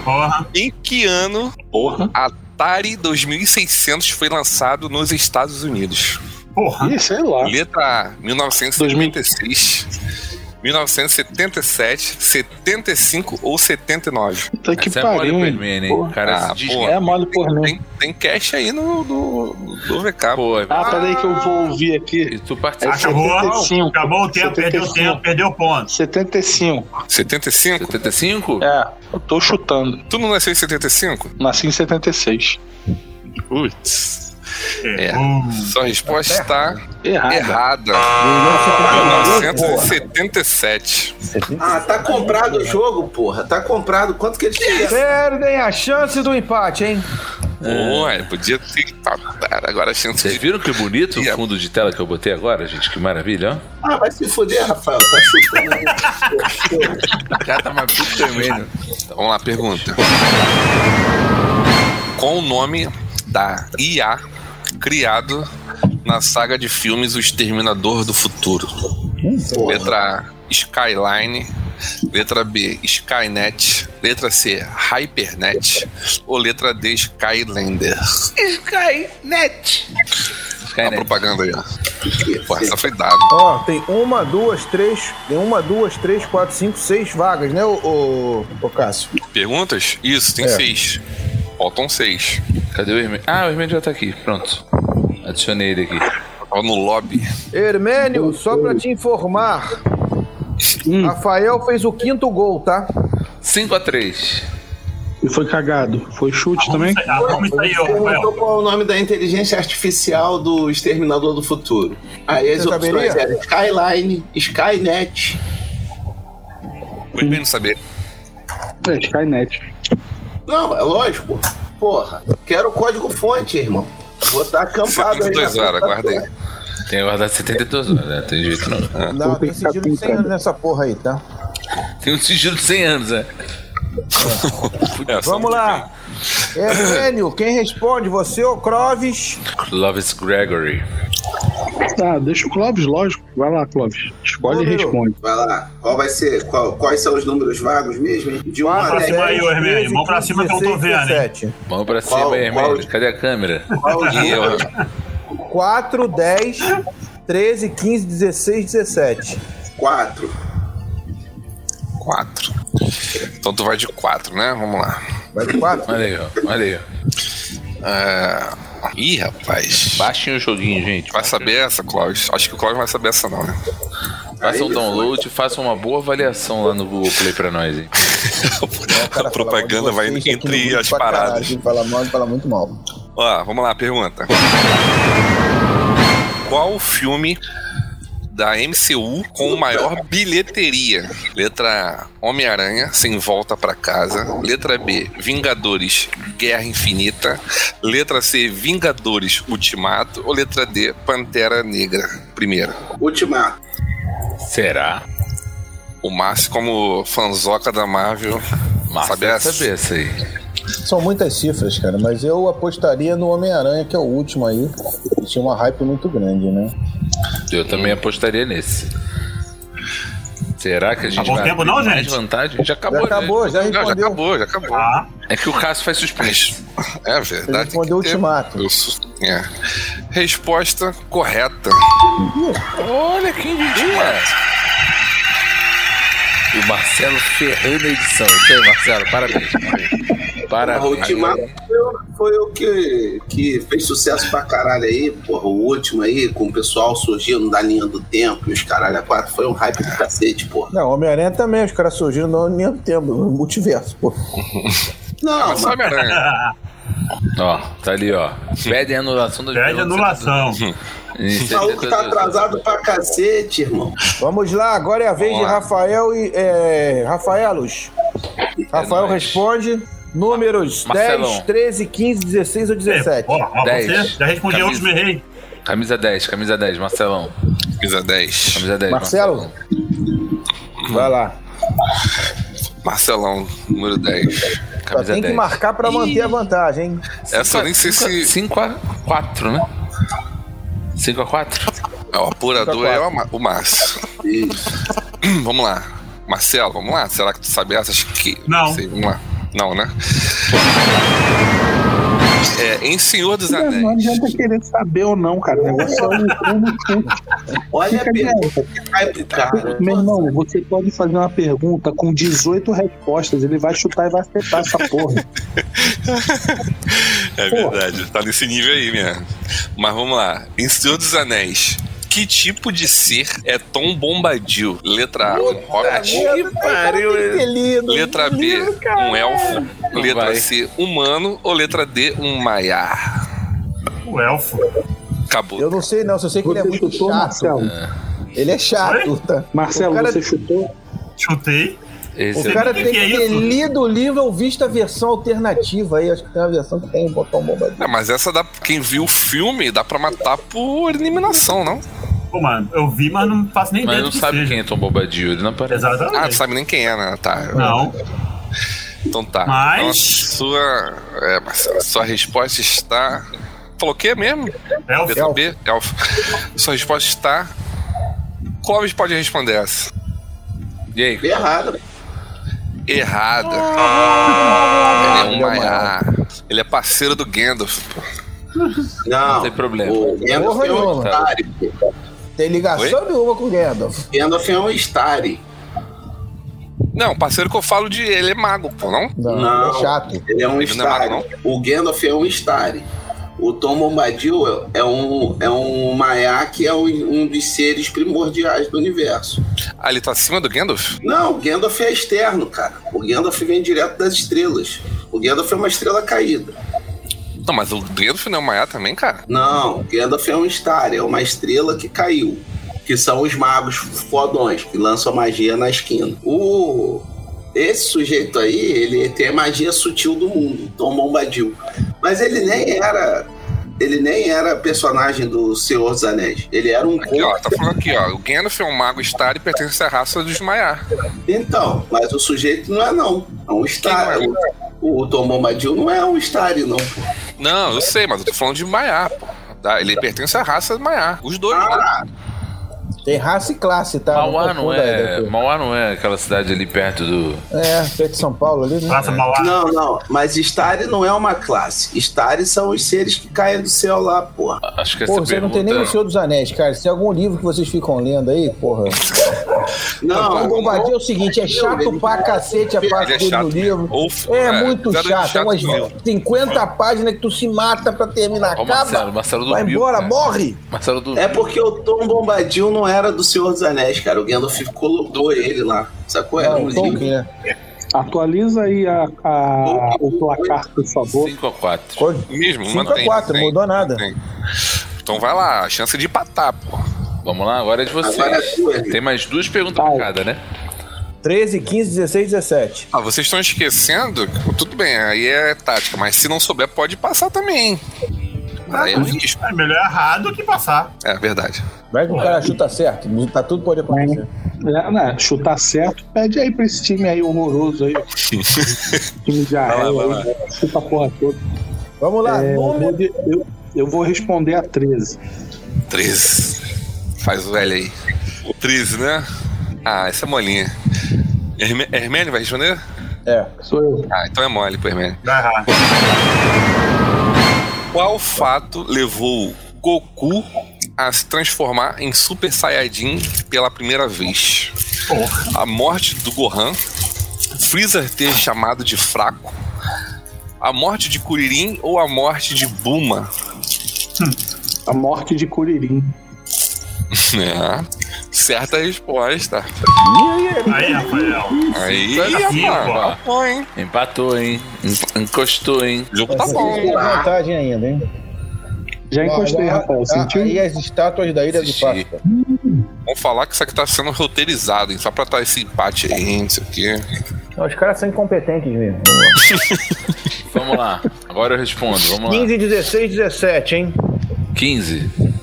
Speaker 3: Porra.
Speaker 5: Em que ano
Speaker 4: Porra.
Speaker 5: Atari 2600 foi lançado nos Estados Unidos?
Speaker 3: Porra.
Speaker 4: Ih, sei lá.
Speaker 5: Letra A, 1976. 1977, 75 ou 79?
Speaker 4: Puta que
Speaker 1: Essa é mole
Speaker 4: pariu,
Speaker 1: pra
Speaker 4: hein?
Speaker 1: ele, hein? O
Speaker 4: Porra.
Speaker 1: cara
Speaker 5: Ah,
Speaker 1: se diz...
Speaker 5: pô.
Speaker 4: É mole por mim.
Speaker 5: Tem, tem cash aí no do, do VK. pô.
Speaker 1: Pô, é
Speaker 4: Ah, peraí que eu vou ouvir
Speaker 1: e
Speaker 4: aqui.
Speaker 1: tu
Speaker 4: É
Speaker 5: Ah,
Speaker 1: participa...
Speaker 3: Acabou.
Speaker 4: 75.
Speaker 3: Acabou o tempo, perdeu o
Speaker 4: 75.
Speaker 3: tempo, perdeu o ponto.
Speaker 4: 75.
Speaker 5: 75?
Speaker 1: 75?
Speaker 4: É, eu tô chutando.
Speaker 5: Tu não nasceu em 75?
Speaker 4: Nasci em 76.
Speaker 5: Putz. É.
Speaker 3: Hum.
Speaker 5: Sua resposta está
Speaker 4: Errado.
Speaker 5: errada. Ah,
Speaker 2: Ah,
Speaker 5: 1977.
Speaker 6: Ah, tá comprado o jogo, porra. Tá comprado. Quanto que eles fizeram?
Speaker 2: Perdem a chance do empate, hein?
Speaker 5: Ué, podia ter. tá, tá, Agora a chance
Speaker 1: Vocês
Speaker 5: de.
Speaker 1: viram que bonito o
Speaker 5: Yeah.
Speaker 1: fundo de tela que eu botei agora, gente? Que maravilha, ó.
Speaker 6: Ah, vai se fuder, Rafael. Tá chutando aí.
Speaker 1: O cara tá maluco também, né?
Speaker 5: Vamos lá, pergunta. Qual o nome da IA criado na saga de filmes O Exterminador do Futuro? Letra A, Skyline. Letra B, Skynet. Letra C, Hypernet. Ou letra D, Skylander? A
Speaker 1: Skynet.
Speaker 5: propaganda aí, ó. Pô, essa foi dada.
Speaker 2: Ó, tem uma, duas, três. Tem uma, duas, três, quatro, cinco, seis vagas, né, ô, ô, ô Cássio?
Speaker 5: Perguntas? Isso, tem seis. Faltam seis.
Speaker 1: Cadê o Hermênio? Ah, o Hermênio já tá aqui, pronto. Adicionei ele aqui.
Speaker 5: Ó, no lobby.
Speaker 2: Hermênio, só pra te informar. Rafael fez o quinto gol, tá?
Speaker 1: 5x3.
Speaker 4: E foi cagado. Foi chute também?
Speaker 3: Arruma isso aí, ô,
Speaker 6: Perguntou
Speaker 3: Rafael.
Speaker 6: qual é o nome da inteligência artificial do Exterminador do Futuro. Aí as
Speaker 2: Você
Speaker 6: opções
Speaker 2: saberia?
Speaker 6: eram Skyline, Skynet.
Speaker 5: Foi bem não saber.
Speaker 4: É, Skynet.
Speaker 6: Não, é lógico. Porra, quero o código fonte, irmão. Vou estar acampado aí.
Speaker 5: 72 horas, aguarda aí.
Speaker 1: Tem que guardar 72 horas, né? Tem jeito não.
Speaker 2: Não, tem
Speaker 4: ficar
Speaker 2: sentido de 100 anos
Speaker 4: brincando.
Speaker 2: nessa porra aí, tá?
Speaker 1: Tem um sigilo de 100 anos, né?
Speaker 5: É, só
Speaker 2: Vamos lá. Hermênio, quem responde? Você ou Croves?
Speaker 1: Lovis Gregory.
Speaker 4: Ah, deixa o Clóvis, lógico. Vai lá, Clóvis. Escolhe e
Speaker 6: Número.
Speaker 4: responde.
Speaker 6: Vai lá. Qual vai ser? Qual- quais são os números vagos mesmo? hein? De 1 a
Speaker 3: Pra
Speaker 2: Dez,
Speaker 6: 10.
Speaker 3: cima aí, ô Hermênio. Mão pra cima que eu não tô
Speaker 2: 16,
Speaker 3: vendo, hein?
Speaker 2: 17.
Speaker 1: Mão pra
Speaker 6: Qual-
Speaker 1: cima, aí,
Speaker 6: qual-
Speaker 1: Hermênio. Cadê a câmera?
Speaker 6: Qual os
Speaker 5: E eu,
Speaker 6: números?
Speaker 2: 4, 10, 13, 15, 16, 17.
Speaker 6: 4.
Speaker 5: quatro. Então tu vai de quatro, né? Vamos lá.
Speaker 2: Vai de 4?
Speaker 1: Olha aí, ó. Olha aí. ó.
Speaker 5: É, Ih, rapaz.
Speaker 1: Baixem o joguinho, gente.
Speaker 5: Vai saber essa, Cláudio? Acho que o Cláudio não vai saber essa, não, né?
Speaker 1: Faça um download, faça uma boa avaliação lá no Google Play pra nós, hein?
Speaker 5: A propaganda vai
Speaker 2: é
Speaker 5: entre as paradas.
Speaker 8: Fala mal e fala muito mal.
Speaker 5: Ó, vamos lá, pergunta. Qual o filme da MCU com maior bilheteria? Letra A, Homem-Aranha, Sem Volta Pra Casa. Letra B, Vingadores, Guerra Infinita. Letra C, Vingadores, Ultimato. Ou letra D, Pantera Negra, primeira.
Speaker 6: Ultimato.
Speaker 1: Será?
Speaker 5: O Márcio, como fanzoca da Marvel,
Speaker 1: Massa
Speaker 5: sabe
Speaker 1: deve
Speaker 5: essa?
Speaker 1: saber essa aí.
Speaker 8: São muitas cifras, cara, mas eu apostaria no Homem-Aranha, que é o último aí. E tinha uma hype muito grande, né?
Speaker 1: Eu também apostaria nesse. Será que a gente
Speaker 3: Tá bom
Speaker 1: vai
Speaker 3: tempo
Speaker 1: abrir
Speaker 3: não,
Speaker 1: mais
Speaker 3: gente?
Speaker 1: vantagem? Já
Speaker 2: Já
Speaker 1: acabou,
Speaker 2: acabou, já
Speaker 5: Não, já
Speaker 2: respondeu.
Speaker 5: acabou, já acabou.
Speaker 3: Tá.
Speaker 1: É que o Cássio faz suspense.
Speaker 5: É
Speaker 8: Ele
Speaker 5: verdade.
Speaker 8: respondeu o
Speaker 5: tem que ter-
Speaker 8: ultimato.
Speaker 5: Eu sou- é. Resposta correta.
Speaker 1: Olha quem diria! O Marcelo ferrando a edição. Isso aí, Marcelo, parabéns. parabéns.
Speaker 6: Porra, o Ultimato
Speaker 1: Parabéns.
Speaker 6: foi, o- foi o que, que fez sucesso pra caralho aí, porra. O último aí, com o pessoal surgindo da linha do tempo e os caralho a quatro. Foi um hype do cacete, porra.
Speaker 2: Não, Homem-Aranha também, os caras surgiram no mesmo tempo, no multiverso, pô.
Speaker 6: Não,
Speaker 5: Mas sabe, aranha?
Speaker 1: Ó, tá ali, ó. Pede a anulação do
Speaker 3: Pede anulação.
Speaker 6: o maluco tá atrasado pra cacete, irmão.
Speaker 2: Vamos lá, agora é a vez de Rafael e. É, Rafaelos. Rafael
Speaker 1: É nóis.
Speaker 2: responde. Números
Speaker 1: Marcelão.
Speaker 2: 10, 13, 15, 16 ou 17.
Speaker 3: Ó, ó, você
Speaker 1: Dez.
Speaker 3: já respondi outros, me errei.
Speaker 1: Camisa 10, camisa 10, Marcelão.
Speaker 5: Camisa 10.
Speaker 1: Camisa 10.
Speaker 2: Marcelo? Vai lá.
Speaker 5: Marcelão, número 10.
Speaker 2: Só
Speaker 1: Camisa
Speaker 2: tem que
Speaker 1: 10.
Speaker 2: marcar pra manter a vantagem, hein?
Speaker 5: Essa eu nem sei se.
Speaker 1: 5 a 4, né? 5 a 4?
Speaker 5: É, o apurador é o Ma- o Márcio. vamos lá. Marcelo, vamos lá? Será que tu sabe essas que.
Speaker 3: Não.
Speaker 5: sei, vamos lá. Não, né? É, em Senhor dos Anéis.
Speaker 4: Não adianta querer saber ou não, cara. O negócio é o como
Speaker 6: Olha a
Speaker 4: Fica
Speaker 6: pergunta que cai pro cara.
Speaker 4: Meu irmão, você pode fazer uma pergunta com 18 respostas, ele vai chutar e vai acertar essa porra.
Speaker 5: É
Speaker 4: Pô.
Speaker 5: verdade, tá nesse nível aí mesmo. Mas vamos lá. Em Senhor dos Anéis, que tipo de ser é Tom Bombadil? Letra A, um hobbit.
Speaker 1: Que pariu,
Speaker 2: Felino.
Speaker 5: Letra B, um elfo. Letra
Speaker 1: vai.
Speaker 5: C, humano. Ou letra D, um maiar.
Speaker 3: O elfo.
Speaker 5: Acabou.
Speaker 2: Eu não sei, não, só sei que ele é
Speaker 4: Você
Speaker 2: muito
Speaker 4: chutou,
Speaker 2: chato.
Speaker 4: Marcelo.
Speaker 2: Ele é chato, tá?
Speaker 4: Marcelo,
Speaker 2: O cara-
Speaker 4: você chutou?
Speaker 3: Chutei.
Speaker 1: Esse
Speaker 2: O
Speaker 1: é
Speaker 2: cara
Speaker 3: Que
Speaker 2: tem que
Speaker 3: que é
Speaker 2: ter
Speaker 3: isso?
Speaker 2: lido o livro ou visto a versão alternativa aí. Acho que tem uma versão que tem um o botão bombadinho.
Speaker 5: É, mas essa dá. Quem viu o filme dá pra matar por eliminação, não?
Speaker 3: Pô, mano, eu vi, mas não faço nem
Speaker 1: Mas
Speaker 3: ideia
Speaker 1: não
Speaker 3: do que
Speaker 1: sabe
Speaker 3: seja.
Speaker 1: quem é Tom Bobadil, ele não aparece.
Speaker 3: Exatamente.
Speaker 5: Ah, tu sabe nem quem é, né? Tá.
Speaker 3: Não.
Speaker 5: Então tá.
Speaker 3: Mas-
Speaker 5: Então a sua. É, Marcelo, sua resposta está. Falou o quê mesmo?
Speaker 3: Elfo.
Speaker 5: Letra B, elfo. Sua resposta está. Clóvis pode responder essa.
Speaker 1: E aí?
Speaker 6: Errado. né?
Speaker 5: Errada.
Speaker 3: Ah.
Speaker 5: ele é um maiar. Ele é parceiro do Gandalf. pô.
Speaker 6: Não,
Speaker 1: tem problema.
Speaker 6: O Gandalf
Speaker 2: Porra
Speaker 6: é um
Speaker 2: nenhuma.
Speaker 6: Stari. pô.
Speaker 2: Tem ligação nenhuma com o Gandalf.
Speaker 6: Gandalf é um Stari.
Speaker 5: Não, parceiro que eu falo de. Ele é mago, pô, não?
Speaker 2: Não,
Speaker 6: Não.
Speaker 2: ele é chato.
Speaker 6: Ele é um
Speaker 5: Ele não é
Speaker 6: Stari.
Speaker 5: mago,
Speaker 6: O Gandalf é um Stari. O Tom Bombadil é um, é um Maiá que é um, um dos seres primordiais do universo.
Speaker 5: Ah, ele tá acima do Gandalf?
Speaker 6: Não, o Gandalf é externo, cara. O Gandalf vem direto das estrelas. O Gandalf é uma estrela caída.
Speaker 5: Não, mas o Gandalf não é um maiar também, cara.
Speaker 6: Não, o Gandalf é um Star, é uma estrela que caiu. Que são os magos fodões, que lançam magia na esquina. O... Esse sujeito aí, ele tem a magia sutil do mundo, Tom Bombadil. Mas ele nem era. Ele nem era personagem do Senhor dos Anéis. Ele era um
Speaker 5: Aqui, ó,
Speaker 6: conto.
Speaker 5: tá falando aqui, ó. O Gandalf é um mago estar e pertence à raça dos Maiar.
Speaker 6: Então, mas o sujeito não é não. É um Star.
Speaker 5: Quem não
Speaker 6: O, o Tom Bombadil não é um Star, não.
Speaker 5: Não, eu sei, mas eu tô falando de Maiar, pô. tá? Ele pertence à raça Maiá. Os dois, né?
Speaker 8: Ah, Tem raça e classe, tá?
Speaker 1: Mauá não
Speaker 8: confunda,
Speaker 1: é.
Speaker 2: né,
Speaker 8: Deco.
Speaker 1: Mauá não é aquela cidade ali perto do.
Speaker 8: É, perto de São Paulo ali, né?
Speaker 5: é.
Speaker 3: Raça
Speaker 5: Tá.
Speaker 3: Mauá.
Speaker 6: Não, não, mas Stari não é uma classe. Stari são os seres que caem do céu lá, porra.
Speaker 1: Acho que essa
Speaker 8: Porra, você não
Speaker 1: pergunta. é
Speaker 8: tem nem o Senhor dos Anéis, cara. Se tem algum livro que vocês ficam lendo aí, porra.
Speaker 6: Não,
Speaker 8: O Bombardier é o seguinte, é chato pra cacete a parte
Speaker 5: é
Speaker 8: dele
Speaker 5: chato
Speaker 8: do livro.
Speaker 5: mesmo. Ou-
Speaker 8: É,
Speaker 5: é,
Speaker 8: muito
Speaker 5: zero de
Speaker 8: chato. É
Speaker 5: chato
Speaker 8: umas
Speaker 5: mesmo.
Speaker 8: 50 páginas que tu se mata pra terminar.
Speaker 1: Ó, o
Speaker 8: Acaba,
Speaker 1: Marcelo, Marcelo do
Speaker 8: vai
Speaker 1: Mil,
Speaker 8: embora,
Speaker 1: né?
Speaker 8: morre.
Speaker 1: Marcelo do
Speaker 6: É porque o Tom Bombadil não era do Senhor dos Anéis, cara. O Gandalf colocou ele lá. Sacou? Era
Speaker 8: Não,
Speaker 6: um livro.
Speaker 8: Tolkien, né?
Speaker 4: Atualiza aí a, a- o placar, por favor.
Speaker 1: 5x4.
Speaker 8: Ficou
Speaker 5: Mesmo,
Speaker 8: 5 a
Speaker 5: mantém,
Speaker 8: 4,
Speaker 5: mantém,
Speaker 8: mudou nada.
Speaker 5: mantém. Então vai lá, a chance de empatar, pô.
Speaker 1: Vamos lá, agora é de vocês.
Speaker 6: Agora é tu, Henrique.
Speaker 1: Tem mais duas perguntas
Speaker 4: Vai.
Speaker 1: pra cada, né?
Speaker 2: 13, 15, 16, 17.
Speaker 5: Ah, vocês estão esquecendo? Pô, Tudo bem, aí é tática, mas se não souber, pode passar também. Aí é risco.
Speaker 3: É melhor errar do que passar.
Speaker 5: É verdade.
Speaker 8: Vai que o cara chuta certo. Tá tudo pode acontecer.
Speaker 4: É, né, chutar certo, pede aí pra esse time aí horroroso aí. time de
Speaker 5: Vai lá,
Speaker 4: arreio,
Speaker 5: vai
Speaker 4: aí, né, chuta a porra toda.
Speaker 8: Vamos
Speaker 2: Tá
Speaker 8: lá,
Speaker 4: É, eu, vou,
Speaker 8: número...
Speaker 4: de- eu, eu vou responder a 13.
Speaker 5: 13. Faz o L aí. 13, né? Ah, essa é molinha. Herme- Hermênio vai responder?
Speaker 8: É.
Speaker 4: Sou eu.
Speaker 5: Ah, então é mole pro Hermênio.
Speaker 3: Vai errar.
Speaker 5: Qual fato levou Goku a se transformar em Super Saiyajin pela primeira vez? A morte do Gohan, Freezer ter chamado de fraco, a morte de Kuririn ou a morte de Buma?
Speaker 4: A morte de Curirim.
Speaker 5: É, certa resposta.
Speaker 3: Aí, Rafael.
Speaker 5: Aí,
Speaker 1: Sim,
Speaker 5: rapaz,
Speaker 3: pô.
Speaker 5: tá bom, hein?
Speaker 1: Empatou, hein? En- Encostou, hein?
Speaker 5: O jogo tá bom.
Speaker 8: Tem a vantagem ainda, hein?
Speaker 4: Já encostei,
Speaker 8: Ó, agora,
Speaker 4: Rafael.
Speaker 8: a-
Speaker 4: Sentiu?
Speaker 8: Aí as estátuas da Ilha de
Speaker 5: Assisti.
Speaker 8: Páscoa.
Speaker 5: Vamos falar que isso aqui tá sendo roteirizado, hein? Só pra estar esse empate aí, não sei o quê.
Speaker 2: Não, os caras são incompetentes mesmo.
Speaker 1: Vamos lá. Agora eu respondo. Vamos lá.
Speaker 2: 15, 16, 17, hein?
Speaker 1: 15.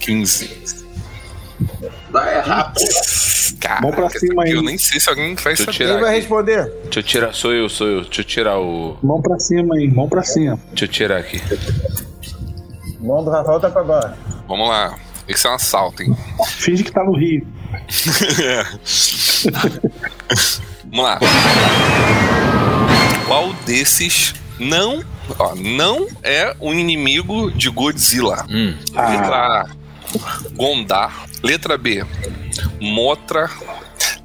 Speaker 5: 15.
Speaker 6: Vai errar, pô.
Speaker 5: Cara,
Speaker 4: Vamos pra cima aí.
Speaker 5: eu nem sei se alguém vai
Speaker 1: Deixa eu
Speaker 5: saber.
Speaker 1: tirar.
Speaker 2: Quem vai responder?
Speaker 1: Deixa eu tirar. Sou eu, sou eu. Deixa eu tirar o.
Speaker 4: Mão pra cima, hein? Mão pra cima.
Speaker 1: Deixa eu tirar aqui.
Speaker 8: Mão do Rafael tá pra agora.
Speaker 5: Vamos lá. Esse é um assalto, hein?
Speaker 4: Finge que tá no Rio.
Speaker 5: Vamos lá. Qual desses não, ó, não é um inimigo de Godzilla?
Speaker 1: Hum.
Speaker 5: Letra A, Gondar. Letra B, Motra.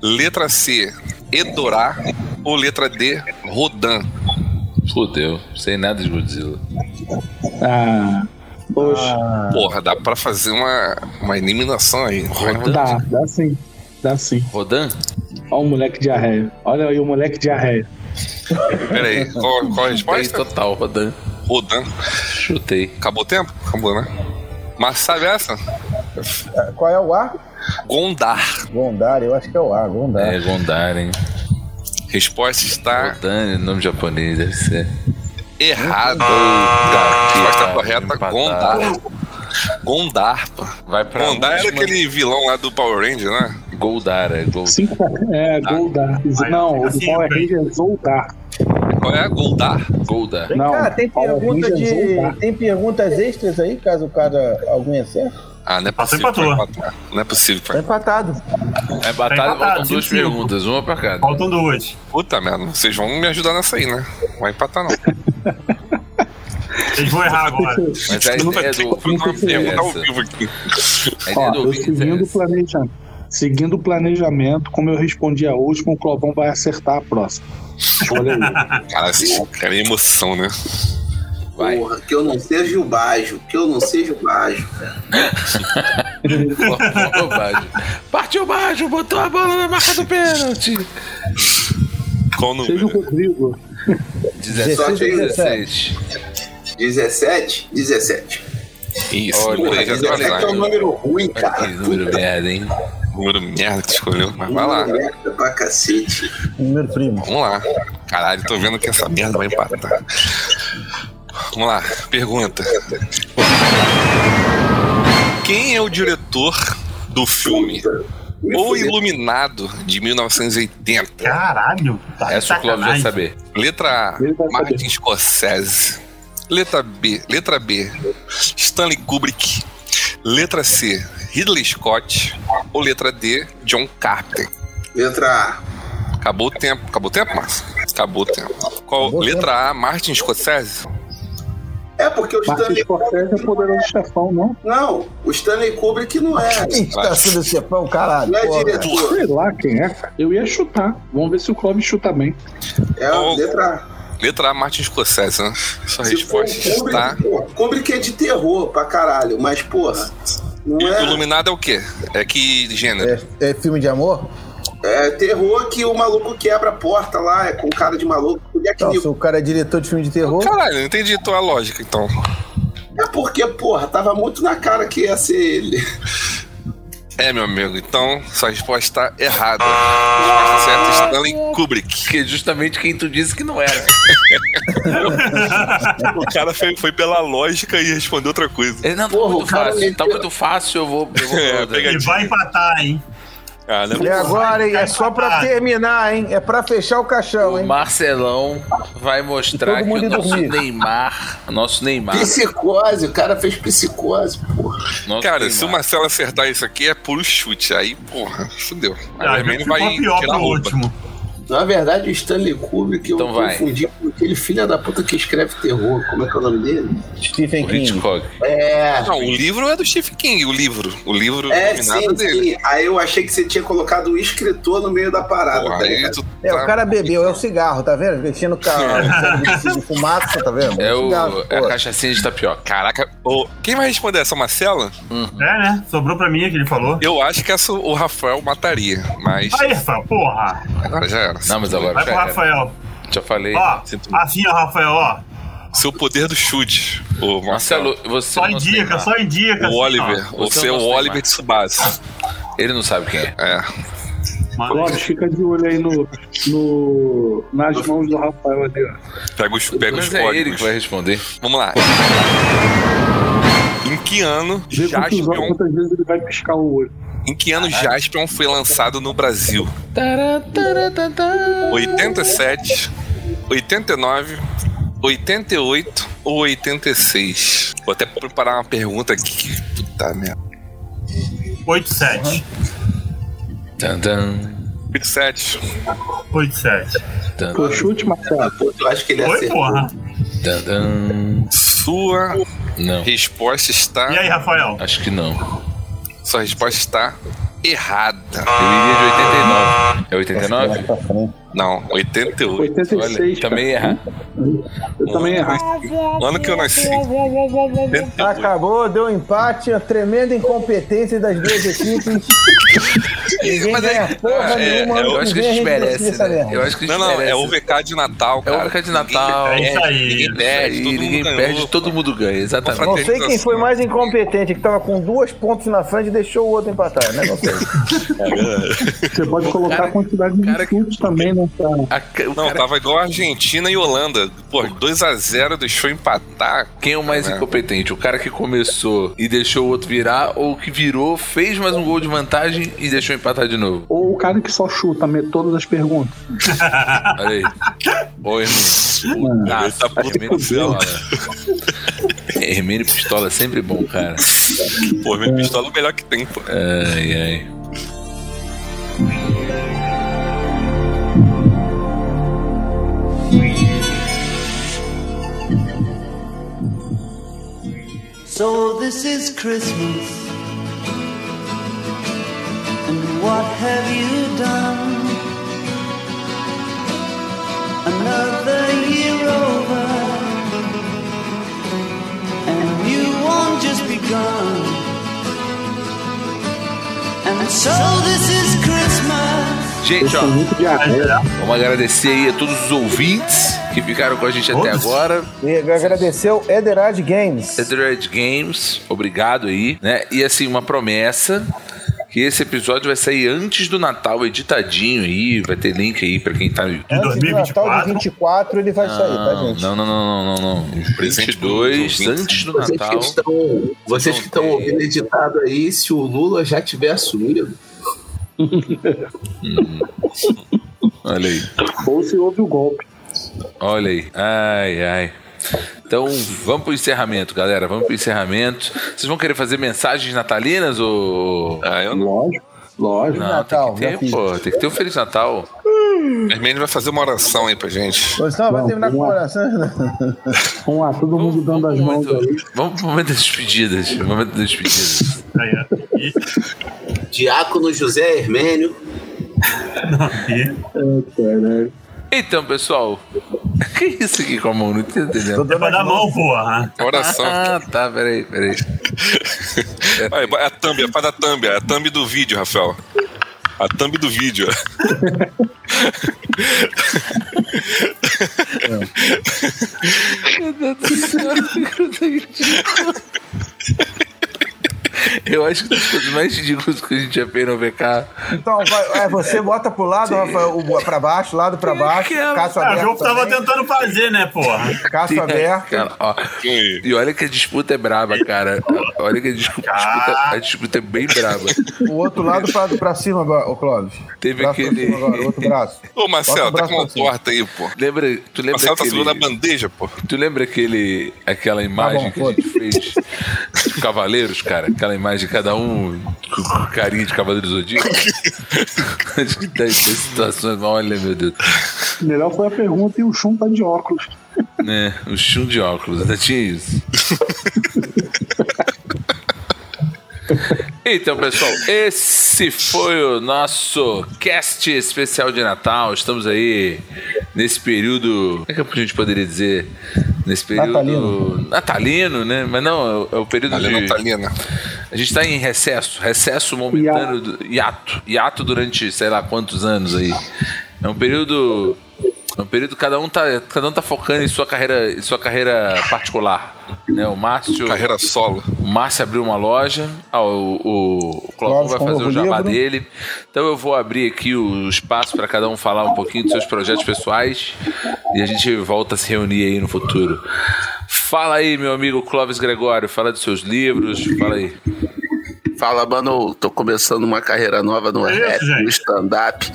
Speaker 5: Letra C, Edorá. Ou letra D, Rodan.
Speaker 1: Fudeu. Sem nada de Godzilla.
Speaker 4: Ah. Poxa.
Speaker 5: Porra, dá pra fazer uma, uma eliminação aí.
Speaker 4: Dá, dá sim. Dá sim.
Speaker 1: Rodan?
Speaker 4: Olha o moleque de arreio. Olha aí o moleque de arreio.
Speaker 5: Pera aí, qual, qual a
Speaker 1: Três
Speaker 5: resposta?
Speaker 1: total, Rodan.
Speaker 5: Rodan.
Speaker 1: Chutei.
Speaker 5: Acabou o tempo? Acabou, né? Mas sabe essa?
Speaker 8: Ah, Qual é o A?
Speaker 5: Gondar.
Speaker 8: Gondar, eu acho que é o A, Gondar.
Speaker 1: É, Gondar, hein?
Speaker 5: Resposta está
Speaker 1: Rodan, é nome japonês, deve ser.
Speaker 5: errada.
Speaker 1: cara,
Speaker 5: Resposta correta,
Speaker 1: empatado.
Speaker 5: Gondar. Gondar, pô.
Speaker 1: Vai pra
Speaker 5: Gondar era
Speaker 1: última.
Speaker 5: aquele vilão lá do Power Ranger, né?
Speaker 1: Goldar, é Goldar.
Speaker 4: Cinco é,
Speaker 1: Tá.
Speaker 4: Goldar. Não,
Speaker 1: assim,
Speaker 4: o
Speaker 1: né?
Speaker 4: Power Ranger é Zoldar.
Speaker 5: Qual é? Goldar.
Speaker 1: Goldar.
Speaker 4: Não,
Speaker 8: Cara, tem
Speaker 4: Power
Speaker 8: pergunta
Speaker 4: Ranger
Speaker 8: de.
Speaker 4: é Zoldar.
Speaker 8: Tem perguntas extras aí, caso o cara algum acerte?
Speaker 5: Ah, não é
Speaker 3: Passou,
Speaker 5: possível.
Speaker 3: empatou.
Speaker 5: pra empatar. Não é possível. pra-
Speaker 2: Tá empatado.
Speaker 1: É batalha,
Speaker 3: Tá empatado,
Speaker 1: faltam duas
Speaker 3: cinco, cinco.
Speaker 1: perguntas, uma pra cada.
Speaker 3: Faltam duas.
Speaker 5: Puta merda, vocês vão me ajudar nessa aí, né? Não vai empatar, não.
Speaker 3: Eles vão errar agora.
Speaker 1: Mas a ideia do
Speaker 5: Vou fazer uma
Speaker 1: ouvinte é
Speaker 5: pergunta ao
Speaker 1: essa.
Speaker 5: vivo aqui.
Speaker 1: A ideia
Speaker 4: Ó,
Speaker 1: do
Speaker 4: eu
Speaker 1: ouvinte
Speaker 4: seguindo
Speaker 1: é
Speaker 4: o
Speaker 1: essa.
Speaker 4: planejamento. Seguindo o planejamento, como eu respondi a última, o Clovão vai acertar a próxima. Olha aí.
Speaker 5: Cara, assim, cara, é emoção, né?
Speaker 1: Vai.
Speaker 6: Porra, que eu não seja o Bajo, que eu não seja o Bajo.
Speaker 1: Ó, bobagem. Partiu baixo, botou a bola na marca do pênalti.
Speaker 5: Qual o
Speaker 4: Seja o
Speaker 5: número?
Speaker 4: Rodrigo.
Speaker 1: 17
Speaker 6: 16,
Speaker 1: 16.
Speaker 6: 17? 17.
Speaker 5: Isso,
Speaker 1: Olha, tá-
Speaker 5: número aí, já tá deu
Speaker 6: 17 é um
Speaker 5: azar.
Speaker 6: número ruim,
Speaker 1: Olha
Speaker 6: cara.
Speaker 1: que número merda, hein?
Speaker 5: Número merda que tu escolheu. Mas vai lá.
Speaker 6: Merda pra cacete.
Speaker 8: Primeiro primo.
Speaker 5: Vamos lá. Caralho, tô vendo que essa merda vai empatar. Vamos lá, pergunta. Quem é o diretor do filme O Iluminado de 1980?
Speaker 3: Caralho. Tá de
Speaker 1: Essa o Clóvis vai
Speaker 3: sacanagem.
Speaker 1: saber.
Speaker 5: Letra A,
Speaker 4: Ele vai saber.
Speaker 5: Martin Scorsese. Letra B, letra B, Stanley Kubrick. Letra C, Ridley Scott. Ou letra D, John Carpenter.
Speaker 6: Letra A.
Speaker 5: Acabou o tempo. Acabou o tempo, Márcio? Acabou o tempo. Qual,
Speaker 8: Acabou o
Speaker 5: letra A, Martin Scorsese?
Speaker 6: É porque o
Speaker 4: Martin
Speaker 6: Stanley
Speaker 4: Scorsese é poderoso chefão, não?
Speaker 6: Não, o Stanley Kubrick não é.
Speaker 8: Quem tá sendo esse pão, caralho?
Speaker 6: Não é
Speaker 8: Porra.
Speaker 6: diretor.
Speaker 4: Sei lá quem é, cara. Eu ia chutar. Vamos ver se o Clóvis chuta bem.
Speaker 6: É a
Speaker 5: Ou-
Speaker 6: letra A.
Speaker 5: Letra A, Martin Scorsese, né? tá? Sua
Speaker 6: Se for um
Speaker 5: resposta
Speaker 6: Kubrick,
Speaker 5: está...
Speaker 6: pô, Kubrick é de terror pra caralho, mas, porra, não
Speaker 5: E o
Speaker 6: é.
Speaker 5: Iluminado é o quê? É que gênero?
Speaker 8: É, é filme de amor?
Speaker 6: É terror que o maluco quebra a porta lá, é com cara de maluco. O Jack
Speaker 8: Então, se
Speaker 6: Nicholson.
Speaker 8: o cara é diretor de filme de terror,
Speaker 5: Caralho, eu não entendi a tua lógica, então.
Speaker 6: É porque, porra, tava muito na cara que ia ser ele.
Speaker 5: É, meu amigo, então sua resposta está errada. A resposta certa é Stanley Kubrick.
Speaker 1: Que é justamente quem tu disse que não era.
Speaker 5: O cara foi, foi pela lógica e respondeu outra coisa.
Speaker 1: Ele, não, tá
Speaker 6: Porra,
Speaker 1: muito
Speaker 6: o cara
Speaker 1: fácil.
Speaker 6: meteu-
Speaker 1: Tá muito fácil, eu vou. Eu vou
Speaker 5: É,
Speaker 3: E
Speaker 5: pegadinha.
Speaker 3: vai empatar, hein?
Speaker 5: Ah, né?
Speaker 8: e agora, hein? É só
Speaker 1: Ah.
Speaker 8: pra terminar, hein? É pra fechar o caixão,
Speaker 1: O
Speaker 8: hein?
Speaker 1: Marcelão vai mostrar
Speaker 8: Todo
Speaker 1: que
Speaker 8: mundo
Speaker 1: o
Speaker 8: ia
Speaker 1: nosso
Speaker 8: dormir.
Speaker 1: Neymar. o Nosso Neymar.
Speaker 6: Psicose, o cara fez psicose, porra.
Speaker 1: nosso
Speaker 5: Cara,
Speaker 1: Neymar.
Speaker 3: é
Speaker 5: se o Marcelo acertar isso aqui é puro chute. Aí, porra, fudeu. Aí o
Speaker 3: Ah,
Speaker 5: Hermênio
Speaker 3: ficou
Speaker 5: vai
Speaker 3: pior
Speaker 5: tirar a
Speaker 3: pro
Speaker 5: roupa.
Speaker 3: último.
Speaker 6: Na verdade, o Stanley Kubrick
Speaker 1: Então
Speaker 6: eu
Speaker 1: vai.
Speaker 6: confundi com aquele filho da puta que escreve terror. Como é que é o nome dele?
Speaker 8: Stephen
Speaker 1: O
Speaker 8: King.
Speaker 1: Hitchcock.
Speaker 6: É.
Speaker 5: Não, o livro é do Stephen King, o livro. O livro
Speaker 6: É,
Speaker 5: iluminado
Speaker 6: sim,
Speaker 5: dele.
Speaker 6: sim. Aí eu achei que você tinha colocado o escritor no meio da parada.
Speaker 5: Porra,
Speaker 6: tá
Speaker 5: aí
Speaker 6: ligado?
Speaker 5: tu
Speaker 8: É,
Speaker 5: tá-
Speaker 8: o cara bebeu, é o cigarro, tá vendo? Mexendo o carro, de fumaça, tá vendo?
Speaker 1: É, o,
Speaker 8: cigarro,
Speaker 1: é a
Speaker 8: pô.
Speaker 1: cachaçinha de tapioca.
Speaker 5: Caraca, ô, quem vai responder essa, Marcela?
Speaker 3: É, né? Sobrou pra mim é que ele falou.
Speaker 5: Eu acho que essa o Rafael mataria, mas
Speaker 3: Aí, Rafael, porra.
Speaker 5: agora já era.
Speaker 1: Não, mas agora
Speaker 3: Vai pro
Speaker 1: já, era.
Speaker 3: Rafael.
Speaker 1: já falei.
Speaker 3: Ó,
Speaker 5: sinto muito.
Speaker 3: assim, ó, Rafael, ó.
Speaker 5: Seu poder do chute, o Marcelo.
Speaker 1: Marcelo, você
Speaker 3: Só
Speaker 1: é o nosso
Speaker 3: indica,
Speaker 1: Neymar.
Speaker 3: só indica. assim,
Speaker 5: Então tá O
Speaker 3: ó.
Speaker 5: Oliver,
Speaker 1: Você
Speaker 5: você
Speaker 1: é
Speaker 5: é
Speaker 1: o
Speaker 5: o
Speaker 1: nosso
Speaker 5: Oliver
Speaker 1: Neymar.
Speaker 5: de Tsubasa.
Speaker 1: Ele não sabe quem é.
Speaker 5: É.
Speaker 3: Mano,
Speaker 4: Clóvis, fica de olho aí no, no, nas mãos do Rafael ali, ó.
Speaker 5: Pega os, pega os
Speaker 1: Mas é ele
Speaker 5: códigos.
Speaker 1: que vai responder.
Speaker 5: Vamos lá. Em que ano
Speaker 4: Vê quantos
Speaker 1: é um-
Speaker 4: olhos,
Speaker 5: Jaspion,
Speaker 4: quantas vezes ele vai piscar o olho.
Speaker 5: em que ano Jaspion foi lançado no Brasil? 87, 89, 88 ou 86? Vou até preparar uma pergunta aqui. que- Puta merda.
Speaker 3: 8-7.
Speaker 1: Tan, tan,
Speaker 5: 87.
Speaker 3: 8-7.
Speaker 1: tan,
Speaker 4: Pô, chute, Marcelo.
Speaker 6: Pô, eu acho que
Speaker 5: é
Speaker 6: ele
Speaker 3: Oi,
Speaker 6: acertou.
Speaker 3: porra.
Speaker 1: tan, tan.
Speaker 5: Sua
Speaker 1: Não,
Speaker 5: resposta
Speaker 3: E
Speaker 5: está.
Speaker 3: aí, Rafael?
Speaker 1: acho que não.
Speaker 5: Sua resposta está errada.
Speaker 1: Eu iria é de 89. É 89?
Speaker 8: Pra frente.
Speaker 5: Não, 88.
Speaker 4: 86,
Speaker 1: Olha,
Speaker 4: cara.
Speaker 1: também errar.
Speaker 4: Eu também errei.
Speaker 5: O ano que eu nasci. 88.
Speaker 8: Acabou, deu um empate, a tremenda incompetência das duas equipes. Ninguém
Speaker 5: Mas aí-
Speaker 8: ganha porra
Speaker 5: é,
Speaker 8: nenhuma. ano
Speaker 1: tá, né? Eu acho que a
Speaker 8: vem decide
Speaker 1: gente merece,
Speaker 8: essa
Speaker 1: né?
Speaker 8: merda.
Speaker 1: Eu acho que a gente
Speaker 5: Não, não,
Speaker 1: merece.
Speaker 5: é o VK de Natal,
Speaker 1: É
Speaker 5: cara.
Speaker 1: o VK de Natal.
Speaker 3: É isso aí.
Speaker 5: Ninguém perde,
Speaker 1: E
Speaker 5: todo
Speaker 1: ninguém
Speaker 5: mundo ganhou.
Speaker 1: perde, todo mundo ganha, exatamente.
Speaker 8: Não sei quem foi mais incompetente, que tava com duas pontos na frente e deixou o outro empatar, né? Não sei.
Speaker 4: Você pode colocar a quantidade de
Speaker 1: cara que-
Speaker 4: chutes também, né, cara?
Speaker 1: A ca- o
Speaker 5: Não,
Speaker 1: cara-
Speaker 5: tava igual a Argentina e Holanda. Pô, 2x0 deixou empatar.
Speaker 1: Quem é o mais
Speaker 5: Né?
Speaker 1: incompetente? O cara que começou e deixou o outro virar, ou o que virou, fez mais um gol de vantagem e deixou empatar de novo?
Speaker 4: Ou o cara que só chuta me- todas as perguntas.
Speaker 1: Olha aí. Oi, Hermínio. Putaço.
Speaker 5: Ele tá puto
Speaker 1: Hermínio
Speaker 5: com
Speaker 1: pistola. Hermínio pistola é sempre bom, cara.
Speaker 5: Pô, minha pistola é o melhor que tem, pô.
Speaker 1: Ai, ai.
Speaker 9: So this is Christmas. And what have you done? Another year over. And you won't just begun. And so this is Christmas.
Speaker 1: Gente, ó,
Speaker 4: Muito diarreia.
Speaker 1: vamos agradecer aí a todos os ouvintes que ficaram com a gente até
Speaker 3: Todos?
Speaker 1: agora.
Speaker 8: E agradecer o Ederad Games.
Speaker 1: Edred Games, obrigado aí, né? E assim, uma promessa que esse episódio vai sair antes do Natal, editadinho aí, vai ter link aí pra quem tá
Speaker 3: De
Speaker 8: Antes do Natal
Speaker 3: 2024.
Speaker 8: de 24 ele vai sair, tá,
Speaker 1: não,
Speaker 8: gente?
Speaker 1: não, não, não, não, não, não. 22,
Speaker 5: Presente
Speaker 1: antes do
Speaker 6: Vocês que
Speaker 1: Natal.
Speaker 6: estão, vocês que estão ouvindo editado aí, se o Lula já tiver assumido,
Speaker 1: Olha aí.
Speaker 4: Ou se houve o golpe.
Speaker 1: Olha aí. Ai, ai. Então vamos pro encerramento, galera. Vamos pro encerramento. Vocês vão querer fazer mensagens natalinas ou.
Speaker 5: Ah, eu não.
Speaker 8: Lógico, lógico.
Speaker 1: Não,
Speaker 2: Natal,
Speaker 1: tem
Speaker 2: já
Speaker 1: que ter,
Speaker 2: fiz.
Speaker 1: pô. Tem que ter um Feliz Natal.
Speaker 5: Vermelho vai fazer uma oração aí pra gente.
Speaker 8: Pois não, vai terminar com o coração. né?
Speaker 10: Vamos lá, todo mundo dando as mãos
Speaker 1: muito-
Speaker 10: aí.
Speaker 1: vamos pro momento das despedidas. Momento das despedidas.
Speaker 3: Aí, ó. E,
Speaker 6: Diácono José Hermênio.
Speaker 3: e,
Speaker 10: Caralho.
Speaker 1: Então, pessoal. Que isso aqui com a mão? Não tô entendendo.
Speaker 3: é pra dar mão, porra.
Speaker 5: Oração.
Speaker 1: Ah, tá, peraí, peraí.
Speaker 5: Aí, é a thumb, é faz a thumb, é a thumb do vídeo, Rafael. A thumb do vídeo.
Speaker 1: Eu acho que das coisas mais ridículas que a gente já fez no VK.
Speaker 2: Então, vai, é, você bota pro lado, Rafael, o- pra baixo, lado pra baixo, caço
Speaker 3: Ah, o
Speaker 2: aberto.
Speaker 3: jogo tava
Speaker 2: também,
Speaker 3: tentando fazer, né, porra?
Speaker 10: Tá
Speaker 2: Caço aberto.
Speaker 1: Cara, ó, e olha que a disputa é braba, cara. Olha que a discu- disputa, a disputa é bem braba.
Speaker 2: O outro lado pra, pra cima agora, ô Clóvis.
Speaker 1: Teve
Speaker 2: Braço pra
Speaker 1: aquele-
Speaker 2: cima agora, outro braço.
Speaker 5: Ô, Marcelo,
Speaker 2: Bota
Speaker 5: tá
Speaker 2: o
Speaker 5: com uma
Speaker 2: braço pra cima.
Speaker 5: torta aí, pô.
Speaker 1: Lembra, tu lembra
Speaker 5: Marcelo tá
Speaker 1: aquele-
Speaker 5: segurando a bandeja, pô.
Speaker 1: Tu lembra aquele, aquela imagem
Speaker 2: bom,
Speaker 1: que a gente fez de Cavaleiros, cara? Aquela imagem de cada um com com carinha de Cavaleiro do Zodíaco? Acho que das, das situações, mas é olha, meu Deus.
Speaker 10: Melhor foi a pergunta e o chum tá de óculos.
Speaker 1: Né? Um chum de óculos, ainda tinha isso. Então, pessoal, esse foi o nosso cast especial de Natal. Estamos aí nesse período. Como é que a gente poderia dizer? Nesse período. Natalino, né? Mas não, é o- é o período
Speaker 5: Ali
Speaker 1: de.
Speaker 5: não tá ali, né?
Speaker 1: A gente tá em recesso, recesso momentâneo, do- hiato, hiato durante sei lá quantos anos aí. É um período, é um período que cada um tá, cada um tá focando em sua carreira, em sua carreira particular, né? O Márcio,
Speaker 5: Carreira solo.
Speaker 1: o Márcio abriu uma loja, ah, o, o, o Clóvis vai fazer o jabá dele. Então eu vou abrir aqui o espaço para cada um falar um pouquinho dos seus projetos pessoais e a gente volta a se reunir aí no futuro. Fala aí, meu amigo Clóvis Gregório, fala dos seus livros, fala aí.
Speaker 6: Fala, mano, tô começando uma carreira nova no
Speaker 3: É isso,
Speaker 6: rap,
Speaker 3: gente.
Speaker 6: no stand-up.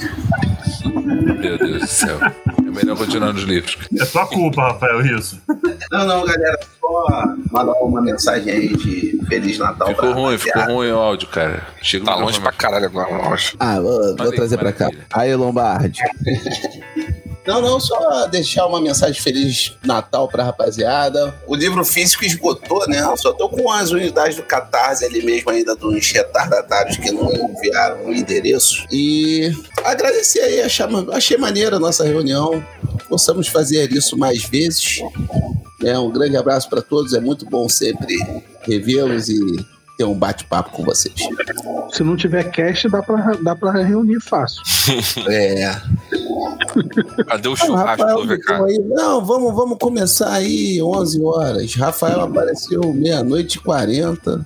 Speaker 1: Meu Deus do céu. É melhor continuar nos livros.
Speaker 3: É tua culpa, Rafael, isso.
Speaker 6: Não, não, galera, só mandar uma mensagem aí de Feliz Natal
Speaker 1: Ficou ruim, ficou ruim o áudio, cara. Chega
Speaker 5: Tá
Speaker 1: o
Speaker 5: longe pra
Speaker 1: microfone.
Speaker 5: caralho agora, longe.
Speaker 6: Ah, vou,
Speaker 1: Manda aí, trazer pra cá. maravilha.
Speaker 6: Aí, Lombardi. Não, não, só deixar uma mensagem Feliz Natal pra rapaziada. O livro físico esgotou, né? Eu Só tô com as unidades do Catarse ali mesmo ainda dos retardatários que não enviaram o endereço. E agradecer aí, achar- achei maneira a nossa reunião. Possamos fazer isso mais vezes. né? Um grande abraço pra todos, é muito bom sempre revê-los e ter um bate-papo com vocês.
Speaker 10: Se não tiver cast, dá pra, dá pra reunir fácil.
Speaker 6: É.
Speaker 5: Cadê o
Speaker 6: Ah, o
Speaker 5: churrasco
Speaker 6: Rafael
Speaker 5: do
Speaker 6: ficou
Speaker 5: VK?
Speaker 6: aí. Não, vamos, vamos começar aí 11 horas. Rafael apareceu meia-noite e 40.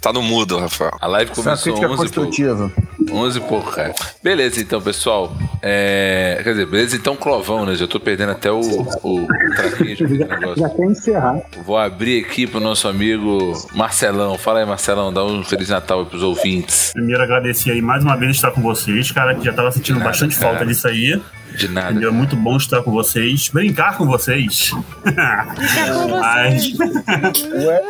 Speaker 5: Tá no mudo, Rafael.
Speaker 1: A live
Speaker 2: Essa
Speaker 1: começou
Speaker 5: é
Speaker 2: crítica
Speaker 1: 11 e pouco.
Speaker 2: construtiva.
Speaker 1: 11 e pouco, cara. Beleza, então, pessoal. É, Quer dizer, beleza, então, Clovão, né? Já tô perdendo até o, o traquinho de
Speaker 10: Já, já
Speaker 1: negócio.
Speaker 10: quer encerrar.
Speaker 1: Vou abrir aqui pro nosso amigo Marcelão. Fala aí, Marcelão. Dá um Feliz Natal aí pros ouvintes.
Speaker 3: Primeiro, agradecer aí mais uma vez estar com vocês, cara, que já tava sentindo
Speaker 1: Nada,
Speaker 3: bastante
Speaker 1: cara.
Speaker 3: falta disso aí.
Speaker 1: De nada.
Speaker 3: Entendeu? É muito bom estar com vocês, brincar com vocês. Mas,
Speaker 2: Ué,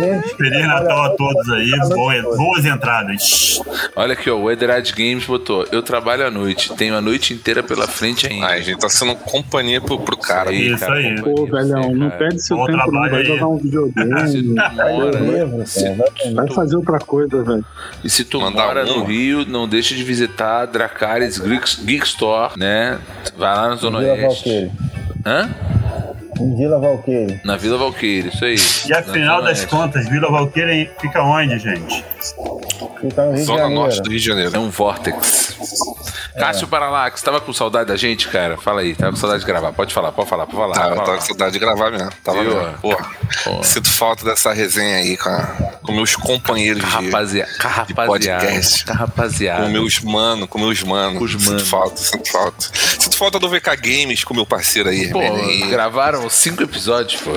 Speaker 2: gente,
Speaker 3: Feliz Natal a todos aí, boa- boas entradas.
Speaker 1: Olha aqui, ó. O Ederad Games botou. Eu trabalho à noite. Tenho a noite inteira pela frente ainda.
Speaker 5: Ai, gente, tá sendo companhia pro, pro cara.
Speaker 1: Ih,
Speaker 3: Isso aí.
Speaker 1: companhia,
Speaker 10: Pô, velhão,
Speaker 1: você,
Speaker 10: não
Speaker 1: é né, cara.
Speaker 10: perde seu
Speaker 3: Bom
Speaker 10: tempo, não.
Speaker 3: trabalho
Speaker 10: Vai
Speaker 3: aí.
Speaker 10: jogar um
Speaker 1: Se tu
Speaker 10: videogame.
Speaker 1: mora,
Speaker 8: Livro,
Speaker 1: se
Speaker 8: cara, vai-
Speaker 10: Vai fazer outra coisa, velho.
Speaker 1: e se tu
Speaker 5: Mandar
Speaker 1: mora
Speaker 5: um.
Speaker 1: no Rio, não deixa de visitar Dracarys Geek, Geek Store, né? Vai lá na Zona
Speaker 8: Vila
Speaker 1: Oeste.
Speaker 8: Valqueiro.
Speaker 1: Hã?
Speaker 8: Em Vila Valqueiro.
Speaker 1: Na Vila Valqueira, isso aí.
Speaker 3: E afinal
Speaker 1: Na Zona
Speaker 3: das
Speaker 1: Oeste.
Speaker 3: contas, Vila Valqueira fica onde, gente?
Speaker 8: Fica tá no Rio
Speaker 5: Zona
Speaker 8: de
Speaker 5: Norte
Speaker 8: Janeiro.
Speaker 5: do Rio de
Speaker 1: É
Speaker 5: Janeiro.
Speaker 1: um vórtex.
Speaker 10: É.
Speaker 1: Cássio Paralax, tava com saudade da gente, cara? Fala aí, tava com saudade de gravar. Pode falar, pode falar, pode falar.
Speaker 5: Tava,
Speaker 1: pode
Speaker 5: tava com
Speaker 1: falar.
Speaker 5: saudade de gravar mesmo. Tava
Speaker 1: tá. Viu?
Speaker 5: mesmo. Porra,
Speaker 1: Porra.
Speaker 5: sinto falta dessa resenha aí com, a- com meus companheiros de,
Speaker 1: Rapaziada, com a
Speaker 5: de
Speaker 1: rapaziada,
Speaker 5: podcast.
Speaker 1: com a rapaziada.
Speaker 5: Com meus mano, com meus mano.
Speaker 1: Com os
Speaker 5: sinto
Speaker 1: mano.
Speaker 5: falta, sinto falta. Sinto falta do VK Games com meu parceiro aí,
Speaker 1: Pô,
Speaker 5: Hermene.
Speaker 1: gravaram cinco episódios, pô.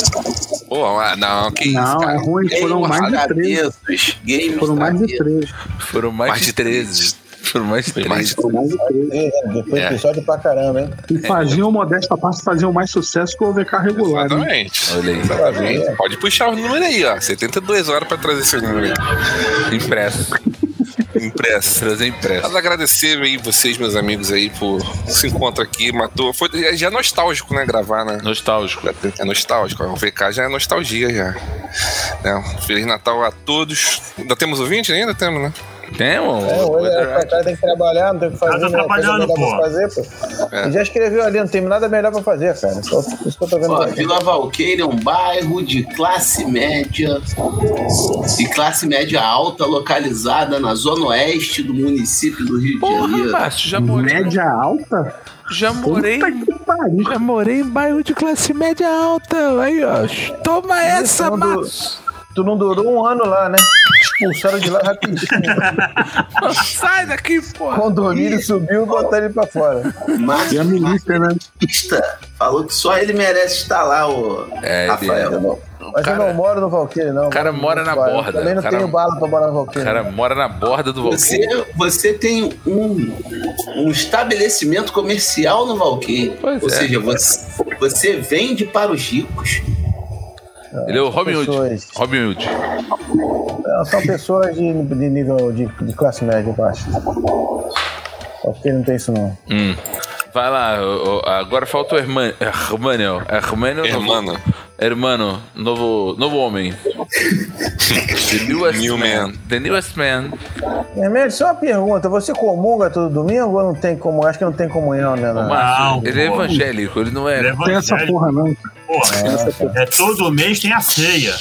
Speaker 5: Pô, ah, não, que isso,
Speaker 10: Não,
Speaker 5: cara.
Speaker 10: é ruim. Foram mais de três.
Speaker 6: Agradeços. Games
Speaker 10: Foram mais de
Speaker 6: agradeços.
Speaker 10: três.
Speaker 1: Foram mais, de 13. Foram mais de
Speaker 5: Foi mais
Speaker 1: três.
Speaker 5: de três.
Speaker 2: É, Depois
Speaker 5: É.
Speaker 2: episódio pra caramba, hein?
Speaker 4: E faziam, modesta parte, faziam mais sucesso que o OVK regular, né?
Speaker 5: Exatamente.
Speaker 1: Olha aí.
Speaker 5: Exatamente. Pode puxar os números aí, ó. 72 horas pra trazer esses números
Speaker 1: Impresso.
Speaker 5: aí. Impresso.
Speaker 1: Trazer impresso.
Speaker 5: Quero agradecer aí vocês, meus amigos, aí, por se encontro aqui, matou. Foi, já é nostálgico, né? Gravar, né?
Speaker 1: Nostálgico.
Speaker 5: É nostálgico. O VK já é nostalgia, já. É, Feliz Natal a todos. Ainda temos ouvinte? Ainda temos, né?
Speaker 1: Tem, mano?
Speaker 2: É, hoje a cara tem que trabalhar, não tem o que fazer.
Speaker 3: Tá
Speaker 2: não tem coisa
Speaker 3: trabalhando,
Speaker 2: melhor pra
Speaker 3: pô.
Speaker 2: fazer, pô.
Speaker 1: É.
Speaker 2: E já escreveu ali, não tem nada melhor pra fazer, cara. Só isso que eu tô vendo.
Speaker 6: Ó,
Speaker 2: aqui.
Speaker 6: Vila Valqueira é um bairro de classe média, de classe média alta, localizada na zona oeste do município do Rio de
Speaker 1: Porra,
Speaker 6: Janeiro.
Speaker 1: Márcio, já morei.
Speaker 4: Média alta?
Speaker 1: Já morei.
Speaker 4: Puta que pariu.
Speaker 1: Já morei em bairro de classe média alta. Aí, ó. Toma essa,
Speaker 2: quando-
Speaker 1: Márcio.
Speaker 2: Tu não durou um ano lá, né? Expulsaram de lá rapidinho.
Speaker 1: Sai daqui,
Speaker 2: O
Speaker 1: porra.
Speaker 2: condomínio subiu e botaram ele pra fora.
Speaker 4: E a
Speaker 6: Márcio
Speaker 4: milícia, né?
Speaker 6: Batista falou que só ele merece estar lá, ô
Speaker 1: É,
Speaker 6: Rafael.
Speaker 2: Mas eu não moro no Valqueire, não.
Speaker 1: o cara mora na borda.
Speaker 2: Também não
Speaker 1: O cara-
Speaker 2: tenho bala pra morar
Speaker 1: é.
Speaker 2: no
Speaker 1: O
Speaker 2: Valqueire.
Speaker 1: cara mora na borda do
Speaker 6: Você,
Speaker 1: Valkyrie.
Speaker 6: você tem um, um estabelecimento comercial no Valqueiro.
Speaker 1: Pois
Speaker 6: Ou
Speaker 1: é.
Speaker 6: seja, você, você vende para os ricos.
Speaker 1: Ele é o Robin Hood.
Speaker 2: Pessoas.
Speaker 1: Robin Hood.
Speaker 2: Não, É, São pessoas de, de nível de, de classe média, eu acho. Valqueire não tem isso, não.
Speaker 1: Hum. Vai lá, ô, ô, agora falta o Herman- Hermânio. Hermânio.
Speaker 5: Hermano.
Speaker 1: Hermano, novo, novo homem. The newest
Speaker 5: New
Speaker 1: man.
Speaker 5: man.
Speaker 1: The newest man.
Speaker 2: Hermélio, É, só uma pergunta. Você comunga todo domingo ou não tem comunhão? Acho que não tem comunhão, né?
Speaker 1: O
Speaker 2: né?
Speaker 1: Márcio,
Speaker 3: Não,
Speaker 1: ele é
Speaker 3: pô.
Speaker 1: evangélico, ele não é.
Speaker 4: Tem essa
Speaker 3: Evangelho,
Speaker 4: porra, não.
Speaker 3: porra. É todo mês tem a ceia.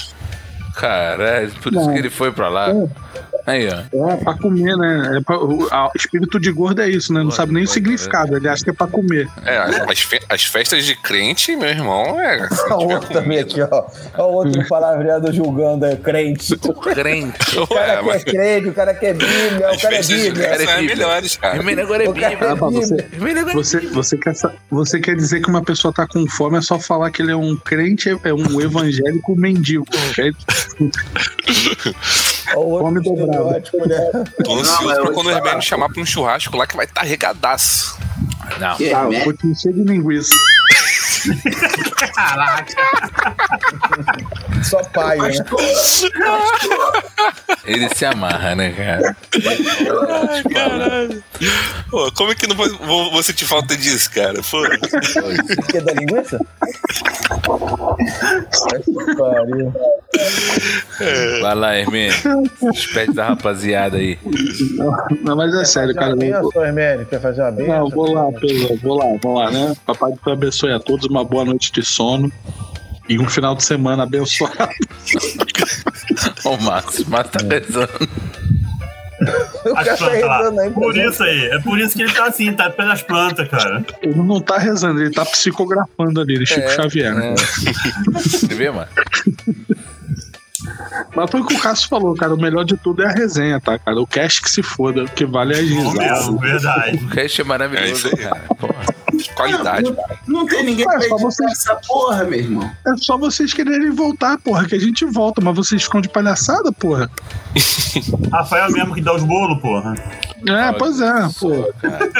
Speaker 1: Caralho, por isso
Speaker 4: Não.
Speaker 1: que ele foi pra lá. Aí, ó.
Speaker 4: É pra comer, né? É pra- o a- o espírito de gordo é isso, né? Não sabe nem o significado. Ele acha que é pra comer.
Speaker 5: É, as, fe- as festas de crente, meu irmão, é. se
Speaker 2: Olha
Speaker 5: não
Speaker 2: o
Speaker 5: tiver
Speaker 2: outro também
Speaker 5: comida-
Speaker 2: aqui, ó. Olha o outro palavreado julgando aí, crente. O
Speaker 1: Crente.
Speaker 5: Ué,
Speaker 2: cara
Speaker 5: mas
Speaker 2: quer crente, o cara quer Bíblia, o
Speaker 5: as
Speaker 2: cara é
Speaker 5: festas de
Speaker 2: Bíblia.
Speaker 5: crente são
Speaker 1: cara é
Speaker 5: as
Speaker 1: Bíblia.
Speaker 5: melhores, cara.
Speaker 1: Hermano agora é
Speaker 2: O cara
Speaker 1: Bíblia.
Speaker 2: é
Speaker 4: Ah, pra você.
Speaker 2: Bíblia.
Speaker 1: Hermano agora é
Speaker 4: Você, você, quer, sa- você quer dizer que uma pessoa tá com fome é só falar que ele é um crente, é um evangélico mendigo. É,
Speaker 2: Olha
Speaker 4: Aí,
Speaker 2: o outro é
Speaker 4: Fome dobrada.
Speaker 2: estereótipo, né?
Speaker 5: Tô
Speaker 6: Não, mas
Speaker 5: ansioso
Speaker 6: eu
Speaker 5: pra quando
Speaker 6: vou
Speaker 5: Então, o
Speaker 6: te
Speaker 5: Hermano
Speaker 6: falar.
Speaker 5: chamar pra um churrasco lá que vai estar tá regadaço.
Speaker 1: Não.
Speaker 6: Que
Speaker 4: tá, eu
Speaker 6: remédio.
Speaker 4: vou te encher de linguiça.
Speaker 2: Só pai, né?
Speaker 1: Ele se amarra, né, cara?
Speaker 5: Caralho. Pô, como é que não vou, vou, vou sentir falta disso, cara? Pô,
Speaker 2: Que é da linguiça? Que pariu.
Speaker 1: Vai lá, Hermano. Despede da rapaziada aí.
Speaker 4: Não, mas é sério, cara.
Speaker 2: Quer fazer uma
Speaker 4: eu-
Speaker 2: benção, Hermélio? Quer fazer uma
Speaker 4: Não,
Speaker 2: benção?
Speaker 4: vou lá, Pedro. Vou lá, vou lá, né? Papai do Céu abençoe a todos. Uma boa noite de sono. E um final de semana abençoado.
Speaker 1: Ó, o Márcio. O Márcio tá
Speaker 5: É.
Speaker 1: rezando.
Speaker 2: O cara
Speaker 3: As
Speaker 2: tá
Speaker 3: plantas
Speaker 2: rezando
Speaker 3: lá.
Speaker 2: aí.
Speaker 3: Por
Speaker 2: pra-
Speaker 3: isso aí. É por isso que ele tá assim, tá pelas plantas, cara.
Speaker 4: Ele não tá rezando, ele tá psicografando ali, ele é Chico Xavier.
Speaker 1: né? Você vê, mano?
Speaker 4: Mas foi o que o Cássio falou, cara. O melhor de tudo é a resenha, tá, cara? O cast que se foda, o que vale é a
Speaker 3: Bom
Speaker 4: risada.
Speaker 3: mesmo, verdade.
Speaker 1: O cast é maravilhoso,
Speaker 5: É isso aí.
Speaker 1: cara. Porra.
Speaker 5: qualidade.
Speaker 6: Não, não tem ninguém
Speaker 4: Ué,
Speaker 6: pra
Speaker 4: só
Speaker 6: editar
Speaker 4: você-
Speaker 6: essa porra, meu irmão.
Speaker 4: É só vocês quererem voltar, porra, que a gente volta, mas vocês ficam de palhaçada, porra.
Speaker 3: Rafael mesmo que dá os bolos, porra.
Speaker 2: Ah,
Speaker 4: É, pois é, pô.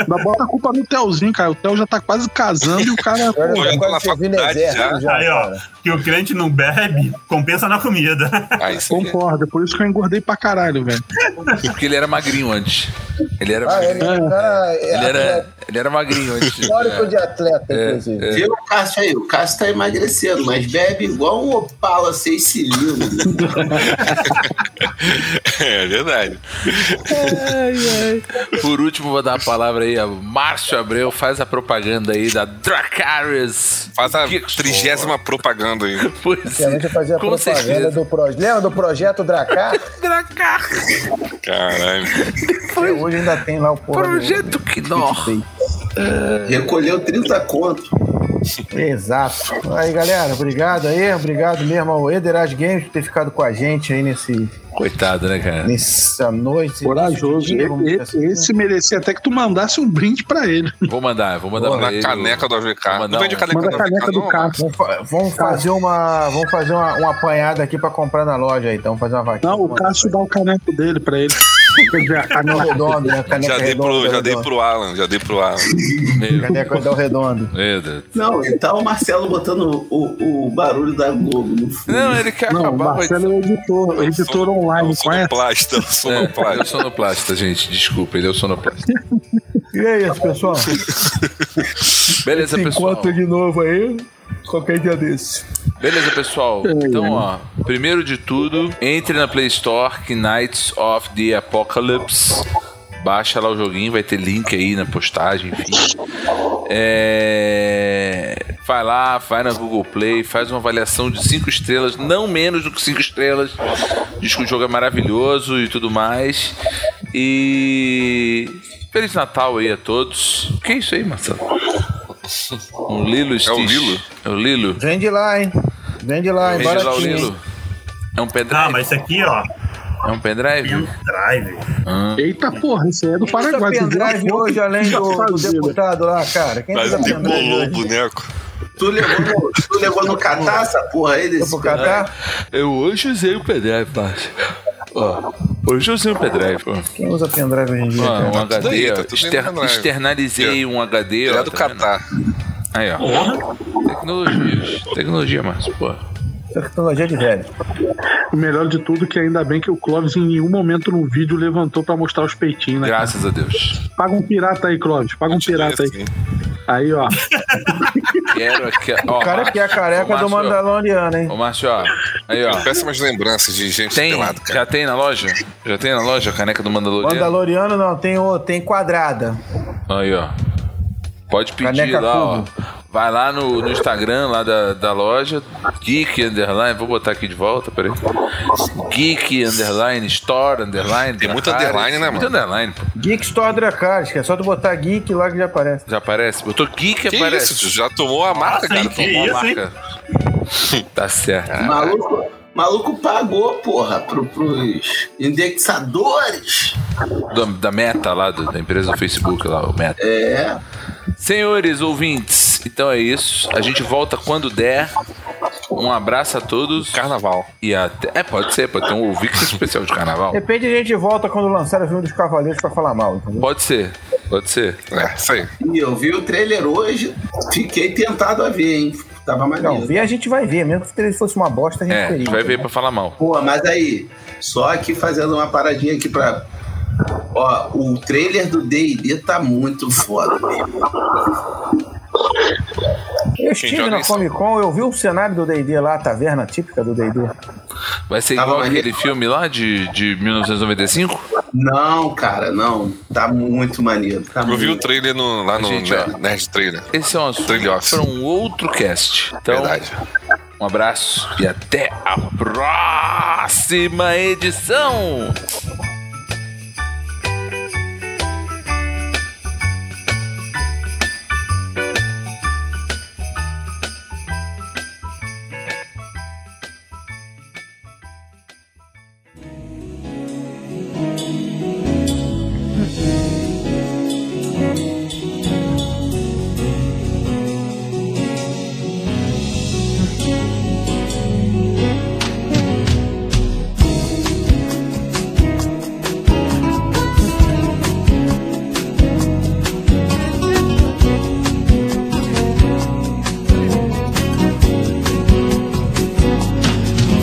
Speaker 4: Mas bota a culpa no Telzinho, cara. O Theo já tá quase casando e o cara,
Speaker 2: Agora
Speaker 4: pô,
Speaker 2: eu
Speaker 1: tá
Speaker 5: Olhando
Speaker 2: tô
Speaker 5: pela
Speaker 2: quase servindo
Speaker 5: faculdade
Speaker 2: exército já,
Speaker 3: Aí, ó,
Speaker 2: cara.
Speaker 3: que o crente não bebe, compensa na comida.
Speaker 5: Ah, isso aí.
Speaker 4: concorda. Por isso que eu engordei pra caralho, velho.
Speaker 1: Porque ele era magrinho antes. Ele era
Speaker 2: Ah,
Speaker 1: magrinho.
Speaker 2: ele, o cara é
Speaker 1: Ele é
Speaker 2: atleta,
Speaker 1: era, ele era magrinho antes.
Speaker 2: histórico de atleta,
Speaker 1: é.
Speaker 2: inclusive.
Speaker 5: É.
Speaker 6: Viu o Cássio aí? O Cássio tá emagrecendo, mas bebe igual um Opala seis cilindros.
Speaker 5: É verdade.
Speaker 1: Por último, vou dar a palavra aí a Márcio Abreu. Faz a propaganda aí da Dracarys.
Speaker 5: Faz a
Speaker 1: Kickstore.
Speaker 5: trigésima propaganda aí.
Speaker 1: Pois é,
Speaker 2: Antigamente eu fazia
Speaker 1: com
Speaker 2: propaganda
Speaker 1: certeza.
Speaker 2: do projeto. Lembra do projeto Dracar?
Speaker 1: Dracar,
Speaker 5: Caralho.
Speaker 2: Até hoje ainda tem lá o porra do-
Speaker 1: projeto Knorr.
Speaker 6: Recolheu 30 contos.
Speaker 2: Exato. Aí, galera, obrigado aí. Obrigado mesmo ao Ederage Games por ter ficado com a gente aí nesse,
Speaker 1: Coitado, né, cara?
Speaker 2: nessa noite.
Speaker 4: Corajoso.
Speaker 2: Esse-
Speaker 4: E- e- Esse merecia até que tu mandasse um brinde pra ele.
Speaker 1: Vou mandar, vou mandar pra
Speaker 5: Na
Speaker 1: ele.
Speaker 5: caneca do
Speaker 1: Vou
Speaker 5: AVK.
Speaker 1: mandar
Speaker 5: Não vende
Speaker 1: um-
Speaker 5: caneca
Speaker 4: Manda a caneca
Speaker 5: do
Speaker 4: do
Speaker 5: AVK, não.
Speaker 4: Cássio.
Speaker 2: Vamos fa- Vamos fazer uma, vamos fazer uma, uma apanhada aqui pra comprar na loja, então. Fazer uma vaquinha.
Speaker 4: Não, o Cássio dá o caneco dele pra ele.
Speaker 8: Quer dizer, a canela redonda, né? A caneca
Speaker 5: Já dei,
Speaker 8: redonda,
Speaker 5: pro, já dei
Speaker 8: redonda.
Speaker 5: pro Alan, já dei pro Alan.
Speaker 8: Caneca redonda redonda.
Speaker 1: Meu Deus.
Speaker 6: Não, e tá o Marcelo botando o, o barulho da Globo no fundo.
Speaker 1: Não, ele quer
Speaker 10: Não, o
Speaker 1: acabar com a
Speaker 10: Marcelo é o editor, o editor online, conhece?
Speaker 5: Sonoplasta,
Speaker 1: É, eu
Speaker 5: sonoplasta.
Speaker 1: sonoplasta, gente. Desculpa, ele é o sonoplasta.
Speaker 2: E é isso, pessoal.
Speaker 1: Beleza, pessoal.
Speaker 2: Encontro de novo aí, qualquer dia desse.
Speaker 1: Beleza, pessoal. Então, ó, primeiro de tudo, entre na Play Store, Knights of the Apocalypse. Baixa lá o joguinho, vai ter link aí na postagem, enfim. É... Vai lá, vai na Google Play, faz uma avaliação de 5 estrelas, não menos do que 5 estrelas. Diz que o jogo é maravilhoso e tudo mais. E. Feliz Natal aí a todos. O que é isso aí, Marcelo? Um Lilo Stitch.
Speaker 5: Lilo?
Speaker 1: É o Lilo?
Speaker 8: Vende lá, hein? Vende lá, hein?
Speaker 1: Veja lá o
Speaker 8: Baratinho.
Speaker 1: Lilo.
Speaker 8: hein?
Speaker 1: É um pendrive?
Speaker 3: Ah, mas isso aqui, ó,
Speaker 1: É um pendrive?
Speaker 3: pendrive.
Speaker 1: Ah.
Speaker 10: Eita porra, esse aí é do
Speaker 2: Quem tá
Speaker 10: Paraguai. tu viu a
Speaker 2: pendrive
Speaker 10: foto?
Speaker 2: hoje, além
Speaker 10: Já
Speaker 2: do, do
Speaker 10: fazia, né?
Speaker 2: deputado lá, cara? Quem tá
Speaker 5: Mas
Speaker 2: pendrive
Speaker 5: decolou o
Speaker 2: hoje?
Speaker 5: boneco.
Speaker 6: Tu levou no, tu levou no catar essa porra aí
Speaker 2: Foi
Speaker 6: desse
Speaker 2: pro Catar?
Speaker 1: Eu hoje usei o pendrive, Márcio. Ó, hoje eu usei um pendrive. Ó,
Speaker 2: Quem usa pendrive hoje em dia?
Speaker 1: Ó, um
Speaker 5: tudo
Speaker 1: HD.
Speaker 5: aí,
Speaker 1: ó.
Speaker 5: tá tudo aí no
Speaker 1: Exter-
Speaker 5: pendrive.
Speaker 1: externalizei um HD. ó,
Speaker 5: Ele é do
Speaker 1: tá vendo?
Speaker 5: Catar.
Speaker 1: Aí, ó. Tecnologia. Tecnologia, Márcio. Pô.
Speaker 5: Ah.
Speaker 2: Tecnologia de velho.
Speaker 10: O melhor de tudo é que ainda bem que o Clóvis em nenhum momento no vídeo levantou pra mostrar os peitinhos, né?
Speaker 1: Graças a Deus.
Speaker 10: Paga um pirata aí, Clóvis. Paga um
Speaker 5: é
Speaker 10: pirata aí.
Speaker 5: assim.
Speaker 10: Aí, ó.
Speaker 1: Quero aqui. Ó,
Speaker 2: O cara que é a careca do Mandaloriano, hein?
Speaker 1: Ô, Márcio, ó. Aí, ó.
Speaker 5: Péssimas lembranças de gente
Speaker 1: Tem,
Speaker 5: pelado, cara.
Speaker 1: já tem na loja? Já tem na loja a caneca do Mandaloriano?
Speaker 2: Mandaloriano não, tem, o, tem quadrada.
Speaker 1: Aí, ó. Pode pedir
Speaker 2: Caneca
Speaker 1: lá,
Speaker 2: cubo.
Speaker 1: ó. Vai lá no, no Instagram lá da, da loja, Geek Underline, vou botar aqui de volta, peraí. Geek Underline, Store Underline.
Speaker 5: Tem muito
Speaker 1: Dracarys.
Speaker 5: underline, né,
Speaker 1: Muito
Speaker 5: mano?
Speaker 1: underline, pô.
Speaker 2: Geek Store Dracarys, que é só tu botar Geek lá que já aparece.
Speaker 1: Já aparece? Botou Geek
Speaker 5: Que
Speaker 1: aparece.
Speaker 5: isso, tio? já tomou a
Speaker 3: Nossa,
Speaker 5: marca, cara?
Speaker 3: hein,
Speaker 5: Tomou
Speaker 3: que
Speaker 5: a
Speaker 3: isso, hein?
Speaker 1: Marca. Tá certo.
Speaker 6: Maluco, maluco pagou, porra, pro, pros indexadores.
Speaker 1: Da, da meta lá, do- da empresa do Facebook lá, o Meta.
Speaker 6: É.
Speaker 1: Senhores ouvintes, então é isso. A gente volta quando der. Um abraço a todos.
Speaker 5: Carnaval.
Speaker 1: E até. É, pode ser, pode ter um Vix especial de carnaval.
Speaker 2: Depende, a gente volta quando lançar o filme dos Cavaleiros pra falar mal, entendeu?
Speaker 1: Pode ser, pode ser.
Speaker 5: É, isso aí.
Speaker 6: E eu vi o trailer hoje, fiquei tentado a ver, hein? Tava
Speaker 2: Não,
Speaker 6: maneiro.
Speaker 2: ver a gente vai ver, mesmo que ele fosse uma bosta, a gente
Speaker 1: É, a gente
Speaker 2: teria.
Speaker 1: vai ver pra falar mal.
Speaker 6: Pô, mas aí, só aqui fazendo uma paradinha aqui pra. Ó, o trailer do DD tá muito foda. velho.
Speaker 2: Eu estive
Speaker 5: joga
Speaker 2: na
Speaker 5: isso?
Speaker 2: Comic Con, eu vi o cenário do D&D lá, a taverna típica do D&D.
Speaker 1: Vai ser
Speaker 6: Tava
Speaker 1: igual
Speaker 6: maneiro.
Speaker 1: aquele filme lá de, de 1995?
Speaker 6: Não, cara, não. Tá muito maneiro. Tá
Speaker 5: Eu vi o
Speaker 6: muito.
Speaker 5: trailer no- lá no
Speaker 1: Gente,
Speaker 5: Nerd,
Speaker 1: ó.
Speaker 5: Nerd Trailer.
Speaker 1: Esse é um assunto
Speaker 5: Trilha.
Speaker 1: para um outro cast. Então,
Speaker 5: Verdade.
Speaker 1: um abraço e até a próxima edição!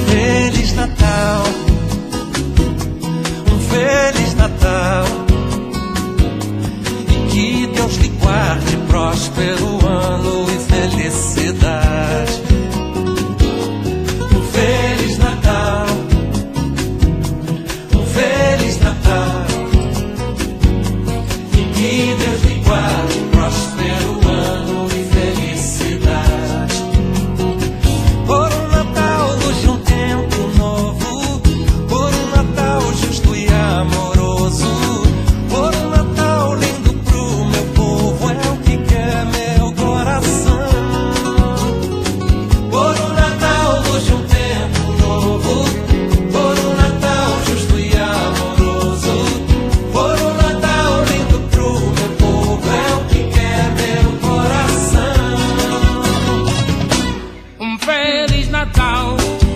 Speaker 9: Feliz Natal, um Feliz Natal, e que Deus lhe guarde próspero ano e felicidade. Um Feliz Natal, um Feliz Natal, e que Deus lhe guarde próspero ano e felicidade. Por um Natal de um tempo novo, por um Natal justo e amoroso, por um Natal lindo pro meu povo, é o que quer meu coração. Por um Natal hoje um tempo novo, por um Natal justo e amoroso, por um Natal lindo pro meu povo, é o que quer meu coração. Um Feliz Natal. Um Um Um Um Um Um Oh, Um